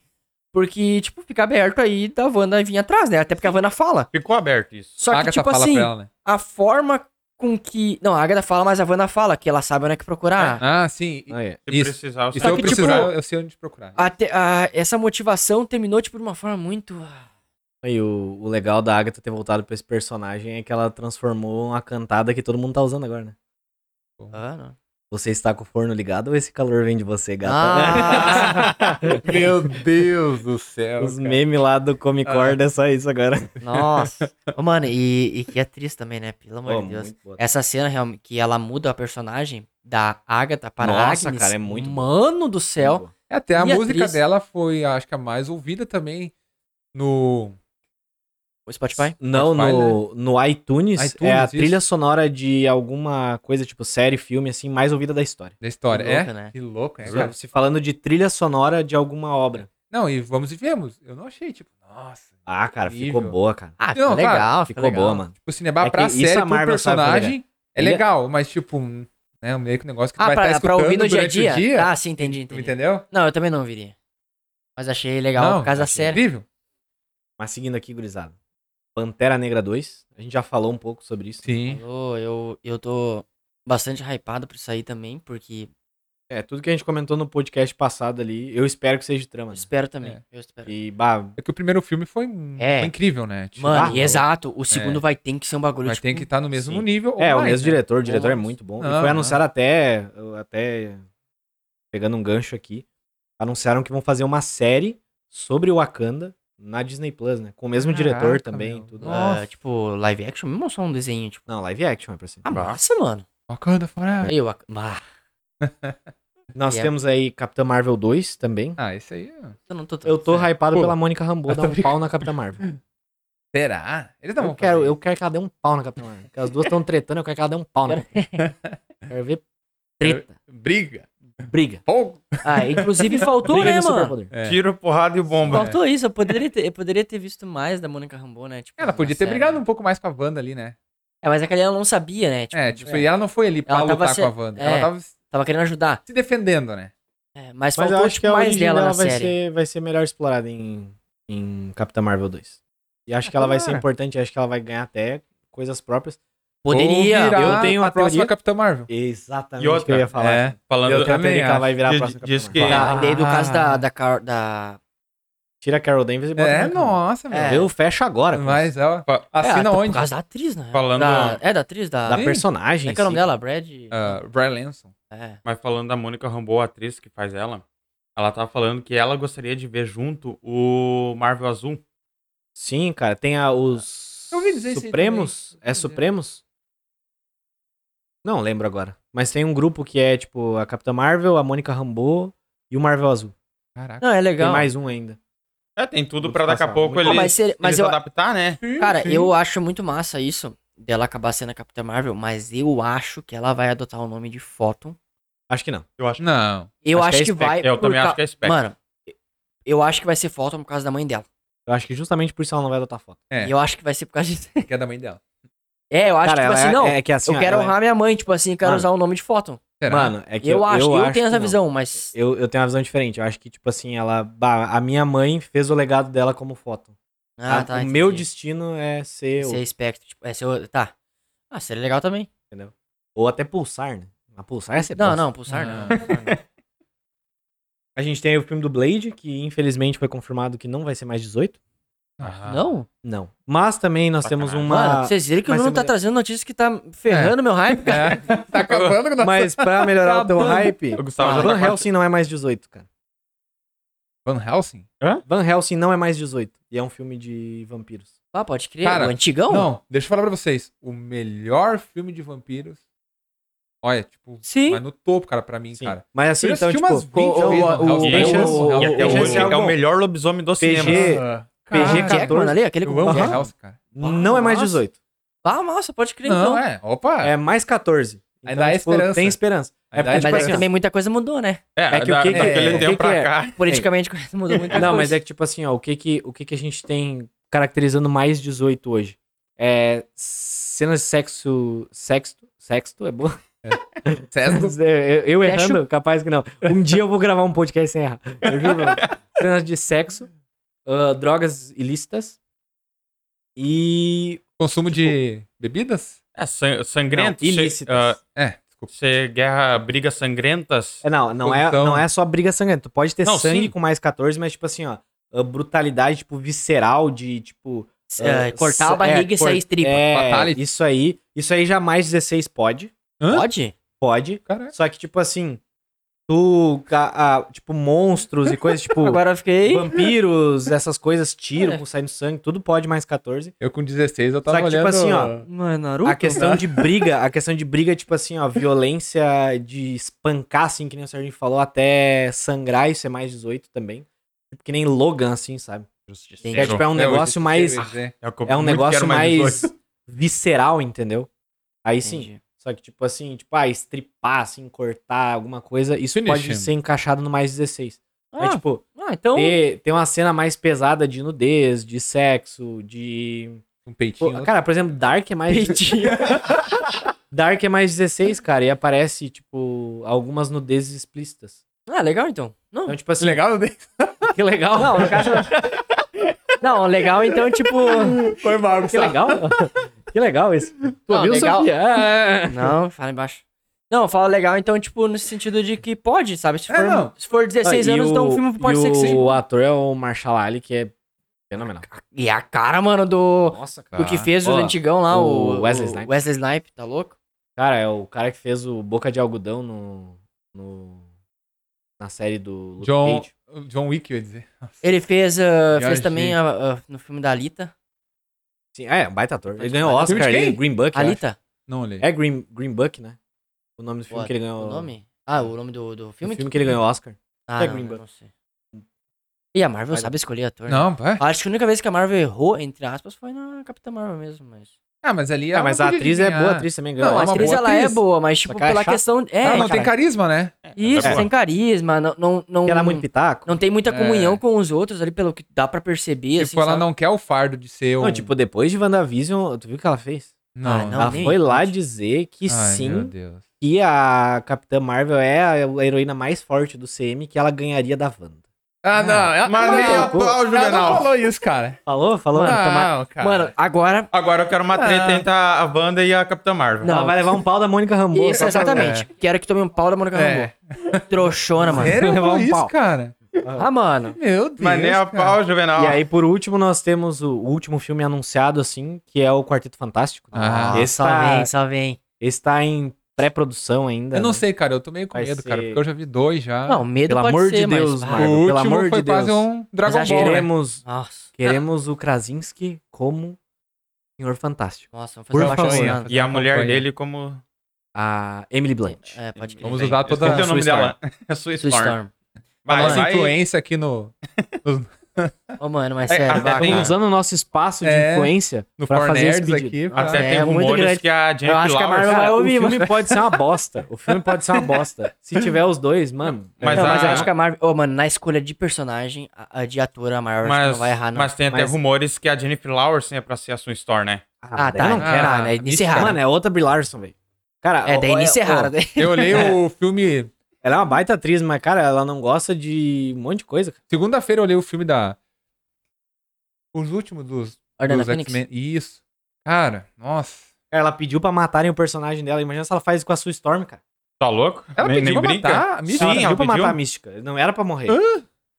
Speaker 1: porque, tipo, fica aberto aí da Wanda vir atrás, né? Até porque a Wanda fala.
Speaker 2: Ficou aberto isso.
Speaker 1: Só
Speaker 5: a
Speaker 1: que,
Speaker 5: Agatha
Speaker 1: tipo
Speaker 5: fala
Speaker 1: assim,
Speaker 5: pra ela, né?
Speaker 1: a forma com que. Não, a Agatha fala, mas a Wanda fala que ela sabe onde é que procurar.
Speaker 5: Ah, sim. E-
Speaker 3: Ah, é.
Speaker 2: Se
Speaker 5: Isso.
Speaker 2: precisar,
Speaker 5: E
Speaker 2: você
Speaker 5: se
Speaker 1: Só
Speaker 5: eu
Speaker 1: que,
Speaker 5: precisar,
Speaker 1: tipo,
Speaker 5: eu sei onde procurar.
Speaker 1: Até- a- essa motivação terminou, tipo, de uma forma muito.
Speaker 3: Aí o, o legal da Agatha ter voltado pra esse personagem é que ela transformou uma cantada que todo mundo tá usando agora, né?
Speaker 1: Ah, não.
Speaker 3: Você está com o forno ligado ou esse calor vem de você, gata?
Speaker 1: Ah,
Speaker 5: (laughs) Meu Deus do céu.
Speaker 3: (laughs) Os memes lá do Comic Cord é só isso agora.
Speaker 1: nossa. Ô, mano, e, e que atriz também, né? Pelo amor
Speaker 3: Pô,
Speaker 1: de Deus.
Speaker 3: muito boa.
Speaker 1: Essa cena realmente, que ela muda a personagem da Agatha para a
Speaker 3: Nossa,
Speaker 1: Agnes.
Speaker 3: cara, é muito boa.
Speaker 1: Mano do céu.
Speaker 3: Muito boa.
Speaker 5: É, Até a
Speaker 1: E a
Speaker 5: música
Speaker 1: atriz?
Speaker 5: dela foi, acho que a mais ouvida também no.
Speaker 1: O Spotify?
Speaker 3: Não,
Speaker 5: Spotify,
Speaker 3: no, no né? iTunes,
Speaker 5: iTunes,
Speaker 3: é a
Speaker 5: isso.
Speaker 3: trilha sonora de alguma coisa, tipo série, filme, assim, mais ouvida da história.
Speaker 5: da história.
Speaker 1: Que louco,
Speaker 5: é?
Speaker 1: né?
Speaker 5: Que louco, é, cara?
Speaker 3: Se- Se falando de trilha sonora de alguma obra.
Speaker 5: Não, e vamos e vemos. Eu não achei, tipo, nossa.
Speaker 3: Ah, cara, ficou
Speaker 5: Incrível.
Speaker 3: boa, cara.
Speaker 1: Ah,
Speaker 5: Não,
Speaker 1: ficou
Speaker 5: cara,
Speaker 1: legal,
Speaker 3: (laughs) Ficou boa, mano.
Speaker 5: Tipo, cinema
Speaker 3: É
Speaker 5: pra
Speaker 3: que isso
Speaker 5: série
Speaker 3: a
Speaker 5: pro
Speaker 3: Marvel sabe fazer.
Speaker 5: personagem é
Speaker 3: Ele é-
Speaker 5: legal, mas tipo, um, né, meio que um negócio que tu
Speaker 1: Ah,
Speaker 5: vai
Speaker 1: pra,
Speaker 5: estar
Speaker 1: pra
Speaker 5: escutando
Speaker 1: ouvir no dia a
Speaker 5: durante
Speaker 1: dia?
Speaker 5: o dia.
Speaker 1: Ah, sim, entendi, entendi.
Speaker 5: tu me entendeu?
Speaker 1: Não, eu também não viria. Mas achei legal
Speaker 5: Não,
Speaker 1: por causa da
Speaker 5: achei
Speaker 1: série.
Speaker 5: Incrível.
Speaker 3: Mas seguindo aqui, gurizada. Pantera Negra 2, a gente já falou um pouco sobre isso.
Speaker 5: Sim.
Speaker 1: Falou, eu, eu tô bastante hypado por isso aí também, porque
Speaker 3: É, tudo que a gente comentou no podcast passado ali, eu espero que seja
Speaker 1: eu
Speaker 3: trama. né?
Speaker 1: espero também.
Speaker 5: É.
Speaker 1: Eu espero.
Speaker 3: E, bah,
Speaker 5: É que o primeiro filme foi, um-
Speaker 1: É.
Speaker 5: foi incrível, né? Tipo,
Speaker 1: Mano,
Speaker 3: Ah,
Speaker 1: e
Speaker 3: eu-
Speaker 1: exato, o segundo vai ter que ser um bagulho
Speaker 5: mas
Speaker 1: tipo,
Speaker 5: tem que estar no mesmo
Speaker 3: sim.
Speaker 5: nível. ou
Speaker 3: é, o
Speaker 5: mais,
Speaker 3: mesmo
Speaker 5: né?
Speaker 3: diretor, o diretor é
Speaker 1: Nossa.
Speaker 3: muito bom. e
Speaker 5: Não,
Speaker 3: foi
Speaker 5: não.
Speaker 3: anunciado até, até, pegando um gancho aqui, anunciaram que vão fazer uma série sobre o Wakanda na Disney Plus, né? Com o mesmo diretor
Speaker 5: Caraca,
Speaker 3: também,
Speaker 5: meu.
Speaker 3: tudo.
Speaker 1: ah,
Speaker 5: Nossa.
Speaker 1: tipo live action, mesmo ou só um desenho, tipo,
Speaker 3: Não, live action é pra ser.
Speaker 1: ah, massa, mano.
Speaker 5: Wakanda Forever.
Speaker 1: Eu, ac- ah,
Speaker 3: Nós
Speaker 1: é.
Speaker 3: temos aí Capitã Marvel 2 também.
Speaker 5: Ah, esse aí. ó.
Speaker 1: eu não tô tão
Speaker 3: Eu tô
Speaker 1: certo.
Speaker 3: hypado
Speaker 5: Pô,
Speaker 3: pela Mônica Rambeau (laughs)
Speaker 5: eu
Speaker 3: dar
Speaker 5: tô
Speaker 3: um
Speaker 5: brincando.
Speaker 3: pau na Capitã Marvel.
Speaker 5: Será? Eles não
Speaker 3: eu,
Speaker 5: vão
Speaker 3: quero,
Speaker 5: fazer
Speaker 3: eu quero que ela dê um pau na Capitã Marvel. Porque as duas estão tretando, eu quero que ela dê um pau na Capitã (laughs) Marvel. Quero ver
Speaker 1: treta.
Speaker 5: isso. Briga.
Speaker 3: briga.
Speaker 5: Fogo.
Speaker 1: Ah, inclusive faltou,
Speaker 3: briga
Speaker 1: né,
Speaker 3: de
Speaker 1: mano?
Speaker 3: superpoder.
Speaker 5: É.
Speaker 2: Tiro, porrada e bomba.
Speaker 1: Faltou isso, eu poderia ter, eu poderia ter visto mais da Mônica Rambeau, né? Tipo,
Speaker 5: Ela podia
Speaker 1: na
Speaker 5: ter
Speaker 1: série.
Speaker 5: brigado um pouco mais com a Wanda ali, né?
Speaker 1: É, mas aquela ela não sabia, né? Tipo,
Speaker 5: É, tipo, e ela não foi ali pra
Speaker 1: Ela tava
Speaker 5: lutar
Speaker 1: se-
Speaker 5: com a Wanda.
Speaker 1: é.
Speaker 5: Ela tava se
Speaker 1: tava querendo ajudar.
Speaker 5: defendendo, né?
Speaker 1: É, mas,
Speaker 3: Mas eu
Speaker 1: faltou
Speaker 3: acho que
Speaker 1: tipo,
Speaker 3: a
Speaker 1: mais
Speaker 3: origem
Speaker 1: dela
Speaker 3: dela,
Speaker 1: na
Speaker 3: vai,
Speaker 1: série.
Speaker 3: ser, vai ser melhor explorada em, em Capitã Marvel 2. E acho que ela vai ser
Speaker 5: Tomara.
Speaker 3: importante, acho que ela vai ganhar até coisas próprias.
Speaker 1: Poderia.
Speaker 5: Ou virar
Speaker 3: eu tenho
Speaker 5: a
Speaker 3: uma
Speaker 5: próxima
Speaker 3: teoria.
Speaker 5: Capitã Marvel.
Speaker 3: Exatamente
Speaker 2: E
Speaker 3: o que eu
Speaker 2: outra,
Speaker 3: ia falar.
Speaker 5: é,
Speaker 3: assim.
Speaker 2: Falando
Speaker 3: eu tenho a
Speaker 5: também
Speaker 3: teoria que ela
Speaker 5: acho.
Speaker 3: vai virar a
Speaker 2: Diz-
Speaker 3: próxima
Speaker 2: diz
Speaker 3: Capitã
Speaker 2: que-
Speaker 3: Marvel.
Speaker 1: Ah, e daí do caso da,
Speaker 5: Ah.
Speaker 1: da, Car- da-
Speaker 3: Tira a Carol Danvers e bota
Speaker 5: É,
Speaker 3: na Capitã Marvel.
Speaker 5: nossa,
Speaker 1: É.
Speaker 5: velho.
Speaker 3: Eu fecho agora. cara.
Speaker 5: Mas ela
Speaker 2: Fa-
Speaker 1: é,
Speaker 5: assina
Speaker 1: até
Speaker 5: onde?
Speaker 1: Por causa da atriz, né?
Speaker 2: Falando-
Speaker 1: Da, é, da atriz, da...
Speaker 3: Da
Speaker 5: Sim.
Speaker 3: personagem.
Speaker 1: Como é
Speaker 3: em
Speaker 1: que é o nome
Speaker 3: si.
Speaker 1: dela? Brad?
Speaker 5: Ah, Brian Lanson.
Speaker 1: É.
Speaker 2: Mas falando da Mônica Rambeau, a atriz que faz ela, ela tava falando que ela gostaria de ver junto o Marvel Azul.
Speaker 3: Sim, cara. Tem a, os
Speaker 5: Eu ouvi dizer isso aí
Speaker 3: Supremos.
Speaker 5: também.
Speaker 3: É Supremos? Não lembro agora. Mas tem um grupo que é, tipo, a Capitã Marvel, a Mônica Rambeau e o Marvel Azul.
Speaker 5: Caraca.
Speaker 1: Não, é legal.
Speaker 3: Tem mais um ainda.
Speaker 2: É, tem tudo
Speaker 3: Muito
Speaker 2: pra daqui a
Speaker 3: passado,
Speaker 2: pouco
Speaker 3: muito
Speaker 2: eles,
Speaker 1: Pô, mas seria- mas
Speaker 2: eles
Speaker 1: eu,
Speaker 2: adaptar, né?
Speaker 1: cara, eu acho muito massa isso, dela acabar sendo a Capitã Marvel, mas eu acho que ela vai adotar o nome de Photon.
Speaker 3: Acho que não.
Speaker 2: Eu acho.
Speaker 5: Não.
Speaker 1: Eu
Speaker 3: Acho
Speaker 1: acho,
Speaker 3: que é
Speaker 1: que,
Speaker 3: Spectre.
Speaker 1: vai...
Speaker 2: É, eu
Speaker 1: por
Speaker 2: também
Speaker 1: ca-
Speaker 2: acho que é Spectre.
Speaker 1: Mano, eu acho que vai ser Photon por causa da mãe dela.
Speaker 3: Eu acho que justamente por isso ela não vai adotar foto.
Speaker 5: É.
Speaker 1: E eu acho que vai ser por causa disso.
Speaker 5: Que é da mãe dela.
Speaker 1: (laughs) É, eu acho que,
Speaker 3: Cara,
Speaker 1: tipo
Speaker 3: ela
Speaker 1: assim,
Speaker 3: é-
Speaker 1: não.
Speaker 3: é que assim,
Speaker 1: eu
Speaker 3: ó,
Speaker 1: quero
Speaker 3: ela é-
Speaker 1: honrar minha mãe, tipo assim, eu quero
Speaker 3: Mano.
Speaker 1: usar o nome de Photon.
Speaker 5: Será?
Speaker 3: Mano, é que
Speaker 1: eu, acho, eu, tenho
Speaker 3: que
Speaker 1: essa
Speaker 3: não.
Speaker 1: visão, mas.
Speaker 3: Eu, eu tenho uma visão diferente. Eu acho que, tipo assim, ela. bah, a minha mãe fez o legado dela como foto.
Speaker 1: Ah,
Speaker 3: A-
Speaker 1: tá.
Speaker 3: o
Speaker 1: entendi.
Speaker 3: meu destino é ser.
Speaker 1: Ser
Speaker 3: o-
Speaker 1: espectro, tipo, é ser. Tá. Ah, seria legal também.
Speaker 3: Ou até pulsar, né? A pulsar é ser
Speaker 1: Não,
Speaker 3: bosta.
Speaker 1: não, pulsar não.
Speaker 5: Ah.
Speaker 3: A gente tem aí o filme do Blade, que infelizmente foi confirmado que não vai ser mais 18.
Speaker 5: Ah.
Speaker 1: Não?
Speaker 3: Não. Mas também nós temos
Speaker 2: Sacanagem.
Speaker 3: tá. uma.
Speaker 1: Mano, vocês viram que o
Speaker 3: mas
Speaker 1: Bruno
Speaker 3: você-
Speaker 1: tá trazendo notícia que tá ferrando meu hype, cara.
Speaker 5: É, tá acabando (laughs) com o nosso-
Speaker 3: Mas pra melhorar o teu hype,
Speaker 2: O Gustavo já
Speaker 3: Van
Speaker 2: tá
Speaker 3: Helsing não é mais 18, cara.
Speaker 5: Van Helsing?
Speaker 3: Van Helsing não é mais 18. E é um filme de vampiros.
Speaker 1: Ah, pode crer.
Speaker 5: Cara,
Speaker 1: o antigão?
Speaker 5: Não, deixa eu falar pra vocês. O melhor filme de vampiros. Olha, tipo,
Speaker 1: Sim.
Speaker 5: mas no topo, cara, pra mim, cara.
Speaker 3: Mas assim,
Speaker 5: Eu já
Speaker 3: então,
Speaker 5: assisti
Speaker 3: tipo,
Speaker 5: umas 20
Speaker 3: o-
Speaker 5: vezes,
Speaker 3: o-
Speaker 5: na
Speaker 3: o-
Speaker 5: real.
Speaker 2: E até
Speaker 3: o-
Speaker 2: hoje,
Speaker 3: o-
Speaker 2: e até
Speaker 3: o-
Speaker 2: hoje é o
Speaker 3: Algon-
Speaker 2: melhor lobisomem do
Speaker 3: PG.
Speaker 2: cinema.
Speaker 1: Jack
Speaker 5: PG-14.
Speaker 1: Jackman ali, aquele
Speaker 5: Eu amo
Speaker 1: é com...
Speaker 5: Van
Speaker 1: Aham.
Speaker 5: Helsing, cara.
Speaker 3: Não é mais
Speaker 1: Nossa.
Speaker 3: 18.
Speaker 1: Ah, nossa, pode crer,
Speaker 5: Não,
Speaker 1: então.
Speaker 5: é. Opa.
Speaker 3: É mais 14. Então,
Speaker 5: Ainda há esperança.
Speaker 3: Tem esperança. É
Speaker 5: Ainda há
Speaker 3: porque, tipo,
Speaker 1: Mas é que
Speaker 3: assim,
Speaker 1: também muita coisa mudou, né?
Speaker 2: É,
Speaker 3: É que o
Speaker 2: da,
Speaker 3: que que-
Speaker 2: daquele
Speaker 5: é, o
Speaker 2: tempo
Speaker 3: que
Speaker 2: pra
Speaker 3: que é?
Speaker 2: cá.
Speaker 1: Politicamente mudou muita coisa.
Speaker 3: Não, mas é que, tipo assim, ó, o que que, o que que a gente tem caracterizando mais 18 hoje? É cenas de sexo. Sexto? Sexto é bom? (laughs)
Speaker 5: César.
Speaker 3: Eu, é, eu errando, capaz que não. Um dia eu vou gravar um podcast sem errar. Eu juro. pra
Speaker 1: (laughs)
Speaker 3: você. cenas de sexo, ah, drogas ilícitas e.
Speaker 5: Consumo de bebidas?
Speaker 2: É, san- sangrento.
Speaker 3: Não,
Speaker 2: che-
Speaker 3: ilícitas.
Speaker 2: ah,
Speaker 5: É, desculpa.
Speaker 2: Ser guerra, brigas sangrentas.
Speaker 3: É, Não, não, é,
Speaker 5: Então-
Speaker 3: não é só briga sangrenta. Tu pode ter
Speaker 2: Não,
Speaker 3: sangue
Speaker 2: sim.
Speaker 3: com mais 14, mas, tipo assim, ó. ah, Brutalidade, tipo, visceral de, tipo.
Speaker 1: É,
Speaker 3: ah,
Speaker 1: cortar
Speaker 3: sa-
Speaker 1: a barriga
Speaker 3: é,
Speaker 1: e sair
Speaker 3: cor-
Speaker 1: estripa.
Speaker 3: É,
Speaker 5: Fatality.
Speaker 3: isso aí. Isso aí jamais 16 pode.
Speaker 5: Hã?
Speaker 1: Pode?
Speaker 3: Pode.
Speaker 5: Cara, é.
Speaker 3: Só que, tipo assim, tu. ca- ah, tipo, monstros e coisas,
Speaker 1: (laughs)
Speaker 3: tipo.
Speaker 1: Agora eu fiquei...
Speaker 3: Vampiros, essas coisas, tiro,
Speaker 1: É.
Speaker 3: com saindo sangue, tudo pode mais 14.
Speaker 5: eu com 16 eu tava
Speaker 3: Só que, tipo
Speaker 5: olhando...
Speaker 3: assim, ó,
Speaker 1: Mano, Naruto?
Speaker 3: A
Speaker 1: (laughs)
Speaker 3: questão de briga, a questão de briga, tipo assim, ó, violência de espancar, assim, que nem o Serginho falou, até sangrar, isso é mais 18 também. Tipo, que nem Logan, assim, sabe?
Speaker 1: Sim.
Speaker 2: É,
Speaker 3: É, tipo, é um
Speaker 5: É, eu
Speaker 3: negócio
Speaker 5: esqueci,
Speaker 3: mais.
Speaker 5: eu ia dizer.
Speaker 2: o que eu
Speaker 3: É um
Speaker 2: muito quero
Speaker 3: negócio mais
Speaker 2: 18.
Speaker 3: visceral, entendeu? Aí é sim.
Speaker 1: Entendi.
Speaker 3: Só que, tipo assim, tipo, ah, estripar, assim, cortar alguma coisa, isso
Speaker 5: Finish
Speaker 3: pode
Speaker 5: him.
Speaker 3: ser encaixado no mais 16.
Speaker 1: Ah,
Speaker 3: é tipo,
Speaker 1: ah, então...
Speaker 3: ter, ter uma cena mais pesada de nudez, de sexo, de.
Speaker 5: Um
Speaker 3: Pô,
Speaker 5: peitinho.
Speaker 3: cara, por exemplo, Dark é mais. (laughs) Dark é mais 16, cara, e aparece, tipo, algumas nudezes explícitas.
Speaker 1: Ah, legal então. Não,
Speaker 3: Então, tipo assim,
Speaker 5: legal, né?
Speaker 3: que legal. (laughs) Não, no caso-
Speaker 1: não legal então,
Speaker 3: (laughs)
Speaker 1: tipo...
Speaker 5: Foi mal,
Speaker 3: que legal. Que legal esse. Tu
Speaker 1: Não,
Speaker 3: viu,
Speaker 1: legal.
Speaker 3: Sofia? Ah.
Speaker 1: Não, fala embaixo. Não, fala legal então, tipo, no sentido de que pode, sabe? Se
Speaker 5: É,
Speaker 1: for,
Speaker 5: não.
Speaker 1: se for 16
Speaker 3: Ah, e
Speaker 1: anos, então o filme pode
Speaker 3: e
Speaker 1: ser que seja.
Speaker 3: O ator é o Marshall Ali, que é fenomenal.
Speaker 1: E a cara, mano, do...
Speaker 3: Nossa,
Speaker 1: Do que fez o
Speaker 3: Ah. Ó,
Speaker 1: antigão lá, o...
Speaker 3: o Wesley Snipes.
Speaker 1: Wesley Snipes, tá louco?
Speaker 3: Cara, é o cara que fez o Boca de Algodão no. no- na série do Luke
Speaker 5: John,
Speaker 3: Cage.
Speaker 5: John Wick, eu ia dizer.
Speaker 1: Ele fez, ah, fez
Speaker 5: Viajei.
Speaker 1: também ah, ah, no filme da Alita.
Speaker 3: Sim, é, um baita ator. Ele
Speaker 1: Baita
Speaker 3: ganhou o
Speaker 5: ator. Filme de
Speaker 3: Oscar ali,
Speaker 5: quem?
Speaker 3: Green Book. eu acho.
Speaker 1: Alita?
Speaker 5: Não olhei.
Speaker 3: É Green, Green Book, né? O nome do filme
Speaker 1: What?
Speaker 3: que ele ganhou.
Speaker 1: O nome? Ah, o nome do, do filme?
Speaker 3: Filme, filme que ele ganhou o Oscar.
Speaker 1: Ah,
Speaker 3: É
Speaker 1: não,
Speaker 3: Green
Speaker 1: eu
Speaker 3: Book.
Speaker 1: não sei. E a Marvel
Speaker 3: Vai
Speaker 1: sabe escolher ator. né?
Speaker 5: Não, pá.
Speaker 1: Acho que a única vez que a Marvel errou, entre aspas, foi na Capitã Marvel mesmo, mas...
Speaker 5: Ah, mas ali...
Speaker 3: Ah,
Speaker 5: ela
Speaker 3: mas
Speaker 5: não
Speaker 3: a
Speaker 5: podia
Speaker 3: atriz é
Speaker 5: adivinhar.
Speaker 3: boa atriz também,
Speaker 5: Não,
Speaker 3: ganhou.
Speaker 1: a
Speaker 5: é uma
Speaker 1: atriz,
Speaker 5: boa
Speaker 1: ela é
Speaker 5: atriz.
Speaker 1: boa, mas,
Speaker 3: Só
Speaker 1: tipo,
Speaker 3: que ela é
Speaker 1: pela
Speaker 3: chata.
Speaker 1: questão... É,
Speaker 5: Ela não tem
Speaker 1: cara.
Speaker 5: carisma, né?
Speaker 1: Isso,
Speaker 2: É.
Speaker 1: sem carisma, não... não, não
Speaker 3: Porque ela é muito pitaco.
Speaker 1: Não tem muita
Speaker 5: É.
Speaker 1: comunhão com os outros ali, pelo que dá pra perceber, assim,
Speaker 5: Tipo, ela
Speaker 1: sabe?
Speaker 5: não quer o fardo de ser um...
Speaker 3: Não, tipo, depois de WandaVision, tu viu o que ela fez?
Speaker 1: Ah, não.
Speaker 3: ela
Speaker 1: nem
Speaker 3: foi lá
Speaker 1: conte.
Speaker 3: dizer que
Speaker 5: Ai, meu
Speaker 3: sim,
Speaker 5: Deus.
Speaker 3: que a Capitã Marvel é a a heroína mais forte do CM, que ela ganharia da Wanda.
Speaker 5: Ah, não. Ela,
Speaker 2: Mas
Speaker 5: ela
Speaker 2: nem
Speaker 5: não-
Speaker 3: aplaude,
Speaker 5: ela
Speaker 2: Juvenal.
Speaker 5: um não falou isso, cara.
Speaker 3: Falou? Falou? então,
Speaker 5: Não,
Speaker 3: Ela toma-
Speaker 5: cara.
Speaker 1: Mano, agora...
Speaker 2: Agora eu quero uma treta
Speaker 5: Ah.
Speaker 2: entre a a Wanda e a Capitã Marvel.
Speaker 1: Não.
Speaker 3: Ela vai levar um pau da Mônica Rambeau.
Speaker 1: Isso, exatamente. Quero que tome um pau da Mônica Rambeau.
Speaker 5: é.
Speaker 1: Trouxona, mano.
Speaker 5: Sério,
Speaker 3: Levar
Speaker 5: falou
Speaker 3: um
Speaker 5: isso,
Speaker 3: pau.
Speaker 5: cara?
Speaker 1: Ah, mano.
Speaker 5: Meu Deus,
Speaker 2: Mas nem
Speaker 5: cara.
Speaker 2: a pau, Juvenal.
Speaker 3: E aí, por último, nós temos o último filme anunciado, assim, que é o Quarteto Fantástico.
Speaker 5: Ah,
Speaker 3: esse,
Speaker 1: só
Speaker 3: tá,
Speaker 1: vem, só vem.
Speaker 3: esse tá em pré-produção ainda.
Speaker 5: Eu não
Speaker 3: né?
Speaker 5: sei, cara. Eu tô meio com
Speaker 3: Vai
Speaker 5: medo, cara.
Speaker 3: ser-
Speaker 5: Porque eu já vi dois já.
Speaker 1: Não, medo
Speaker 3: Pelo
Speaker 1: pode
Speaker 3: amor
Speaker 1: ser,
Speaker 3: de Deus,
Speaker 1: mas...
Speaker 5: o
Speaker 1: vai.
Speaker 3: Marvel. pelo
Speaker 5: último
Speaker 3: amor de
Speaker 5: foi quase
Speaker 3: Deus.
Speaker 5: um Dragon
Speaker 1: Mas acho
Speaker 5: Ball, né?
Speaker 3: Queremos,
Speaker 1: Nossa,
Speaker 3: queremos o Krasinski como Senhor Fantástico.
Speaker 1: nossa, vamos
Speaker 3: Por
Speaker 1: fazer uma
Speaker 3: favor.
Speaker 1: chamada.
Speaker 2: E a mulher
Speaker 5: Acompanha.
Speaker 2: dele como...
Speaker 3: A Emily Blunt.
Speaker 1: É, pode crer.
Speaker 5: Vamos usar
Speaker 2: Eu
Speaker 5: toda
Speaker 2: esqueci
Speaker 5: a
Speaker 2: o nome
Speaker 5: sua
Speaker 2: dela. É Sue
Speaker 1: Sue
Speaker 2: Storm.
Speaker 1: Storm.
Speaker 5: a
Speaker 2: Vai,
Speaker 5: nossa
Speaker 2: vai.
Speaker 5: influência aqui no,
Speaker 1: Ô, mano, mas
Speaker 2: É,
Speaker 1: sério,
Speaker 2: até
Speaker 1: vá,
Speaker 2: tem
Speaker 1: cara.
Speaker 3: Usando o nosso espaço de
Speaker 5: É.
Speaker 3: influência
Speaker 5: no
Speaker 3: pra
Speaker 5: For
Speaker 3: fazer esse
Speaker 5: Nerds
Speaker 3: pedido.
Speaker 5: aqui. pra-
Speaker 2: Até tem
Speaker 1: É, muito
Speaker 2: rumores
Speaker 1: grande.
Speaker 2: que a
Speaker 1: Eu acho que
Speaker 2: Jennifer
Speaker 1: a
Speaker 2: Lawrence... é
Speaker 1: Marvel vai
Speaker 3: Cara, o
Speaker 1: ouvir, mano.
Speaker 3: filme pode ser uma bosta. O filme pode ser uma
Speaker 1: (laughs)
Speaker 3: bosta. Se tiver os dois, mano.
Speaker 2: Mas
Speaker 1: não, mas
Speaker 2: a-
Speaker 1: eu acho que a Marvel... Ô, mano, na escolha de personagem, a, a de ator, a Marvel acho que
Speaker 2: Mas,
Speaker 1: não vai errar, não.
Speaker 2: mas tem até
Speaker 3: Mas-
Speaker 2: rumores que a Jennifer Lawrence é pra ser a Sue Storm, né?
Speaker 1: Ah,
Speaker 3: daí
Speaker 1: tá.
Speaker 3: eu Não quero.
Speaker 1: Ah, né? Isso é errado.
Speaker 3: Mano, é outra Brie Larson, velho. Cara,
Speaker 1: É,
Speaker 3: ó,
Speaker 1: daí
Speaker 3: ó,
Speaker 1: início
Speaker 3: ó,
Speaker 1: errado. né?
Speaker 5: Eu olhei
Speaker 3: (laughs)
Speaker 5: o filme.
Speaker 3: Ela é uma baita atriz, mas, cara, ela não gosta de um monte de coisa. cara.
Speaker 5: Segunda-feira eu olhei o filme da. Os últimos dos.
Speaker 1: Ordem da
Speaker 5: dos
Speaker 1: Phoenix.
Speaker 5: X-Men. Isso. Cara, nossa.
Speaker 3: Cara, Ela pediu pra matarem o personagem dela. Imagina se ela faz isso com a Sue Storm, cara.
Speaker 2: Tá louco?
Speaker 5: Ela
Speaker 2: Nem-
Speaker 5: pediu
Speaker 2: nem
Speaker 5: pra
Speaker 2: brinca?
Speaker 5: matar a
Speaker 2: Sim,
Speaker 5: Mística?
Speaker 3: Ela pediu
Speaker 2: ela
Speaker 3: pra matar a
Speaker 2: pediu.
Speaker 3: mística. Não era pra morrer.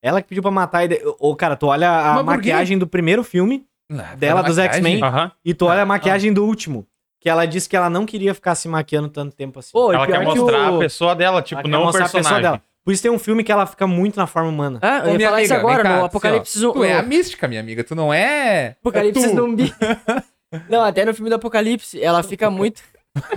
Speaker 3: Ela que pediu pra matar. e de- Ô, cara, tu olha a
Speaker 5: Mas por quê?
Speaker 3: maquiagem do primeiro filme.
Speaker 5: Ah,
Speaker 3: Dela,
Speaker 5: foi
Speaker 3: dos
Speaker 5: maquiagem.
Speaker 3: X-Men.
Speaker 2: Aham.
Speaker 3: E tu olha a maquiagem do último. Que ela disse que ela não queria ficar se maquiando tanto tempo assim.
Speaker 1: Pô, e
Speaker 2: Ela
Speaker 1: pior
Speaker 2: quer
Speaker 1: que o-
Speaker 2: mostrar a pessoa dela, tipo,
Speaker 3: Ela quer
Speaker 2: não o
Speaker 3: mostrar a pessoa
Speaker 2: personagem.
Speaker 3: dela. Por isso tem um filme que ela fica muito na forma humana.
Speaker 1: Ah, eu
Speaker 5: Ô,
Speaker 1: ia
Speaker 5: minha
Speaker 1: falar isso
Speaker 5: amiga, vem
Speaker 1: agora,
Speaker 5: cá,
Speaker 1: no
Speaker 5: assim,
Speaker 1: Apocalipse Zumbi.
Speaker 5: Tu é a mística, minha amiga. Tu não é.
Speaker 1: Apocalipse
Speaker 5: é tu.
Speaker 1: zumbi. (laughs) Não, até no filme do Apocalipse, ela fica muito.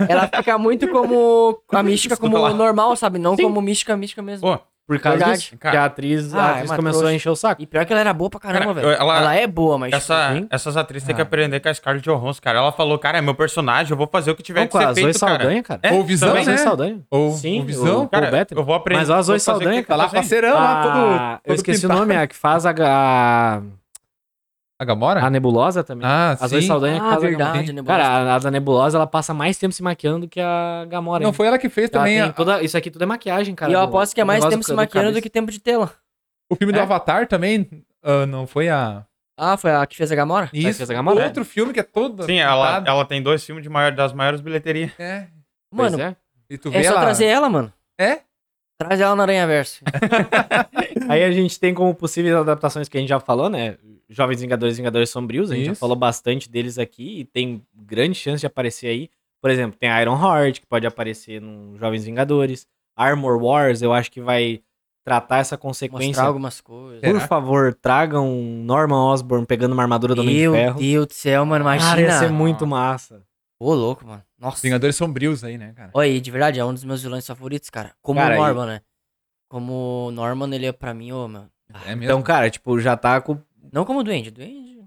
Speaker 1: Ela fica muito como. A mística como
Speaker 2: Desculpa lá.
Speaker 1: normal, sabe? Não
Speaker 3: Sim.
Speaker 1: como mística, mística mesmo.
Speaker 2: Pô,
Speaker 3: Por causa
Speaker 1: Verdade.
Speaker 3: disso.
Speaker 2: Cara.
Speaker 3: que a atriz, a
Speaker 1: Ah,
Speaker 3: atriz
Speaker 1: é uma
Speaker 3: começou
Speaker 1: trouxa.
Speaker 3: a encher o saco.
Speaker 1: E pior que ela era boa pra caramba,
Speaker 2: Cara,
Speaker 1: velho.
Speaker 2: ela-
Speaker 1: Ela... é boa, mas.
Speaker 2: essa,
Speaker 3: sim.
Speaker 2: essas atrizes
Speaker 3: Ah.
Speaker 2: têm que aprender com a Scarlett Johansson, cara. Ela falou, cara, é meu personagem, eu vou fazer o que tiver
Speaker 3: Não,
Speaker 2: que
Speaker 3: com a
Speaker 2: ser
Speaker 3: Zoe
Speaker 2: feito, cara.
Speaker 3: Saldanha, cara.
Speaker 2: É,
Speaker 5: Ou visão,
Speaker 3: Também
Speaker 5: né?
Speaker 3: Zoe Saldanha.
Speaker 5: Ou,
Speaker 3: Sim,
Speaker 5: ou visão.
Speaker 3: o- Paul
Speaker 2: Cara,
Speaker 3: Bettany.
Speaker 2: eu vou aprender.
Speaker 3: Mas a Zoe
Speaker 2: vou fazer o que
Speaker 3: Saldanha,
Speaker 2: eu
Speaker 5: Tá
Speaker 3: cara,
Speaker 5: lá
Speaker 2: fazer.
Speaker 5: parceirão, lá todo.
Speaker 3: Ah, eu esqueci o nome, é a que faz a, a,
Speaker 5: A Gamora?
Speaker 3: a nebulosa também.
Speaker 5: Ah,
Speaker 3: a Zoe
Speaker 5: sim.
Speaker 3: Saldanha que
Speaker 1: Ah,
Speaker 3: faz a Gamora.
Speaker 1: verdade,
Speaker 5: Sim.
Speaker 1: né?
Speaker 3: Cara, a, a da nebulosa, ela passa mais tempo se maquiando do que a Gamora.
Speaker 5: Não
Speaker 3: hein?
Speaker 5: foi ela que fez
Speaker 3: Ela
Speaker 5: também
Speaker 3: tem
Speaker 5: a-
Speaker 3: toda- isso aqui tudo é maquiagem, cara.
Speaker 1: e eu
Speaker 3: do-
Speaker 1: aposto que é
Speaker 3: do
Speaker 1: mais
Speaker 3: negócio
Speaker 1: tempo
Speaker 3: do-
Speaker 1: se
Speaker 3: do
Speaker 1: maquiando do
Speaker 3: cabeça.
Speaker 1: que tempo de tela.
Speaker 5: o filme do
Speaker 3: É.
Speaker 5: Avatar também? ah, não foi a.
Speaker 1: Ah, foi a que fez a Gamora?
Speaker 3: que
Speaker 5: Isso.
Speaker 3: fez a Gamora?
Speaker 5: Outro filme que é todo.
Speaker 2: Sim, ela,
Speaker 5: pintado.
Speaker 2: ela tem dois filmes de maior, das maiores bilheterias.
Speaker 5: É.
Speaker 3: Pois
Speaker 1: Mano,
Speaker 3: é.
Speaker 5: E tu vê
Speaker 1: é só
Speaker 5: ela.
Speaker 1: trazer ela, mano.
Speaker 5: É?
Speaker 1: Traz ela no Aranha Verso. hum.
Speaker 3: Aí a gente tem como possíveis adaptações que a gente já falou, né? Jovens Vingadores Vingadores Sombrios, a gente já
Speaker 5: Isso.
Speaker 3: falou bastante deles aqui e tem grande chance de aparecer aí. Por exemplo, tem a Iron Heart, que pode aparecer no Jovens Vingadores. Armor Wars, eu acho que vai tratar essa consequência.
Speaker 1: Mostrar algumas coisas.
Speaker 5: É.
Speaker 3: Por
Speaker 5: Será?
Speaker 3: favor, tragam um Norman Osborn pegando uma armadura do Homem de
Speaker 1: Meu
Speaker 3: Ferro.
Speaker 1: Deus do céu, mano.
Speaker 3: Cara, ia ser
Speaker 1: Imagina.
Speaker 3: muito massa.
Speaker 1: Ô, louco, mano. Nossa.
Speaker 5: Vingadores sombrios aí, né, cara?
Speaker 1: Olha, e de verdade, é um dos meus vilões favoritos, cara. Como
Speaker 3: Cara,
Speaker 1: o Norman, né? Como o Norman, ele é pra mim, ô, mano.
Speaker 5: É mesmo.
Speaker 3: Então, cara, tipo, já tá com...
Speaker 1: Não como o Duende. Duende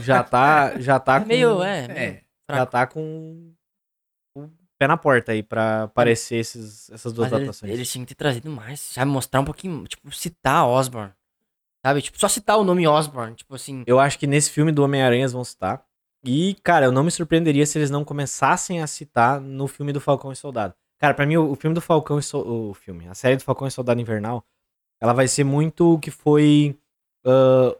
Speaker 3: Já tá, já tá
Speaker 1: (laughs) é
Speaker 3: com...
Speaker 1: meio, é, meio-
Speaker 5: é.
Speaker 3: já tá com o pé na porta aí pra aparecer esses, essas duas
Speaker 1: Mas eles,
Speaker 3: adaptações.
Speaker 1: eles tinham que ter trazido mais, sabe? Mostrar um pouquinho, tipo, citar Osborn. Sabe? Tipo, só citar o nome Osborn. Tipo assim,
Speaker 3: Eu acho que nesse filme do Homem-Aranha eles vão citar. E, cara, eu não me surpreenderia se eles não começassem a citar no filme do Falcão e Soldado. Cara, pra mim, o, o filme do Falcão e Soldado. O filme, a série do Falcão e Soldado Invernal, ela vai ser muito o que foi ah,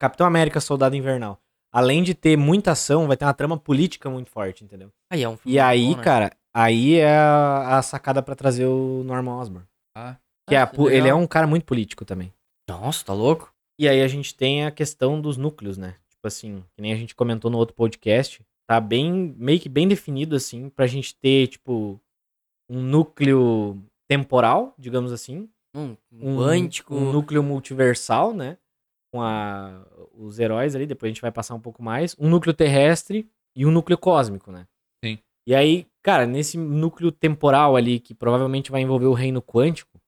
Speaker 3: Capitão América Soldado Invernal. Além de ter muita ação, vai ter uma trama política muito forte, entendeu?
Speaker 1: aí é um filme
Speaker 3: E
Speaker 1: muito
Speaker 3: aí,
Speaker 1: bom, né?
Speaker 3: cara, aí é a, a sacada pra trazer o Norman Osborn.
Speaker 5: Ah.
Speaker 3: Que é a
Speaker 1: Ah,
Speaker 3: po- ele é
Speaker 1: legal.
Speaker 3: um cara muito político também.
Speaker 1: Nossa, tá louco?
Speaker 3: E aí a gente tem a questão dos núcleos, né? Tipo assim, que nem a gente comentou no outro podcast, tá bem, meio que bem definido, assim, pra gente ter, tipo, um núcleo temporal, digamos assim.
Speaker 1: Um, um
Speaker 3: Um
Speaker 1: quântico.
Speaker 3: Um núcleo multiversal, né? Com a, os heróis ali, depois a gente vai passar um pouco mais. Um núcleo terrestre e um núcleo cósmico, né?
Speaker 5: Sim.
Speaker 3: E aí, cara, nesse núcleo temporal ali, que provavelmente vai envolver o reino quântico,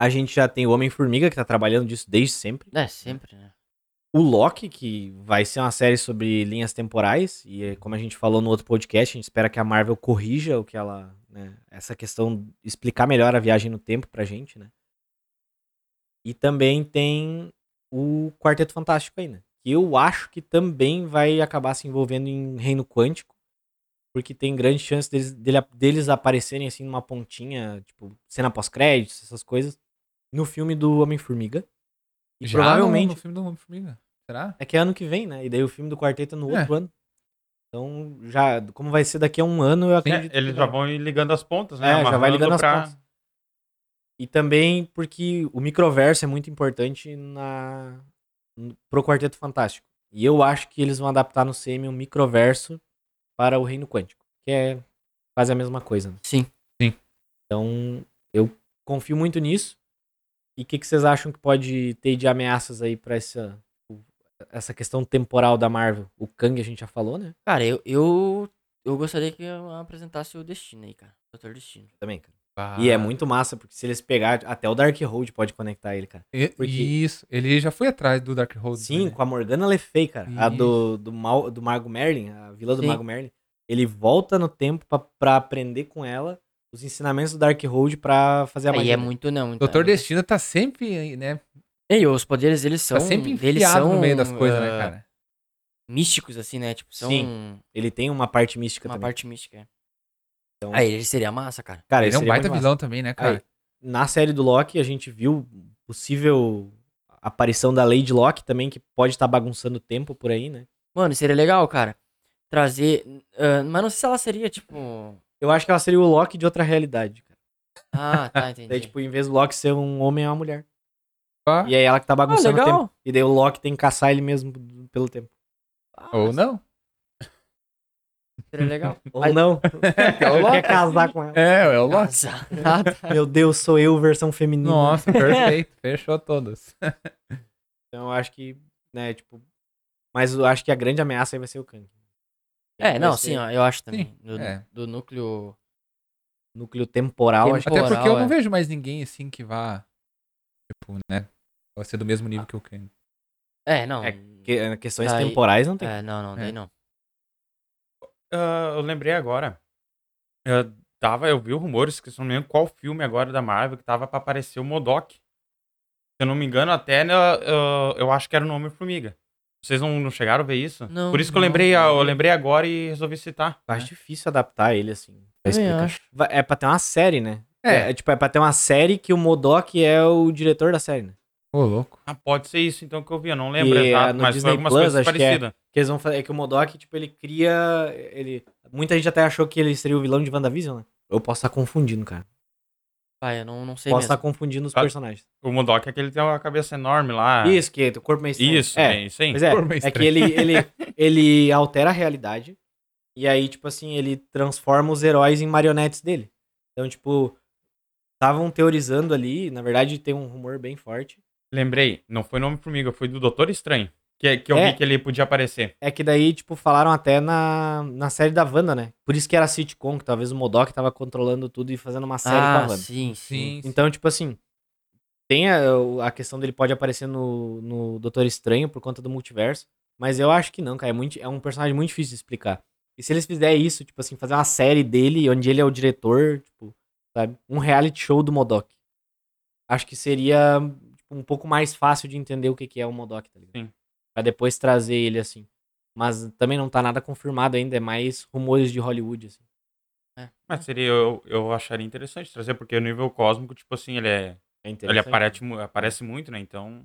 Speaker 3: a gente já tem o Homem-Formiga, que tá trabalhando disso desde sempre
Speaker 1: É, sempre, né?
Speaker 3: o Loki, que vai ser uma série sobre linhas temporais, e é como a gente falou no outro podcast, a gente espera que a Marvel corrija o que ela. né, essa questão, explicar melhor a viagem no tempo pra gente, né? E também tem o Quarteto Fantástico aí, né? Que eu acho que também vai acabar se envolvendo em Reino Quântico, porque tem grande chance deles, dele- deles aparecerem assim numa pontinha, tipo, cena pós-créditos, essas coisas, no filme do Homem-Formiga. E
Speaker 5: Já
Speaker 3: provavelmente.
Speaker 5: No, no filme do Homem-Formiga. Será?
Speaker 3: É que é ano que vem, né? E daí o filme do quarteto é no
Speaker 5: É.
Speaker 3: outro ano. Então, já, como vai ser daqui a um ano, eu acredito.
Speaker 2: É, eles
Speaker 3: que
Speaker 2: já
Speaker 3: vai.
Speaker 2: vão ir ligando as pontas, né?
Speaker 3: É, já vai
Speaker 2: Amarrando
Speaker 3: ligando as
Speaker 2: pra-
Speaker 3: pontas. E também porque o microverso é muito importante na pro Quarteto Fantástico. E eu acho que eles vão adaptar no CM um microverso para o Reino Quântico, que é quase a mesma coisa. né?
Speaker 1: Sim.
Speaker 3: Então, eu confio muito nisso. E o que, que vocês acham que pode ter de ameaças aí pra essa o- essa questão temporal da Marvel? O Kang a gente já falou, né?
Speaker 1: Cara, eu, eu, eu gostaria que eu apresentasse o Destino aí, cara. Doutor Destino.
Speaker 3: Também, cara. E é muito massa, porque se eles pegar até o Dark Hold pode conectar ele, cara.
Speaker 5: E-
Speaker 3: porque-
Speaker 5: Isso. Ele já foi atrás do Dark né? Hold.
Speaker 1: né?
Speaker 3: Sim, com a Morgana Le Fay, cara. A do, do, mal, do Mago Merlin, a vilã do
Speaker 1: Sim.
Speaker 3: Mago Merlin. Ele volta no tempo pra, pra aprender com ela os ensinamentos do Dark Hold pra fazer a
Speaker 1: Aí
Speaker 3: magia.
Speaker 1: é
Speaker 3: né?
Speaker 1: muito, não. Muito,
Speaker 5: Doutor
Speaker 1: é,
Speaker 5: Destino tá sempre, aí, né?
Speaker 1: E os poderes, eles são.
Speaker 5: Tá sempre
Speaker 1: eles
Speaker 5: enfiado
Speaker 1: são
Speaker 5: no meio das coisas, né,
Speaker 1: ah,
Speaker 5: cara?
Speaker 1: Místicos, assim, né? Tipo, são
Speaker 3: Sim, Ele tem uma parte mística
Speaker 1: uma
Speaker 3: também.
Speaker 1: parte mística. é.
Speaker 3: Então-
Speaker 1: Aí ele seria massa, cara.
Speaker 3: Cara,
Speaker 5: Ele é um
Speaker 3: seria
Speaker 5: baita
Speaker 3: muito massa.
Speaker 5: vilão também, né, cara?
Speaker 3: Na série do Loki, a gente viu possível aparição da Lady Loki também, que pode estar bagunçando o tempo por aí, né?
Speaker 1: Mano, seria legal, cara. Trazer. ah, mas não sei se ela seria, tipo.
Speaker 3: Eu acho que ela seria o Loki de outra realidade, cara. (laughs)
Speaker 1: Ah, tá, entendi.
Speaker 3: Daí, tipo, em vez do Loki ser um homem, é uma mulher.
Speaker 5: Ah,
Speaker 3: E aí ela que tá
Speaker 1: ah,
Speaker 3: bagunçando o tempo.
Speaker 1: legal.
Speaker 3: E daí o Loki tem que caçar ele mesmo pelo tempo.
Speaker 1: Ah,
Speaker 5: Ou não.
Speaker 1: Seria
Speaker 3: (laughs)
Speaker 1: legal.
Speaker 3: Ou não.
Speaker 5: o
Speaker 3: Ela quer
Speaker 5: Loki.
Speaker 3: casar com ela.
Speaker 5: É, é o Loki.
Speaker 1: Azar. Nada.
Speaker 3: Meu Deus, sou eu versão feminina.
Speaker 5: Nossa, perfeito. Fechou todas.
Speaker 3: Então eu acho que, né, tipo. Mas eu acho que a grande ameaça aí vai ser o Kang.
Speaker 1: É,
Speaker 3: Vai
Speaker 1: não,
Speaker 3: ser
Speaker 1: sim, ó, eu acho também.
Speaker 5: Sim,
Speaker 1: do,
Speaker 5: é.
Speaker 1: do núcleo.
Speaker 3: Núcleo temporal,
Speaker 1: Tem-
Speaker 3: acho que.
Speaker 5: Até porque eu
Speaker 1: Moral,
Speaker 5: não
Speaker 1: é.
Speaker 5: vejo mais ninguém assim que vá. Tipo, né? Vai ser do mesmo nível que o Kang.
Speaker 1: É, não.
Speaker 3: É,
Speaker 1: É,
Speaker 3: que- Questões
Speaker 1: Daí-
Speaker 3: temporais não tem.
Speaker 1: não, não, daí
Speaker 5: É.
Speaker 1: não.
Speaker 2: Ah, eu lembrei agora. Eu, tava, eu vi rumores que se não me engano, qual filme agora da Marvel que tava pra aparecer o Modok. Se eu não me engano, até né, ah, eu acho que era o nome Formiga. Vocês não, não chegaram a ver isso?
Speaker 1: Não,
Speaker 2: Por isso que eu
Speaker 1: não,
Speaker 2: lembrei,
Speaker 1: não.
Speaker 2: ah, eu lembrei agora e resolvi citar.
Speaker 3: Eu acho difícil adaptar ele, assim. pra
Speaker 1: Também
Speaker 3: explicar.
Speaker 1: acho.
Speaker 3: Va- É pra ter uma série, né?
Speaker 5: É.
Speaker 3: tipo, é pra ter uma série que o Modok é o diretor da série, né?
Speaker 5: Ô, louco.
Speaker 2: Ah, pode ser isso então que eu vi, eu não lembro
Speaker 3: E, ah,
Speaker 2: exato,
Speaker 3: no
Speaker 2: mas
Speaker 3: Disney
Speaker 2: foi algumas
Speaker 3: Plus,
Speaker 2: coisas
Speaker 3: acho que é.
Speaker 2: parecidas.
Speaker 3: Que eles vão fazer. É que o Modok, tipo, ele cria. Ele... Muita gente até achou que ele seria o vilão de WandaVision, né? Eu posso estar confundindo, cara.
Speaker 1: Pai, eu não, não sei
Speaker 3: Posso
Speaker 1: mesmo.
Speaker 3: estar confundindo os
Speaker 2: Ah,
Speaker 3: personagens.
Speaker 2: O Modok é aquele que tem uma cabeça enorme lá.
Speaker 3: Isso, que o corpo meio estranho.
Speaker 2: Ah. Isso,
Speaker 3: é.
Speaker 2: é, isso aí.
Speaker 3: Pois é,
Speaker 5: Corpo meio
Speaker 3: é que
Speaker 5: estranho.
Speaker 3: ele, ele, ele altera a realidade. E aí, tipo assim, ele transforma os heróis em marionetes dele. Então, tipo, estavam teorizando ali. Na verdade, tem um rumor bem forte.
Speaker 2: Lembrei, não foi nome Formiga, foi do Doutor Estranho. Que, que eu
Speaker 3: É.
Speaker 2: vi que ele podia aparecer.
Speaker 3: É que daí, tipo, falaram até na, na série da Wanda, né? Por isso que era sitcom, que talvez o Modok tava controlando tudo e fazendo uma série com a
Speaker 1: Ah,
Speaker 3: Wanda.
Speaker 1: sim, sim.
Speaker 5: Sim. sim.
Speaker 3: Então, tipo assim, tem a, o- a questão dele pode aparecer no, no Doutor Estranho por conta do multiverso, mas eu acho que não, cara. É, muito, é um personagem muito difícil de explicar. E se eles fizerem isso, tipo assim, fazer uma série dele onde ele é o diretor, tipo, sabe? Um reality show do Modok. Acho que seria tipo, um pouco mais fácil de entender o que, que é o Modok, tá ligado?
Speaker 2: Sim.
Speaker 3: Pra depois trazer ele assim. Mas também não tá nada confirmado ainda, é mais rumores de Hollywood, assim. Tá.
Speaker 2: Mas Ah, seria, eu, eu acharia interessante trazer, porque o nível cósmico, tipo assim, ele é.
Speaker 3: É
Speaker 2: Ele
Speaker 3: interessante.
Speaker 2: aparece, mu- aparece muito, né? Então.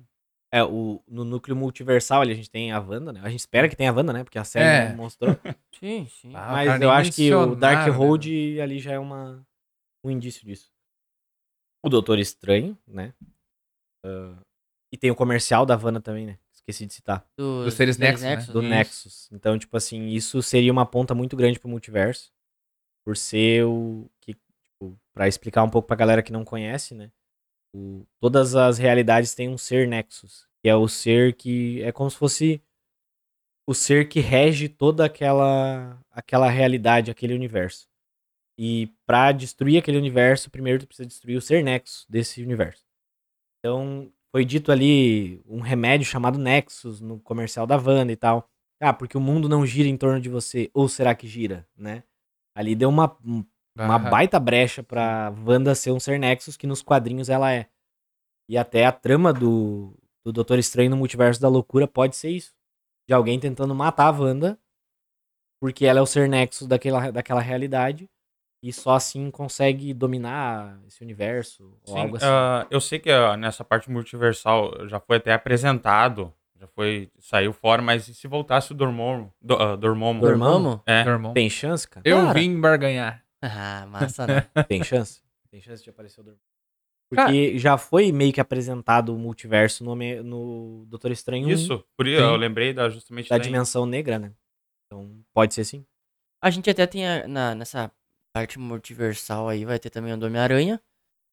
Speaker 3: É, o, no núcleo multiversal ali a gente tem a Wanda, né? A gente espera que tenha a Wanda, né? Porque a série
Speaker 5: É.
Speaker 3: não
Speaker 5: (laughs)
Speaker 3: mostrou.
Speaker 1: Sim, sim.
Speaker 5: Ah, o cara
Speaker 3: Mas
Speaker 5: nem
Speaker 3: eu acho que o
Speaker 5: mencionaram,
Speaker 3: Dark Hold
Speaker 5: né?
Speaker 3: ali já é uma, um indício disso. O Doutor Estranho, né? Ah, e tem o comercial da Wanda também, né? Esqueci de citar.
Speaker 1: Dos,
Speaker 5: seres
Speaker 1: seres
Speaker 5: Nexus, né?
Speaker 3: Do
Speaker 1: né?
Speaker 3: Nexus. Então, tipo assim, isso seria uma ponta muito grande pro multiverso. Por ser o que, tipo, pra explicar um pouco pra galera que não conhece, né? o- todas as realidades têm um ser Nexus, que é o ser que é como se fosse o ser que rege toda aquela aquela realidade, aquele universo. E pra destruir aquele universo, primeiro tu precisa destruir o ser Nexus desse universo. Então, foi dito ali um remédio chamado Nexus no comercial da Wanda e tal. Ah, porque o mundo não gira em torno de você, ou será que gira, né? Ali deu uma, um, uma
Speaker 5: Ah,
Speaker 3: baita brecha pra Wanda ser um ser Nexus, que nos quadrinhos ela é. E até a trama do, do Doutor Estranho no Multiverso da Loucura pode ser isso. De alguém tentando matar a Wanda, porque ela é o ser Nexus daquela, daquela realidade, e só assim consegue dominar esse universo, ou
Speaker 2: Sim,
Speaker 3: algo assim.
Speaker 2: ah, eu sei que ah, nessa parte multiversal já foi até apresentado. Já foi. Saiu fora, mas e se voltasse o Dormammu? Do, ah, Dormammu?
Speaker 3: Dormammu.
Speaker 1: Dormamos?
Speaker 2: É.
Speaker 5: meu irmão.
Speaker 3: assim. Tem chance, cara?
Speaker 5: Eu
Speaker 1: Cara.
Speaker 5: vim barganhar.
Speaker 1: Ah, massa,
Speaker 3: (laughs)
Speaker 1: né?
Speaker 3: Tem chance? Tem chance de aparecer o Dormammu.
Speaker 5: Cara-
Speaker 3: Porque já foi meio que apresentado o multiverso no, Home- no Doutor Estranho um,
Speaker 2: Isso, por isso
Speaker 5: Sim.
Speaker 2: eu lembrei da, justamente
Speaker 3: da
Speaker 2: daí.
Speaker 3: dimensão negra, né? Então, pode ser sim.
Speaker 1: A gente até tem a- na, nessa parte multiversal aí, vai ter também o do Homem-Aranha,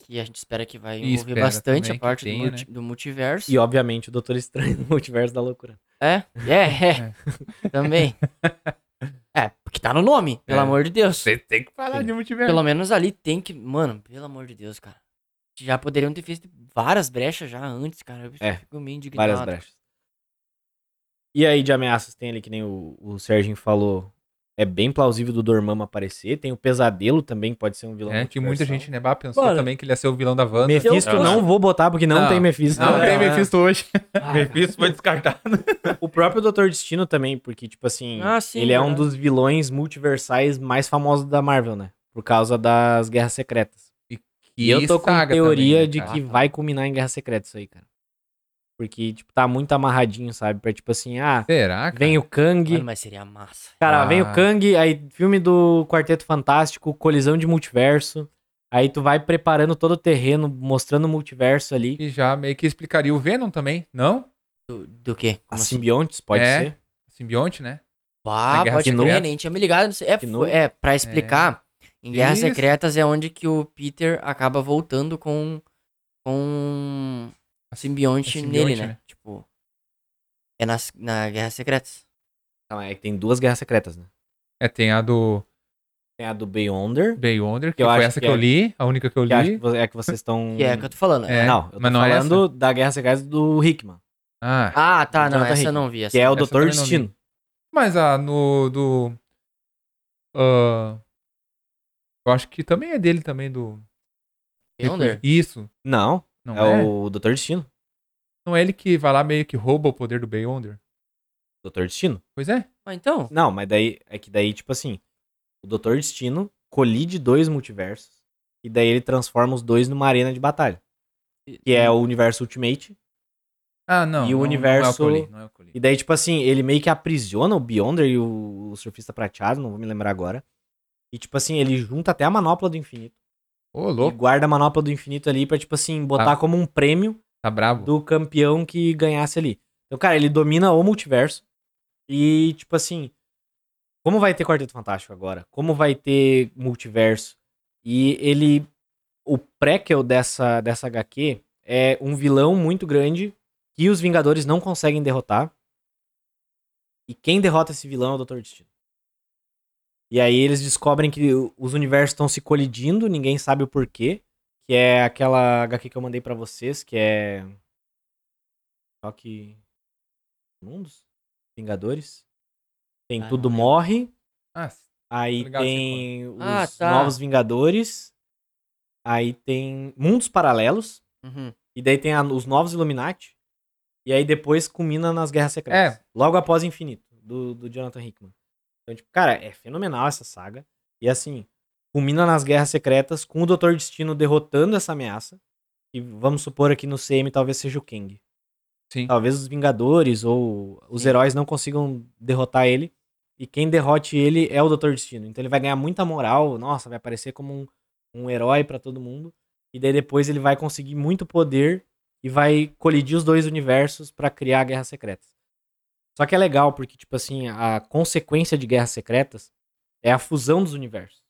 Speaker 1: que a gente espera que vai
Speaker 5: E
Speaker 1: envolver
Speaker 5: espera
Speaker 1: bastante
Speaker 5: também
Speaker 1: a
Speaker 5: que
Speaker 1: parte
Speaker 5: tenha, né?
Speaker 1: do, multi- do multiverso.
Speaker 3: E, obviamente, o Doutor Estranho (laughs) no Multiverso da Loucura.
Speaker 1: É,
Speaker 5: (laughs)
Speaker 1: é, é. também. É, porque tá no nome, pelo
Speaker 5: É.
Speaker 1: amor de Deus.
Speaker 5: Você tem que falar
Speaker 3: Sim.
Speaker 5: de multiverso.
Speaker 1: Pelo menos ali tem que. Mano, pelo amor de Deus, cara. Já poderiam ter feito várias brechas já antes, cara. Eu
Speaker 3: É,
Speaker 1: fico meio indignado.
Speaker 3: Várias brechas. E aí, de ameaças, tem ali, que nem o, o Serginho falou, é bem plausível do Dormammu aparecer. Tem o Pesadelo também, pode ser um vilão
Speaker 5: É, que muita
Speaker 3: multiversal.
Speaker 5: gente, né, bah, pensou
Speaker 1: Mano.
Speaker 5: também que ele ia ser o vilão da Wanda.
Speaker 3: Mephisto
Speaker 2: Eu-
Speaker 3: não vou botar, porque não, né?
Speaker 5: Não,
Speaker 3: tem Mephisto.
Speaker 5: Não
Speaker 1: Ah,
Speaker 5: tem
Speaker 1: é.
Speaker 5: Mephisto hoje.
Speaker 2: Isso foi descartado.
Speaker 3: O próprio Doutor Destino também, porque, tipo assim,
Speaker 1: Ah, sim,
Speaker 3: ele é um
Speaker 1: verdade.
Speaker 3: dos vilões multiversais mais famosos da Marvel, né? Por causa das Guerras Secretas. E eu tô com
Speaker 5: saga
Speaker 3: teoria
Speaker 5: também,
Speaker 3: de
Speaker 5: né, cara?
Speaker 3: que vai culminar em Guerra Secreta isso aí, cara. Porque, tipo, tá muito amarradinho, sabe? Pra, tipo assim, ah,
Speaker 5: Será, cara?
Speaker 3: vem o Kang.
Speaker 1: Mano, mas seria massa.
Speaker 3: Cara,
Speaker 5: Ah.
Speaker 3: vem o Kang, aí filme do Quarteto Fantástico, colisão de multiverso. Aí tu vai preparando todo o terreno, mostrando o multiverso ali.
Speaker 5: E já meio que explicaria o Venom também, não?
Speaker 1: Do, do quê?
Speaker 3: A
Speaker 1: Como assim?
Speaker 3: simbiontes, pode
Speaker 5: É.
Speaker 3: ser.
Speaker 5: Simbionte, né?
Speaker 1: Pá,
Speaker 5: Na Guerra
Speaker 1: pode
Speaker 5: Secreta.
Speaker 1: crer, nem tinha me ligado. não sei. É,
Speaker 3: Que
Speaker 1: fo-
Speaker 3: novo.
Speaker 1: é, pra explicar, em Guerras
Speaker 5: Isso.
Speaker 1: Secretas é onde que o Peter acaba voltando com, com a simbionte
Speaker 5: A
Speaker 1: nele,
Speaker 5: simbionte,
Speaker 1: né?
Speaker 5: né?
Speaker 1: Tipo, é nas, na Guerras Secretas.
Speaker 3: Calma, é que tem duas guerras secretas, né?
Speaker 5: É, tem a do
Speaker 3: Tem a do Beyonder,
Speaker 5: Beyonder, que
Speaker 3: Eu
Speaker 5: foi
Speaker 3: acho
Speaker 5: essa
Speaker 3: que
Speaker 5: que eu
Speaker 3: é.
Speaker 5: li, a única que eu
Speaker 3: que acho que
Speaker 5: li.
Speaker 3: vo- é que vocês estão.
Speaker 1: Que é que eu tô falando.
Speaker 5: É.
Speaker 3: Não, eu tô
Speaker 5: mas não é
Speaker 3: falando da guerra secreta do Hickman,
Speaker 5: Ah,
Speaker 1: Ah, tá, não,
Speaker 3: Jonathan
Speaker 1: essa eu
Speaker 3: Hickman,
Speaker 1: não vi. Essa.
Speaker 3: que é o
Speaker 5: essa eu
Speaker 3: Doutor
Speaker 5: também não
Speaker 3: Destino.
Speaker 5: Mas a no do. ah, eu acho que também é dele também, do.
Speaker 1: Beyonder?
Speaker 5: Isso.
Speaker 3: Não,
Speaker 5: Não
Speaker 3: é,
Speaker 5: é,
Speaker 3: o Doutor Destino.
Speaker 5: Não é ele que vai lá meio que rouba o poder do Beyonder.
Speaker 3: Doutor Destino.
Speaker 5: Pois é.
Speaker 1: Ah, então.
Speaker 3: Não, mas daí é que daí, tipo assim, o Doutor Destino colide dois multiversos. E daí ele transforma os dois numa arena de batalha. Que é o universo Ultimate.
Speaker 5: Ah, não.
Speaker 3: E o
Speaker 5: não- Não é
Speaker 3: universo-
Speaker 5: o que eu li, não é o que eu li.
Speaker 3: E daí, tipo assim, ele meio que aprisiona o Beyonder e o, o Surfista Prateado, não vou me lembrar agora. E, tipo assim, ele junta até a Manopla do Infinito.
Speaker 5: Ô,
Speaker 3: E
Speaker 5: louco,
Speaker 3: guarda a Manopla do Infinito ali pra, tipo assim, botar
Speaker 5: Ah.
Speaker 3: como um prêmio
Speaker 5: tá brabo.
Speaker 3: do campeão que ganhasse ali. Então, cara, ele domina o multiverso. E, tipo assim, como vai ter Quarteto Fantástico agora? Como vai ter multiverso? E ele. O prequel dessa, dessa HQ é um vilão muito grande que os Vingadores não conseguem derrotar. E quem derrota esse vilão é o Dr. Destino. E aí eles descobrem que o- os universos estão se colidindo, ninguém sabe o porquê. Que é aquela HQ que eu mandei pra vocês, que é. Choque. Mundos? Vingadores? Tem
Speaker 1: Ah,
Speaker 3: Tudo
Speaker 1: não lembro.
Speaker 3: Morre.
Speaker 5: Ah,
Speaker 3: Aí
Speaker 5: Tô ligado,
Speaker 3: tem os
Speaker 1: Ah, tá.
Speaker 3: Novos Vingadores. Aí tem Mundos Paralelos.
Speaker 1: Uhum.
Speaker 3: E daí tem a- os Novos Illuminati. E aí depois culmina nas Guerras Secretas.
Speaker 5: É.
Speaker 3: Logo após Infinito, do, do Jonathan Hickman. Então, tipo, cara, é fenomenal essa saga. E assim, culmina nas Guerras Secretas com o Doutor Destino derrotando essa ameaça. E vamos supor aqui no CM talvez seja o Kang.
Speaker 5: sim.
Speaker 3: Talvez os Vingadores ou os
Speaker 1: Sim.
Speaker 3: heróis não consigam derrotar ele. E quem derrote ele é o Doutor Destino. Então ele vai ganhar muita moral. Nossa, vai aparecer como um, um herói pra todo mundo. E daí depois ele vai conseguir muito poder e vai colidir os dois universos pra criar Guerras Secretas. Só que é legal porque, tipo assim, a consequência de Guerras Secretas é a fusão dos universos.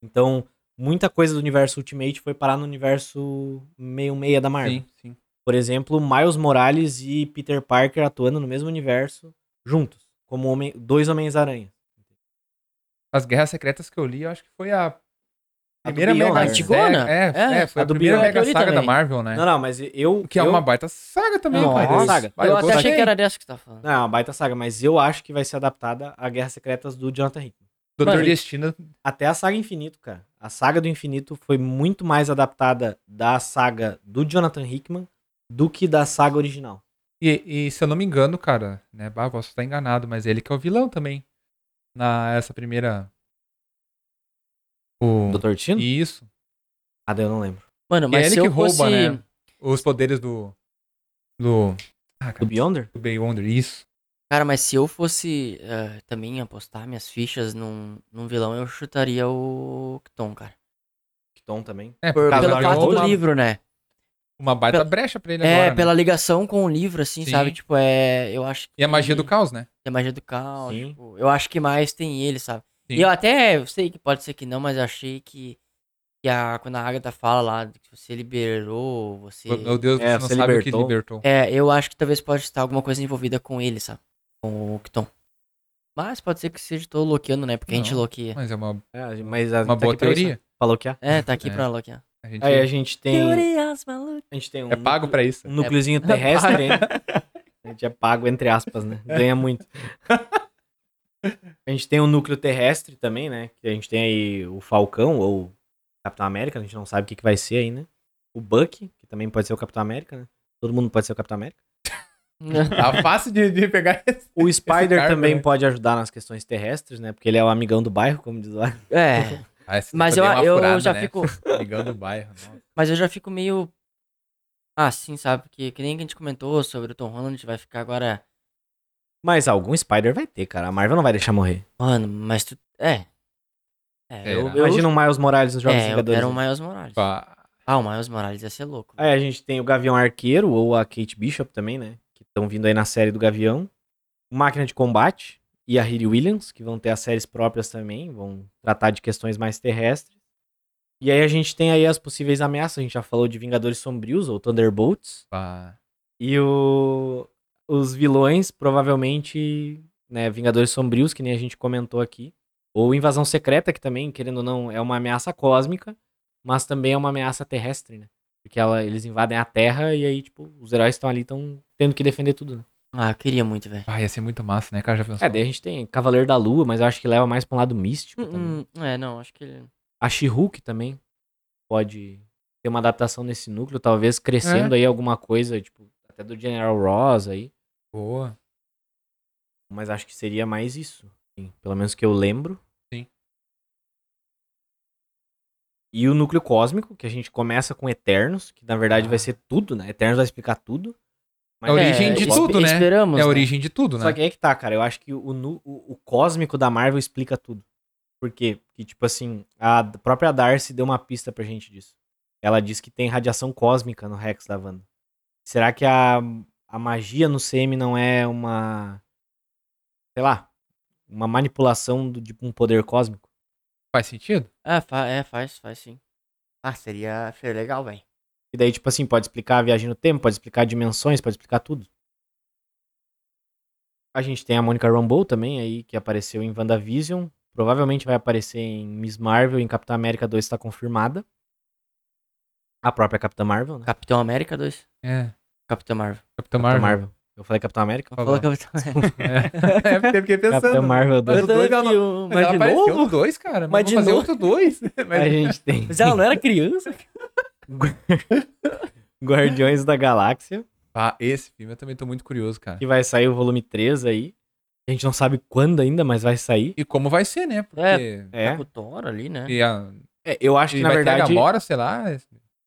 Speaker 3: Então, muita coisa do universo Ultimate foi parar no universo meio-meia da Marvel.
Speaker 5: Sim, sim.
Speaker 3: Por exemplo, Miles Morales e Peter Parker atuando no mesmo universo juntos, como homem- dois Homens-Aranha.
Speaker 5: As Guerras Secretas que eu li, eu acho que foi a
Speaker 3: A do
Speaker 5: primeira
Speaker 3: Beyond,
Speaker 5: mega
Speaker 3: né?
Speaker 1: Antigona?
Speaker 5: saga. É,
Speaker 1: É,
Speaker 5: é, foi
Speaker 3: a
Speaker 5: a,
Speaker 3: do
Speaker 5: primeira
Speaker 1: Beyond eu
Speaker 5: mega
Speaker 1: li
Speaker 5: saga da
Speaker 1: também.
Speaker 5: Marvel, né?
Speaker 3: Não, não, mas eu.
Speaker 5: Que é
Speaker 3: eu-
Speaker 5: uma baita saga também,
Speaker 3: Não,
Speaker 5: cara.
Speaker 3: baita saga.
Speaker 5: Vai,
Speaker 1: eu,
Speaker 5: eu
Speaker 1: até
Speaker 5: gostei.
Speaker 1: achei que era dessa que você tava falando.
Speaker 3: Não, é uma baita saga, mas eu acho que vai ser adaptada a Guerras Secretas do Jonathan Hickman.
Speaker 5: Doutor
Speaker 1: Mano,
Speaker 5: Destino
Speaker 3: Até a saga Infinito, cara. A saga do Infinito foi muito mais adaptada da saga do Jonathan Hickman do que da saga original.
Speaker 5: E, e se eu não me engano, cara, né? Bah, posso estar enganado, mas ele que é o vilão também. Na essa primeira. O...
Speaker 3: Doutor Tino?
Speaker 5: Isso.
Speaker 3: Ah, daí eu não lembro.
Speaker 1: Mano, mas
Speaker 5: ele
Speaker 1: se
Speaker 5: que
Speaker 1: eu
Speaker 5: rouba,
Speaker 1: fosse...
Speaker 5: né? Os poderes do. Do. Ah,
Speaker 3: Do
Speaker 5: cara.
Speaker 3: Beyonder?
Speaker 5: Do Beyonder, isso.
Speaker 1: Cara, mas se eu fosse eh, também apostar minhas fichas num, num vilão, eu chutaria o Kton, cara.
Speaker 3: Tom também.
Speaker 5: É,
Speaker 1: Por,
Speaker 5: causa
Speaker 1: pelo
Speaker 5: de
Speaker 1: fato do
Speaker 5: uma,
Speaker 1: livro, né?
Speaker 5: uma baita
Speaker 1: pela-
Speaker 5: brecha pra ele
Speaker 1: É,
Speaker 5: agora. né?
Speaker 1: pela ligação com o livro, assim,
Speaker 5: Sim.
Speaker 1: sabe? Tipo, é. Eu acho que.
Speaker 5: E a magia do caos, né?
Speaker 1: É magia do caos.
Speaker 3: Sim.
Speaker 1: tipo, eu acho que mais tem ele, sabe?
Speaker 5: Sim.
Speaker 1: E eu até eu sei que pode ser que não, mas eu achei que. que a, quando a Agatha fala lá, que você liberou, você.
Speaker 5: Meu Deus,
Speaker 3: É,
Speaker 5: você não
Speaker 3: você
Speaker 5: sabe o que
Speaker 3: libertou.
Speaker 5: libertou.
Speaker 1: É, eu acho que talvez possa estar alguma coisa envolvida com ele, sabe? Com o Kton. Mas pode ser que seja todo loqueando, né? Porque a gente
Speaker 5: Não.
Speaker 1: loqueia.
Speaker 5: Mas é uma,
Speaker 3: É, mas a-
Speaker 5: uma
Speaker 3: tá
Speaker 5: boa
Speaker 3: aqui pra isso,
Speaker 5: teoria.
Speaker 3: né? Falou que é.
Speaker 1: É, tá aqui
Speaker 5: É.
Speaker 1: pra
Speaker 5: (laughs)
Speaker 1: loquear.
Speaker 5: A gente
Speaker 3: Aí a gente tem.
Speaker 1: Teorias malucas.
Speaker 3: A gente tem um.
Speaker 5: é pago pra isso.
Speaker 3: um núcleozinho (laughs) terrestre. hein? A gente é pago, entre aspas, né? Ganha muito. A gente tem um núcleo terrestre também, né? Que a gente tem aí o Falcão ou o Capitão América, a gente não sabe o que, que vai ser aí, né? O Buck, que também pode ser o Capitão América, né? Todo mundo pode ser o Capitão América.
Speaker 5: (laughs) Tá fácil de, de pegar esse.
Speaker 3: O Spider
Speaker 5: cargo,
Speaker 3: também
Speaker 5: né?
Speaker 3: pode ajudar nas questões terrestres, né? Porque ele é o amigão do bairro, como diz lá.
Speaker 1: É,
Speaker 5: Ah, esse
Speaker 1: mas
Speaker 5: foi
Speaker 1: eu,
Speaker 5: bem uma
Speaker 1: eu
Speaker 5: furada,
Speaker 1: já
Speaker 5: né?
Speaker 1: fico.
Speaker 5: (laughs) Ligando o bairro. né? nossa.
Speaker 1: Mas eu já fico meio. Ah, sim, sabe? Porque que nem que a gente comentou sobre o Tom Holland vai ficar agora.
Speaker 3: Mas algum Spider vai ter, cara. A Marvel não vai deixar morrer.
Speaker 1: Mano, mas tu. É. É, eu,
Speaker 5: Será?
Speaker 1: eu,
Speaker 3: Imagina o Miles Morales nos Jogos
Speaker 1: é, eu
Speaker 3: Vingadores.
Speaker 1: quero o
Speaker 3: né?
Speaker 1: Miles Morales.
Speaker 5: Pá. É.
Speaker 1: Ah, o Miles Morales ia ser louco. né?
Speaker 3: Aí É, a gente tem o Gavião Arqueiro, ou a Kate Bishop também, né? Que estão vindo aí na série do Gavião. Máquina de Combate. e a Riri Williams, que vão ter as séries próprias também, vão tratar de questões mais terrestres. E aí a gente tem aí as possíveis ameaças, a gente já falou de Vingadores Sombrios, ou Thunderbolts.
Speaker 5: Pá.
Speaker 3: E o- os vilões, provavelmente, né, Vingadores Sombrios, que nem a gente comentou aqui. Ou Invasão Secreta, que também, querendo ou não, é uma ameaça cósmica, mas também é uma ameaça terrestre, né? Porque ela, eles invadem a Terra e aí, tipo, os heróis estão ali, estão tendo que defender tudo, né?
Speaker 1: Ah, eu queria muito, velho.
Speaker 5: Ah, ia ser muito massa, né, cara? Já pensou?
Speaker 3: É, daí a gente tem Cavaleiro da Lua, mas eu acho que leva mais pra um lado místico também.
Speaker 1: Hum, hum, É, não, acho que ele.
Speaker 3: A She-Hulk também pode ter uma adaptação nesse núcleo, talvez crescendo
Speaker 1: É.
Speaker 3: aí alguma coisa, tipo, até do General Ross aí.
Speaker 5: Boa.
Speaker 3: Mas acho que seria mais isso. assim, pelo menos que eu lembro.
Speaker 5: Sim.
Speaker 3: E o núcleo cósmico, que a gente começa com Eternos, que na verdade vai ser tudo, né? Eternos vai explicar tudo.
Speaker 5: É Ah. a origem
Speaker 1: É,
Speaker 5: de
Speaker 1: espe-
Speaker 5: tudo, né?
Speaker 1: Esperamos.
Speaker 5: É a
Speaker 1: né?
Speaker 5: origem de tudo, né?
Speaker 3: Só que aí que tá, cara. Eu acho que o, nu- o, o cósmico da Marvel explica tudo. Por quê? Porque, tipo assim, a d- própria Darcy deu uma pista pra gente disso. Ela diz que tem radiação cósmica no Rex da Wanda. Será que a, a magia no CM não é uma. Sei lá. Uma manipulação do- de um poder cósmico?
Speaker 5: Faz sentido?
Speaker 1: É, fa- é, faz, faz sim. Ah, seria, seria legal, velho.
Speaker 3: E daí, tipo assim, pode explicar a viagem no tempo, pode explicar dimensões, pode explicar tudo. A gente tem a Monica Rambeau também aí, que apareceu em WandaVision. Provavelmente vai aparecer em Miss Marvel, em Capitã América 2 está confirmada. A própria Capitã Marvel, né?
Speaker 1: Capitão América 2?
Speaker 5: É.
Speaker 1: Capitão Marvel.
Speaker 5: Capitão
Speaker 3: Capitã
Speaker 5: Marvel.
Speaker 3: Marvel. Eu falei Capitã América?
Speaker 1: Não falou
Speaker 5: Falou.
Speaker 1: Capitão América.
Speaker 5: É, (laughs) é porque eu fiquei pensando.
Speaker 3: Capitã Marvel 2.
Speaker 5: Mas dois, é ela
Speaker 1: Mas,
Speaker 5: não- Mas ela
Speaker 1: de
Speaker 5: apareceu
Speaker 1: novo?
Speaker 5: no dois, cara.
Speaker 1: Mas
Speaker 5: Mas
Speaker 1: de
Speaker 5: vamos fazer
Speaker 1: novo?
Speaker 5: outro dois. (laughs)
Speaker 3: A
Speaker 5: Mas-
Speaker 3: gente tem (laughs)
Speaker 1: Mas ela não era criança?
Speaker 3: Guardiões da Galáxia,
Speaker 5: Pá, Ah, esse filme eu também tô muito curioso, cara.
Speaker 3: que vai sair o volume 3 aí. A gente não sabe quando ainda, mas vai sair.
Speaker 5: E como vai ser, né? Porque.
Speaker 1: É.
Speaker 3: É.
Speaker 1: Tá com o Thor ali, né?
Speaker 5: E a-
Speaker 3: É, eu acho
Speaker 5: e
Speaker 3: que na
Speaker 5: vai ter a
Speaker 3: verdade.
Speaker 5: Gamora, sei lá.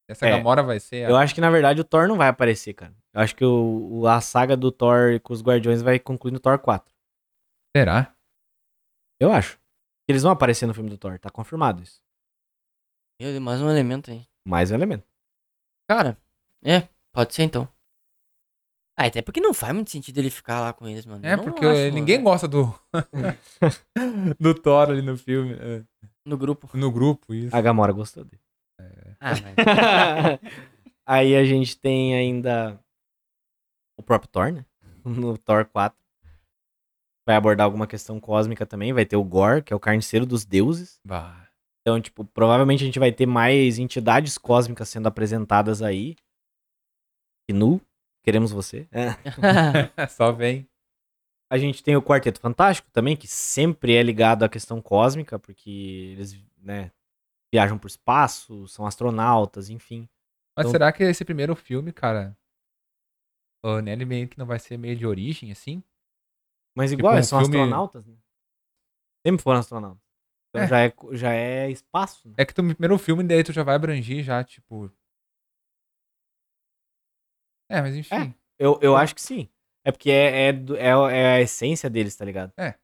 Speaker 5: Essa
Speaker 3: É.
Speaker 5: Gamora vai ser. a-
Speaker 3: Eu acho que, na verdade, o Thor não vai aparecer, cara. Eu acho que o, o- a saga do Thor com os Guardiões vai concluir no Thor 4.
Speaker 5: Será?
Speaker 3: Eu acho. Eles vão aparecer no filme do Thor, tá confirmado isso.
Speaker 1: Meu Deus, mais um elemento aí.
Speaker 3: Mais um elemento.
Speaker 1: Cara, é, pode ser então. Ah, até porque não faz muito sentido ele ficar lá com eles, mano.
Speaker 5: É,
Speaker 1: Eu não
Speaker 5: porque
Speaker 1: acho, né,
Speaker 5: eh,
Speaker 1: mano.
Speaker 3: né?
Speaker 5: ninguém gosta do.
Speaker 3: (laughs)
Speaker 5: do Thor ali no filme. eh,
Speaker 1: No grupo.
Speaker 5: No grupo, isso.
Speaker 3: A Gamora gostou dele.
Speaker 1: Ah, mas...
Speaker 3: Aí a gente tem ainda o próprio Thor, né? (laughs) No Thor 4. Vai abordar alguma questão cósmica também. Vai ter o Gore, que é o carniceiro dos deuses.
Speaker 5: Bah. (laughs)
Speaker 3: Então, tipo, provavelmente a gente vai ter mais entidades cósmicas sendo apresentadas aí. E nu, queremos você.
Speaker 5: Só vem.
Speaker 3: A gente tem o Quarteto Fantástico também, que sempre é ligado à questão cósmica, porque eles, né, viajam pro espaço, são astronautas, enfim.
Speaker 5: Mas
Speaker 3: Então-
Speaker 5: será que esse primeiro filme, cara. O Nelly meio que não vai ser meio de origem, assim?
Speaker 3: Mas
Speaker 5: Tipo
Speaker 3: igual,
Speaker 5: um
Speaker 3: são
Speaker 5: filme-
Speaker 3: astronautas, né? Sempre foram astronautas. Então
Speaker 5: É.
Speaker 3: Já, é, já é espaço, né?
Speaker 5: É que tu- no primeiro filme, daí tu já vai abrangir, já, tipo. É, mas enfim.
Speaker 3: Eu, eu acho que sim. É porque é, é, do- é, é a essência deles, tá ligado?
Speaker 5: É.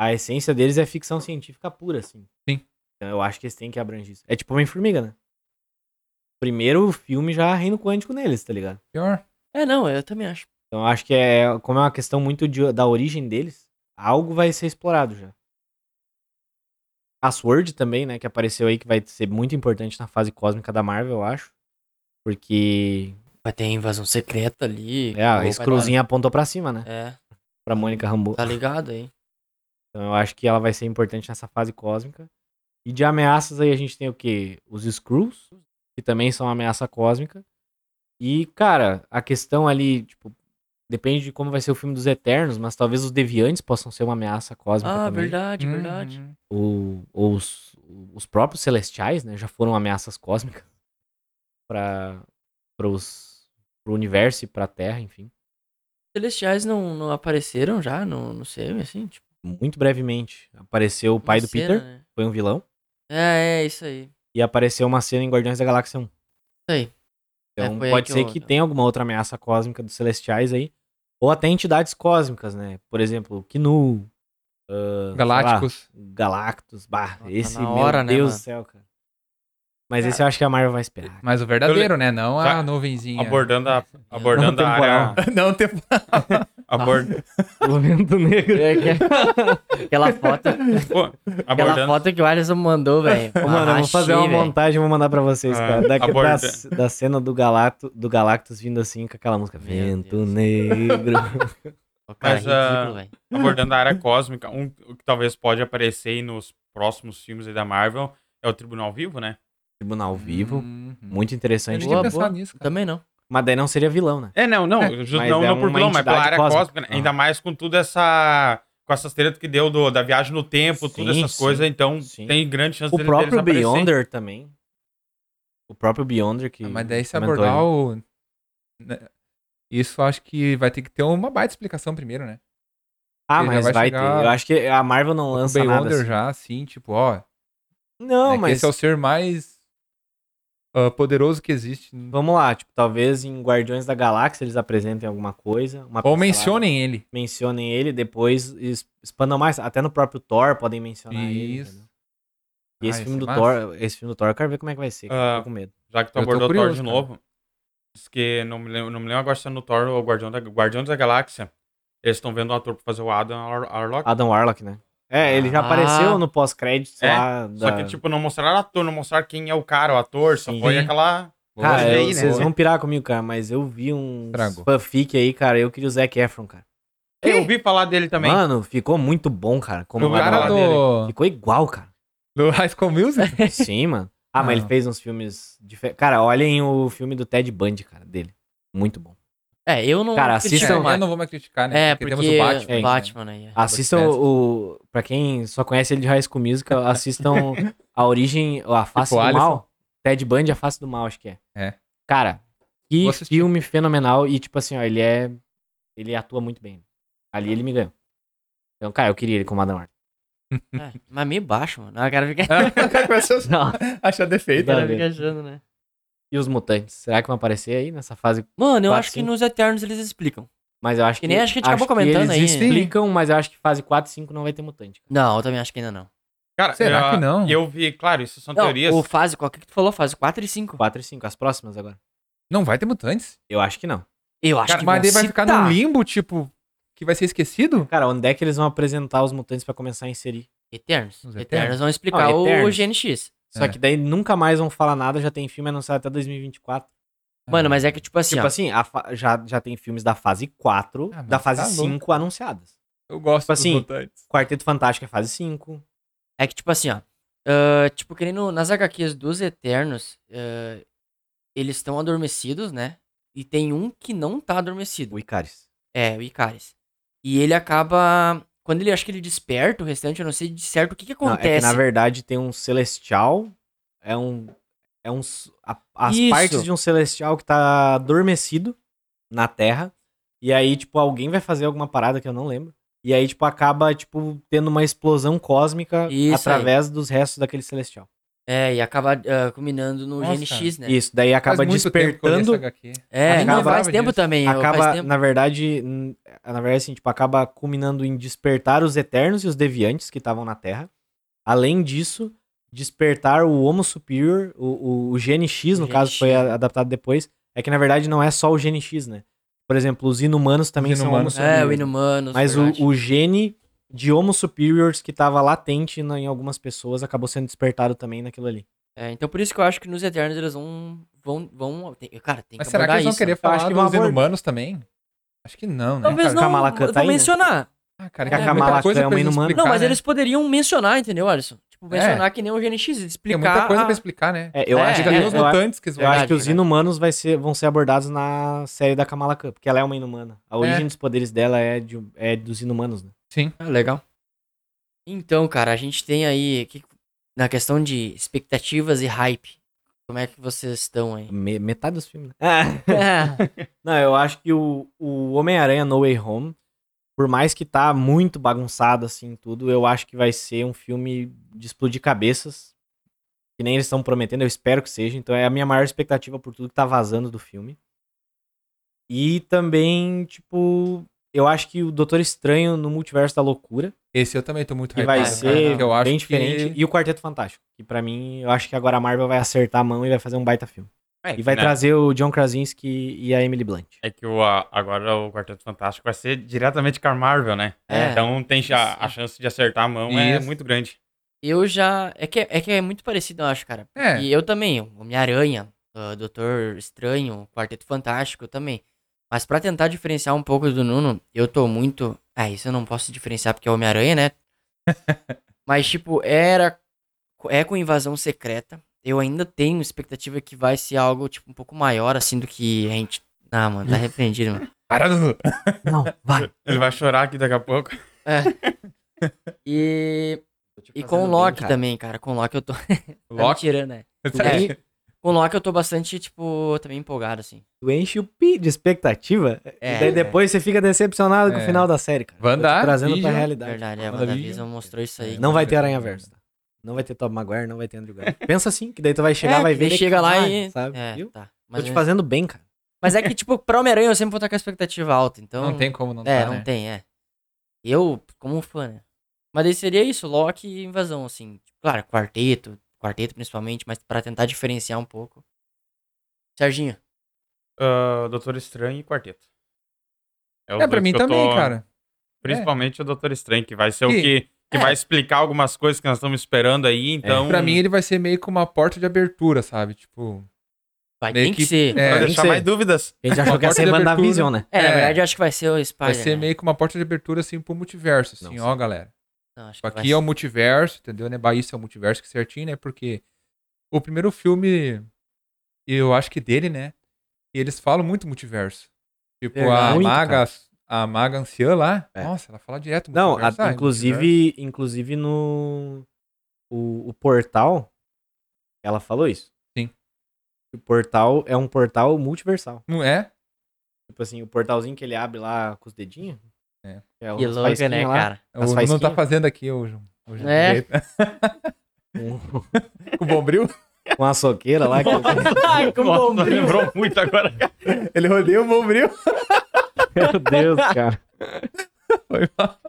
Speaker 3: A essência deles é ficção científica pura, assim.
Speaker 5: Sim.
Speaker 3: Então eu acho que eles têm que abranger isso. É tipo Homem-Formiga, né? Primeiro filme já reino quântico neles, tá ligado?
Speaker 5: Pior.
Speaker 1: (laughs) é, não, eu também acho.
Speaker 3: Então eu acho que é, como é uma questão muito de- da origem deles, algo vai ser explorado já. A Sword também, né, que apareceu aí, que vai ser muito importante na fase cósmica da Marvel, eu acho. Porque
Speaker 1: Vai ter invasão secreta ali.
Speaker 3: é, a
Speaker 1: Vai
Speaker 3: Screwzinha apontou pra cima, né?
Speaker 1: dar- É,
Speaker 3: Pra Mônica Rambo.
Speaker 1: tá ligado aí.
Speaker 3: Então eu acho que ela vai ser importante nessa fase cósmica. E de ameaças aí a gente tem o quê? Os Skrulls, que também são uma ameaça cósmica. E, cara, a questão ali, tipo, depende de como vai ser o filme dos Eternos, mas talvez os Deviantes possam ser uma ameaça cósmica
Speaker 1: Ah,
Speaker 3: também.
Speaker 1: verdade, verdade.
Speaker 5: Uhum.
Speaker 3: Ah, Ou, ou os, os próprios Celestiais, né, já foram ameaças cósmicas (laughs) para os pro universo e pra Terra, enfim.
Speaker 1: Celestiais não, não apareceram já no, no CM, assim? Tipo,
Speaker 3: Muito brevemente apareceu o pai
Speaker 1: uma
Speaker 3: do
Speaker 1: cena,
Speaker 3: Peter,
Speaker 1: né?
Speaker 3: foi um vilão.
Speaker 1: É, é, isso aí.
Speaker 3: e apareceu uma cena em Guardiões da Galáxia 1.
Speaker 1: Sei. É,
Speaker 3: Então
Speaker 1: foi aí
Speaker 3: pode
Speaker 1: que
Speaker 3: ser
Speaker 1: eu-
Speaker 3: que tenha alguma outra ameaça cósmica dos Celestiais aí. Ou até entidades cósmicas, né? Por exemplo, Knu,
Speaker 5: Galácticos.
Speaker 3: Galactus, bah,
Speaker 1: Tá
Speaker 3: esse,
Speaker 1: na hora,
Speaker 3: meu
Speaker 1: né,
Speaker 3: Deus
Speaker 1: mano?
Speaker 3: do céu, cara. Mas esse eu acho que a Marvel vai esperar. (laughs)
Speaker 5: Mas o verdadeiro, né? Não a
Speaker 2: Já-
Speaker 5: (laughs) nuvenzinha.
Speaker 2: Abordando a, abordando a
Speaker 3: temporal. Tá.
Speaker 2: área.
Speaker 5: Não, tem...
Speaker 2: abord-
Speaker 3: O vento
Speaker 1: (laughs)
Speaker 3: negro.
Speaker 1: É que- Aquela foto,
Speaker 3: (laughs)
Speaker 2: Pô,
Speaker 1: aquela
Speaker 2: abordando.
Speaker 1: foto que o Alisson mandou, velho.
Speaker 3: Mano, eu vou fazer uma montagem e vou mandar pra vocês,
Speaker 2: Ah,
Speaker 3: cara. Daqui da,
Speaker 2: aborda.
Speaker 3: da cena do, Galacto, do Galactus vindo assim com aquela música.
Speaker 1: Meu
Speaker 3: Vento
Speaker 1: Deus.
Speaker 3: negro. (laughs)
Speaker 1: é
Speaker 2: Mas, ah, abordando a área cósmica, um que talvez pode aparecer aí nos próximos filmes aí da Marvel é o Tribunal Vivo, né?
Speaker 3: Tribunal vivo.
Speaker 5: Uhum.
Speaker 3: Muito
Speaker 5: Eu
Speaker 3: interessante.
Speaker 5: nem
Speaker 1: Hum. Boa,
Speaker 5: tinha pensado
Speaker 1: boa.
Speaker 5: nisso, cara.
Speaker 1: Também não.
Speaker 3: Mas daí não seria vilão, né?
Speaker 2: É, não, não, ju-
Speaker 3: mas
Speaker 2: não,
Speaker 3: é
Speaker 2: não por
Speaker 3: uma
Speaker 2: vilão, mas pela
Speaker 3: entidade
Speaker 2: área
Speaker 3: cósmica.
Speaker 2: cósmica, né?
Speaker 3: Ah.
Speaker 2: ainda mais com tudo essa com essas tretas que deu do- da viagem no tempo, todas
Speaker 3: Sim,
Speaker 2: essas
Speaker 3: sim,
Speaker 2: coisas, então
Speaker 3: sim.
Speaker 2: tem grande chance
Speaker 3: O
Speaker 2: dele-
Speaker 3: próprio
Speaker 2: deles aparecerem.
Speaker 3: Beyonder também. O próprio Beyonder que.
Speaker 5: Ah, mas daí se
Speaker 3: comentou
Speaker 5: abordar
Speaker 3: ali.
Speaker 5: o... né, Isso eu acho que vai ter que ter uma baita explicação primeiro, né?
Speaker 3: Ah,
Speaker 5: ele já
Speaker 3: mas
Speaker 5: vai
Speaker 3: vai
Speaker 5: chegar-
Speaker 3: ter. Eu acho que a Marvel não
Speaker 5: O
Speaker 3: lança nada.
Speaker 5: Beyonder
Speaker 3: assim.
Speaker 5: já, assim, tipo, ó...
Speaker 3: Não,
Speaker 5: né, que
Speaker 3: mas.
Speaker 5: Esse é o ser mais ah, poderoso que existe.
Speaker 3: Vamos lá, tipo, talvez em Guardiões da Galáxia eles apresentem alguma coisa. Uma
Speaker 5: Ou
Speaker 3: pincelada.
Speaker 5: mencionem ele.
Speaker 3: Mencionem ele, depois es- expandam mais. Até no próprio Thor podem mencionar ele.
Speaker 5: Isso.
Speaker 3: entendeu? E esse
Speaker 5: Ah,
Speaker 3: filme
Speaker 5: esse
Speaker 3: do
Speaker 5: é massa.
Speaker 3: Thor, esse filme do Thor, eu quero ver como é que vai ser. cara,
Speaker 2: Ah.
Speaker 3: Tô com medo.
Speaker 2: Já que tu
Speaker 5: Eu tô
Speaker 2: abordou o Thor
Speaker 5: curioso,
Speaker 2: de
Speaker 5: cara.
Speaker 2: novo. Diz que não me lembro, não me lembro agora se é no Thor ou Guardião da, Guardião da Galáxia. Eles estão vendo o ator pra fazer o Adam Ar- Arlock.
Speaker 3: Adam Warlock, né? É, ele já
Speaker 1: Ah.
Speaker 3: apareceu no pós-crédito
Speaker 2: É,
Speaker 3: lá.
Speaker 2: Só
Speaker 3: da-
Speaker 2: que, tipo, não mostraram ator, não mostraram quem é o cara, o ator, só
Speaker 3: Sim.
Speaker 2: foi aquela.
Speaker 3: Cara,
Speaker 5: Boa,
Speaker 2: eu-
Speaker 5: aí, né?
Speaker 3: vocês
Speaker 5: Boa.
Speaker 3: vão pirar comigo, cara, mas eu vi um
Speaker 5: Estragou.
Speaker 3: fanfic aí, cara. Eu queria o Zac Efron, cara.
Speaker 2: Eu ouvi falar dele também.
Speaker 3: Mano, ficou muito bom, cara. Como
Speaker 2: O
Speaker 5: O
Speaker 3: Adam
Speaker 5: cara
Speaker 2: falar
Speaker 3: Warlock.
Speaker 5: do,
Speaker 3: Ficou igual,
Speaker 5: (laughs)
Speaker 3: cara.
Speaker 5: do High School Music?
Speaker 3: Sim, mano. Ah, mas
Speaker 5: Ah.
Speaker 3: ele fez uns filmes diferentes. Cara, olhem o filme do Ted Bundy, cara, dele. Muito bom.
Speaker 1: É, eu não.
Speaker 3: Cara,
Speaker 1: critico
Speaker 3: assistam-
Speaker 5: É,
Speaker 1: mais.
Speaker 5: eu não vou mais criticar, né?
Speaker 1: É, porque,
Speaker 5: temos o Batman.
Speaker 3: é,
Speaker 5: né?
Speaker 1: Batman aí. é.
Speaker 3: Assistam
Speaker 5: Podcast.
Speaker 3: o. Pra quem só conhece ele de High School Musical, assistam
Speaker 5: (laughs)
Speaker 3: a origem, a face
Speaker 5: Tipo
Speaker 3: do
Speaker 5: Alisson.
Speaker 3: mal. Ted Bundy, a face do mal, acho que é.
Speaker 5: É.
Speaker 3: Cara, que
Speaker 5: Vou assistir.
Speaker 3: filme fenomenal. E, tipo assim, ó, ele é. Ele atua muito bem. Ali ele me ganhou. Então, cara, eu queria ele como Adam Warlock.
Speaker 1: É, mas meio baixo, mano. A cara
Speaker 5: É.
Speaker 1: fica,
Speaker 5: Começou
Speaker 3: Não.
Speaker 5: a achar defeito.
Speaker 3: Não.
Speaker 1: cara
Speaker 3: ver.
Speaker 1: fica achando, né?
Speaker 3: E os mutantes? Será que vão aparecer aí nessa fase?
Speaker 1: Mano, eu
Speaker 3: Quatro,
Speaker 1: acho que
Speaker 3: cinco.
Speaker 1: nos Eternos eles explicam.
Speaker 3: Mas eu acho
Speaker 1: Que
Speaker 3: que.
Speaker 1: nem acho que a gente acabou comentando aí, né?
Speaker 3: eles explicam, mas eu acho que fase 4 e 5 não vai ter mutante. cara.
Speaker 1: Não, eu também acho que ainda não.
Speaker 2: Cara,
Speaker 5: Será
Speaker 2: eu-
Speaker 5: que não?
Speaker 2: Eu vi, claro, isso são
Speaker 1: Não,
Speaker 2: teorias.
Speaker 1: o fase, qual que tu falou? Fase 4 e 5.
Speaker 3: 4 e 5, as próximas agora.
Speaker 5: Não vai ter mutantes.
Speaker 3: Eu acho que não.
Speaker 1: Eu acho
Speaker 5: Cara,
Speaker 1: que
Speaker 5: mas
Speaker 1: vão
Speaker 5: daí vai ficar
Speaker 1: citar.
Speaker 5: num limbo, tipo, que vai ser esquecido?
Speaker 3: Cara, onde é que eles vão apresentar os mutantes pra começar a inserir?
Speaker 1: Eternos.
Speaker 5: Os
Speaker 1: Eternos.
Speaker 5: Eternos.
Speaker 1: vão explicar
Speaker 3: Não,
Speaker 1: o
Speaker 3: Eternos.
Speaker 1: GNX.
Speaker 3: Só
Speaker 5: É.
Speaker 3: que daí nunca mais vão falar nada, já tem filme anunciado até 2024.
Speaker 1: Mano, mas é que tipo assim,
Speaker 3: tipo
Speaker 1: ó.
Speaker 3: assim, a fa- já, já tem filmes da fase 4,
Speaker 5: Ah, mas
Speaker 3: da fase
Speaker 5: tá louco.
Speaker 3: 5 anunciadas.
Speaker 5: Eu gosto
Speaker 3: tipo
Speaker 5: dos
Speaker 3: assim,
Speaker 5: mutantes.
Speaker 3: Quarteto Fantástico é fase 5.
Speaker 1: É que, tipo assim, ó. ah, tipo, querendo. Nas HQs dos Eternos, ah, eles estão adormecidos, né? E tem um que não tá adormecido.
Speaker 3: O Icaris.
Speaker 1: É, o Icaris. E ele acaba. Quando ele acho que ele desperta o restante, eu não sei de certo o que, que
Speaker 3: Não, é que
Speaker 1: acontece.
Speaker 3: na verdade tem um Celestial, é um. É um. s- a- as
Speaker 1: Isso.
Speaker 3: partes de um Celestial que tá adormecido na Terra. E aí, tipo, alguém vai fazer alguma parada que eu não lembro. E aí, tipo, acaba, tipo, tendo uma explosão cósmica
Speaker 1: Isso aí.
Speaker 3: através dos restos daquele Celestial.
Speaker 1: É, e acaba ah, culminando no
Speaker 5: Nossa,
Speaker 1: GNX, né?
Speaker 3: Isso, daí acaba
Speaker 5: Faz muito tempo que eu li essa
Speaker 3: despertando
Speaker 5: HQ.
Speaker 1: É,
Speaker 3: Acaba-
Speaker 1: não faz tempo
Speaker 5: disso.
Speaker 1: também. eu-
Speaker 3: acaba,
Speaker 1: Faz tempo.
Speaker 3: na verdade, n- na verdade, assim, tipo, acaba culminando em despertar os Eternos e os Deviantes que estavam na Terra. Além disso, despertar o Homo Superior, o, o, o GNX, no
Speaker 1: O
Speaker 3: caso,
Speaker 1: GNX.
Speaker 3: foi a- adaptado depois. É que, na verdade, não é só o GNX, né? Por exemplo, os Inumanos também
Speaker 5: Os
Speaker 3: são Homo
Speaker 5: Inumanos.
Speaker 3: Superior.
Speaker 1: É, o Inumanos.
Speaker 3: Mas o,
Speaker 1: verdade.
Speaker 3: o gene de Homo Superiors que tava latente na- em algumas pessoas acabou sendo despertado também naquilo ali.
Speaker 1: É, então por isso que eu acho que nos Eternos eles vão. vão, vão tem- cara, tem
Speaker 5: Mas
Speaker 1: que
Speaker 5: será que
Speaker 1: abordar
Speaker 5: eles vão
Speaker 1: isso.
Speaker 5: querer
Speaker 1: né?
Speaker 5: falar
Speaker 3: acho que vão
Speaker 5: dos
Speaker 3: abordar.
Speaker 5: inumanos também? Acho que não, né?
Speaker 1: Talvez
Speaker 3: Cara,
Speaker 1: não.
Speaker 3: Kamala Khan
Speaker 1: Vou
Speaker 3: tá aí, né?
Speaker 1: mencionar.
Speaker 5: Ah, cara,
Speaker 1: É,
Speaker 5: que
Speaker 1: a
Speaker 5: muita
Speaker 3: Kamala
Speaker 5: coisa
Speaker 3: Khan é
Speaker 5: pra
Speaker 3: um
Speaker 5: eles
Speaker 3: inumano.
Speaker 5: explicar,
Speaker 1: Não, mas
Speaker 5: né?
Speaker 1: eles poderiam mencionar, entendeu, Alisson? Tipo,
Speaker 5: É.
Speaker 1: mencionar que nem o GNX,
Speaker 5: Tem
Speaker 1: explicar.
Speaker 5: muita coisa
Speaker 1: a-
Speaker 5: pra explicar, né?
Speaker 3: É, eu
Speaker 1: É,
Speaker 3: acho que
Speaker 5: Diga nem os
Speaker 3: eu a-
Speaker 5: mutantes que eles
Speaker 3: Eu
Speaker 5: vão...
Speaker 1: Verdade,
Speaker 3: acho que os
Speaker 1: verdade.
Speaker 3: inumanos vai ser- vão ser abordados na série da Kamala Khan, porque ela é uma inumana. A origem dos poderes dela é, de um- é dos inumanos, né?
Speaker 1: Ah, legal. Então, cara, a gente tem aí. que- na questão de expectativas e hype, como é que vocês estão
Speaker 3: (laughs)
Speaker 1: aí?
Speaker 3: Me- metade dos filmes, né? Não, eu acho que o, o Homem-Aranha No Way Home, por mais que tá muito bagunçado assim tudo, eu acho que vai ser um filme de explodir cabeças. Que nem eles estão prometendo, eu espero que seja. Então é a minha maior expectativa por tudo que tá vazando do filme. E também, tipo, eu acho que o Doutor Estranho no Multiverso da Loucura
Speaker 5: Esse eu também tô muito
Speaker 3: que vai
Speaker 5: hypado,
Speaker 1: cara,
Speaker 3: ser
Speaker 5: porque eu acho
Speaker 3: bem
Speaker 5: que-
Speaker 3: diferente. E o Quarteto Fantástico, que pra mim, eu acho que agora a Marvel vai acertar a mão e vai fazer um baita filme.
Speaker 2: É,
Speaker 3: E vai
Speaker 2: né?
Speaker 3: trazer o John Krasinski e a Emily Blunt.
Speaker 2: É que o, a- agora o Quarteto Fantástico vai ser diretamente com a Marvel, né?
Speaker 1: É.
Speaker 2: Então tem já, a chance de acertar a mão é
Speaker 5: Isso.
Speaker 2: muito grande.
Speaker 1: Eu já. É que é, que é muito parecido, eu acho, cara.
Speaker 5: É.
Speaker 1: E eu também, o Homem-Aranha, ah, Doutor Estranho, Quarteto Fantástico eu também. Mas pra tentar diferenciar um pouco do Nuno, eu tô muito. Ah, isso eu não posso diferenciar porque é Homem-Aranha, (laughs) né? Mas, tipo, era. É com invasão secreta. Eu ainda tenho expectativa que vai ser algo, tipo, um pouco maior, assim, do que a gente. Ah, mano, tá arrependido, mano.
Speaker 5: Para, Dudu.
Speaker 3: Não, vai.
Speaker 2: Ele vai chorar aqui daqui a pouco.
Speaker 1: (laughs)
Speaker 2: (laughs)
Speaker 1: E. E com o Loki também, cara. Com o Loki eu tô. (laughs) tá
Speaker 5: Loki.
Speaker 1: tirando, né?
Speaker 5: Sério?
Speaker 1: Com o Loki eu tô bastante, tipo, também empolgado, assim.
Speaker 3: Tu enche o pi de expectativa.
Speaker 1: É,
Speaker 3: e daí depois você fica decepcionado com o
Speaker 5: É.
Speaker 3: final da série, cara.
Speaker 5: Wanda,
Speaker 3: Tô te trazendo pra
Speaker 5: Vision.
Speaker 1: é,
Speaker 3: realidade.
Speaker 1: verdade. É, a
Speaker 5: WandaVision.
Speaker 1: WandaVision mostrou isso
Speaker 5: É.
Speaker 1: aí.
Speaker 3: Não vai ter Aranha Verso, tá? Não vai ter Top Maguire, não vai ter Andrew Garfield. Pensa assim, que daí tu vai chegar,
Speaker 1: É,
Speaker 3: vai
Speaker 1: que
Speaker 3: ver.
Speaker 1: daí chega lá
Speaker 3: caralho,
Speaker 1: e.
Speaker 3: Sabe?
Speaker 1: É,
Speaker 3: Viu?
Speaker 1: tá.
Speaker 3: Tô
Speaker 1: Mas,
Speaker 3: te fazendo bem, cara.
Speaker 1: mas é que, tipo, pra Homem-Aranha eu sempre vou estar com a expectativa alta, então.
Speaker 5: Não tem como não
Speaker 1: É,
Speaker 5: tá,
Speaker 1: não
Speaker 5: né?
Speaker 1: tem, é. Eu, como fã, né? Mas daí seria isso, Loki e invasão, assim. Claro, quarteto, quarteto principalmente, mas pra tentar diferenciar um pouco. Serginho,
Speaker 2: Ah, Doutor Estranho e Quarteto. os
Speaker 5: É, pra
Speaker 2: dois
Speaker 5: mim
Speaker 2: que eu
Speaker 5: também,
Speaker 2: tô-
Speaker 5: cara.
Speaker 2: Principalmente o Doutor Estranho, que vai ser o
Speaker 5: E-
Speaker 2: que, que
Speaker 5: é.
Speaker 2: vai explicar algumas coisas que nós estamos esperando aí, então...
Speaker 5: Pra mim, ele vai ser meio que uma porta de abertura, sabe? Tipo.
Speaker 1: vai
Speaker 5: Meio
Speaker 1: ter que
Speaker 5: que-
Speaker 1: ser.
Speaker 5: é,
Speaker 2: Pra
Speaker 3: tem que
Speaker 2: deixar
Speaker 3: ser.
Speaker 2: mais dúvidas.
Speaker 3: A gente achou
Speaker 5: Uma
Speaker 3: que ia
Speaker 5: porta
Speaker 3: ser
Speaker 5: de abertura.
Speaker 3: Vision, né?
Speaker 1: É, na
Speaker 5: é.
Speaker 1: verdade, eu acho que vai ser o Spider.
Speaker 5: Vai ser
Speaker 1: né?
Speaker 5: meio que uma porta de abertura, assim, pro multiverso. Assim,
Speaker 3: Não
Speaker 5: ó, galera.
Speaker 1: Não, acho
Speaker 5: Tipo,
Speaker 1: que vai
Speaker 5: aqui é o multiverso, entendeu? Né? Bah, isso é o multiverso que certinho, né? Porque o primeiro filme, eu acho que dele, né? E eles falam muito multiverso. Tipo,
Speaker 1: Verdade.
Speaker 5: a
Speaker 3: Muito,
Speaker 5: maga,
Speaker 3: cara.
Speaker 5: a maga anciã lá,
Speaker 3: É.
Speaker 5: nossa, ela fala direto
Speaker 3: Não,
Speaker 5: multiverso.
Speaker 3: a-
Speaker 5: Ah, é multiverso.
Speaker 3: inclusive, inclusive no o, o portal, ela falou isso.
Speaker 5: Sim.
Speaker 3: O portal é um portal multiversal.
Speaker 5: Não é?
Speaker 3: Tipo assim, o portalzinho que ele abre lá com os dedinhos.
Speaker 5: É.
Speaker 1: Que
Speaker 3: é umas
Speaker 1: louco, né,
Speaker 3: faísquinhas lá.
Speaker 1: cara?
Speaker 5: O
Speaker 3: As
Speaker 5: Nuno não tá
Speaker 3: faísquinhas.
Speaker 5: fazendo aqui hoje. hoje
Speaker 1: É.
Speaker 3: Um-
Speaker 5: (laughs) Com o Bombril,
Speaker 3: Uma soqueira lá. Que...
Speaker 1: Ai, como bom,
Speaker 2: Nossa, (laughs) lembrou muito agora, cara.
Speaker 5: ele rodeia o Bombril.
Speaker 3: (laughs) Meu Deus, cara.
Speaker 5: Foi mal.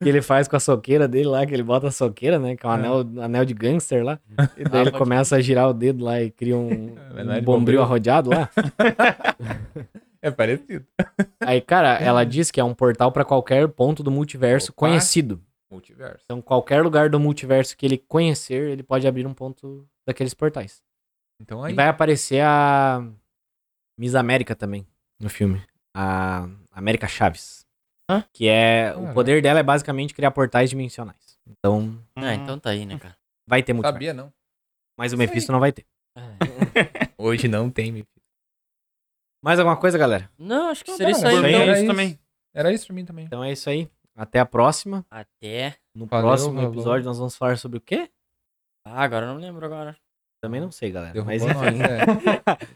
Speaker 3: que ele faz com a soqueira dele lá, que ele bota a soqueira, né? Que é um anel, anel de gangster lá. E daí ele
Speaker 1: pode
Speaker 3: começa a girar o dedo lá e cria um,
Speaker 5: Ah, (laughs) É, né,
Speaker 3: um
Speaker 5: de
Speaker 3: bombril
Speaker 5: bombril.
Speaker 3: arrodeado lá.
Speaker 5: É parecido.
Speaker 3: Aí, cara, ela diz que é um portal pra qualquer ponto do multiverso
Speaker 5: Opa.
Speaker 3: conhecido.
Speaker 5: Multiverso.
Speaker 3: Então, qualquer lugar do multiverso que ele conhecer, ele pode abrir um ponto daqueles portais.
Speaker 5: Então aí.
Speaker 3: E vai aparecer a Miss América também no filme. A América Chaves.
Speaker 1: Hã?
Speaker 3: Que é.
Speaker 5: Caraca.
Speaker 3: O poder dela é basicamente criar portais dimensionais. Então,
Speaker 1: Ah,
Speaker 5: Hum.
Speaker 1: então tá aí, né, cara?
Speaker 3: vai ter
Speaker 5: não
Speaker 3: multiverso.
Speaker 5: sabia, não.
Speaker 3: Mas o
Speaker 5: Sei.
Speaker 3: Mephisto não vai ter.
Speaker 5: Hoje não tem, meu filho.
Speaker 3: Mais alguma coisa, galera?
Speaker 1: (laughs) Não, acho que
Speaker 5: Então
Speaker 1: seria
Speaker 5: tá,
Speaker 1: isso aí.
Speaker 5: mas
Speaker 1: então.
Speaker 5: aí- era
Speaker 2: Era isso
Speaker 5: isso.
Speaker 2: também.
Speaker 5: Era isso pra mim também.
Speaker 3: Então é isso aí. Até a próxima.
Speaker 1: Até.
Speaker 3: No
Speaker 5: Valeu,
Speaker 3: próximo
Speaker 5: falou.
Speaker 3: episódio nós vamos falar sobre o quê?
Speaker 1: Ah, agora eu não lembro agora.
Speaker 3: Também não sei, galera.
Speaker 5: Derrubou
Speaker 3: Mas (laughs)
Speaker 5: nós,
Speaker 3: enfim.
Speaker 5: é.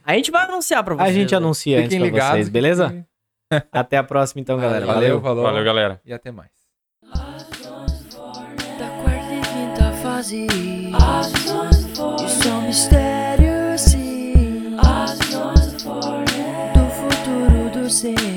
Speaker 1: A gente vai anunciar pra vocês.
Speaker 3: A gente
Speaker 1: né?
Speaker 3: anuncia antes
Speaker 5: Fiquem
Speaker 3: pra
Speaker 5: ligados.
Speaker 3: vocês, beleza?
Speaker 5: que-
Speaker 3: Até a próxima então, galera.
Speaker 5: Valeu, falou.
Speaker 2: Valeu, galera.
Speaker 5: E até mais.
Speaker 4: Da quarta e quinta fase Isso é um mistério sim Do futuro do ser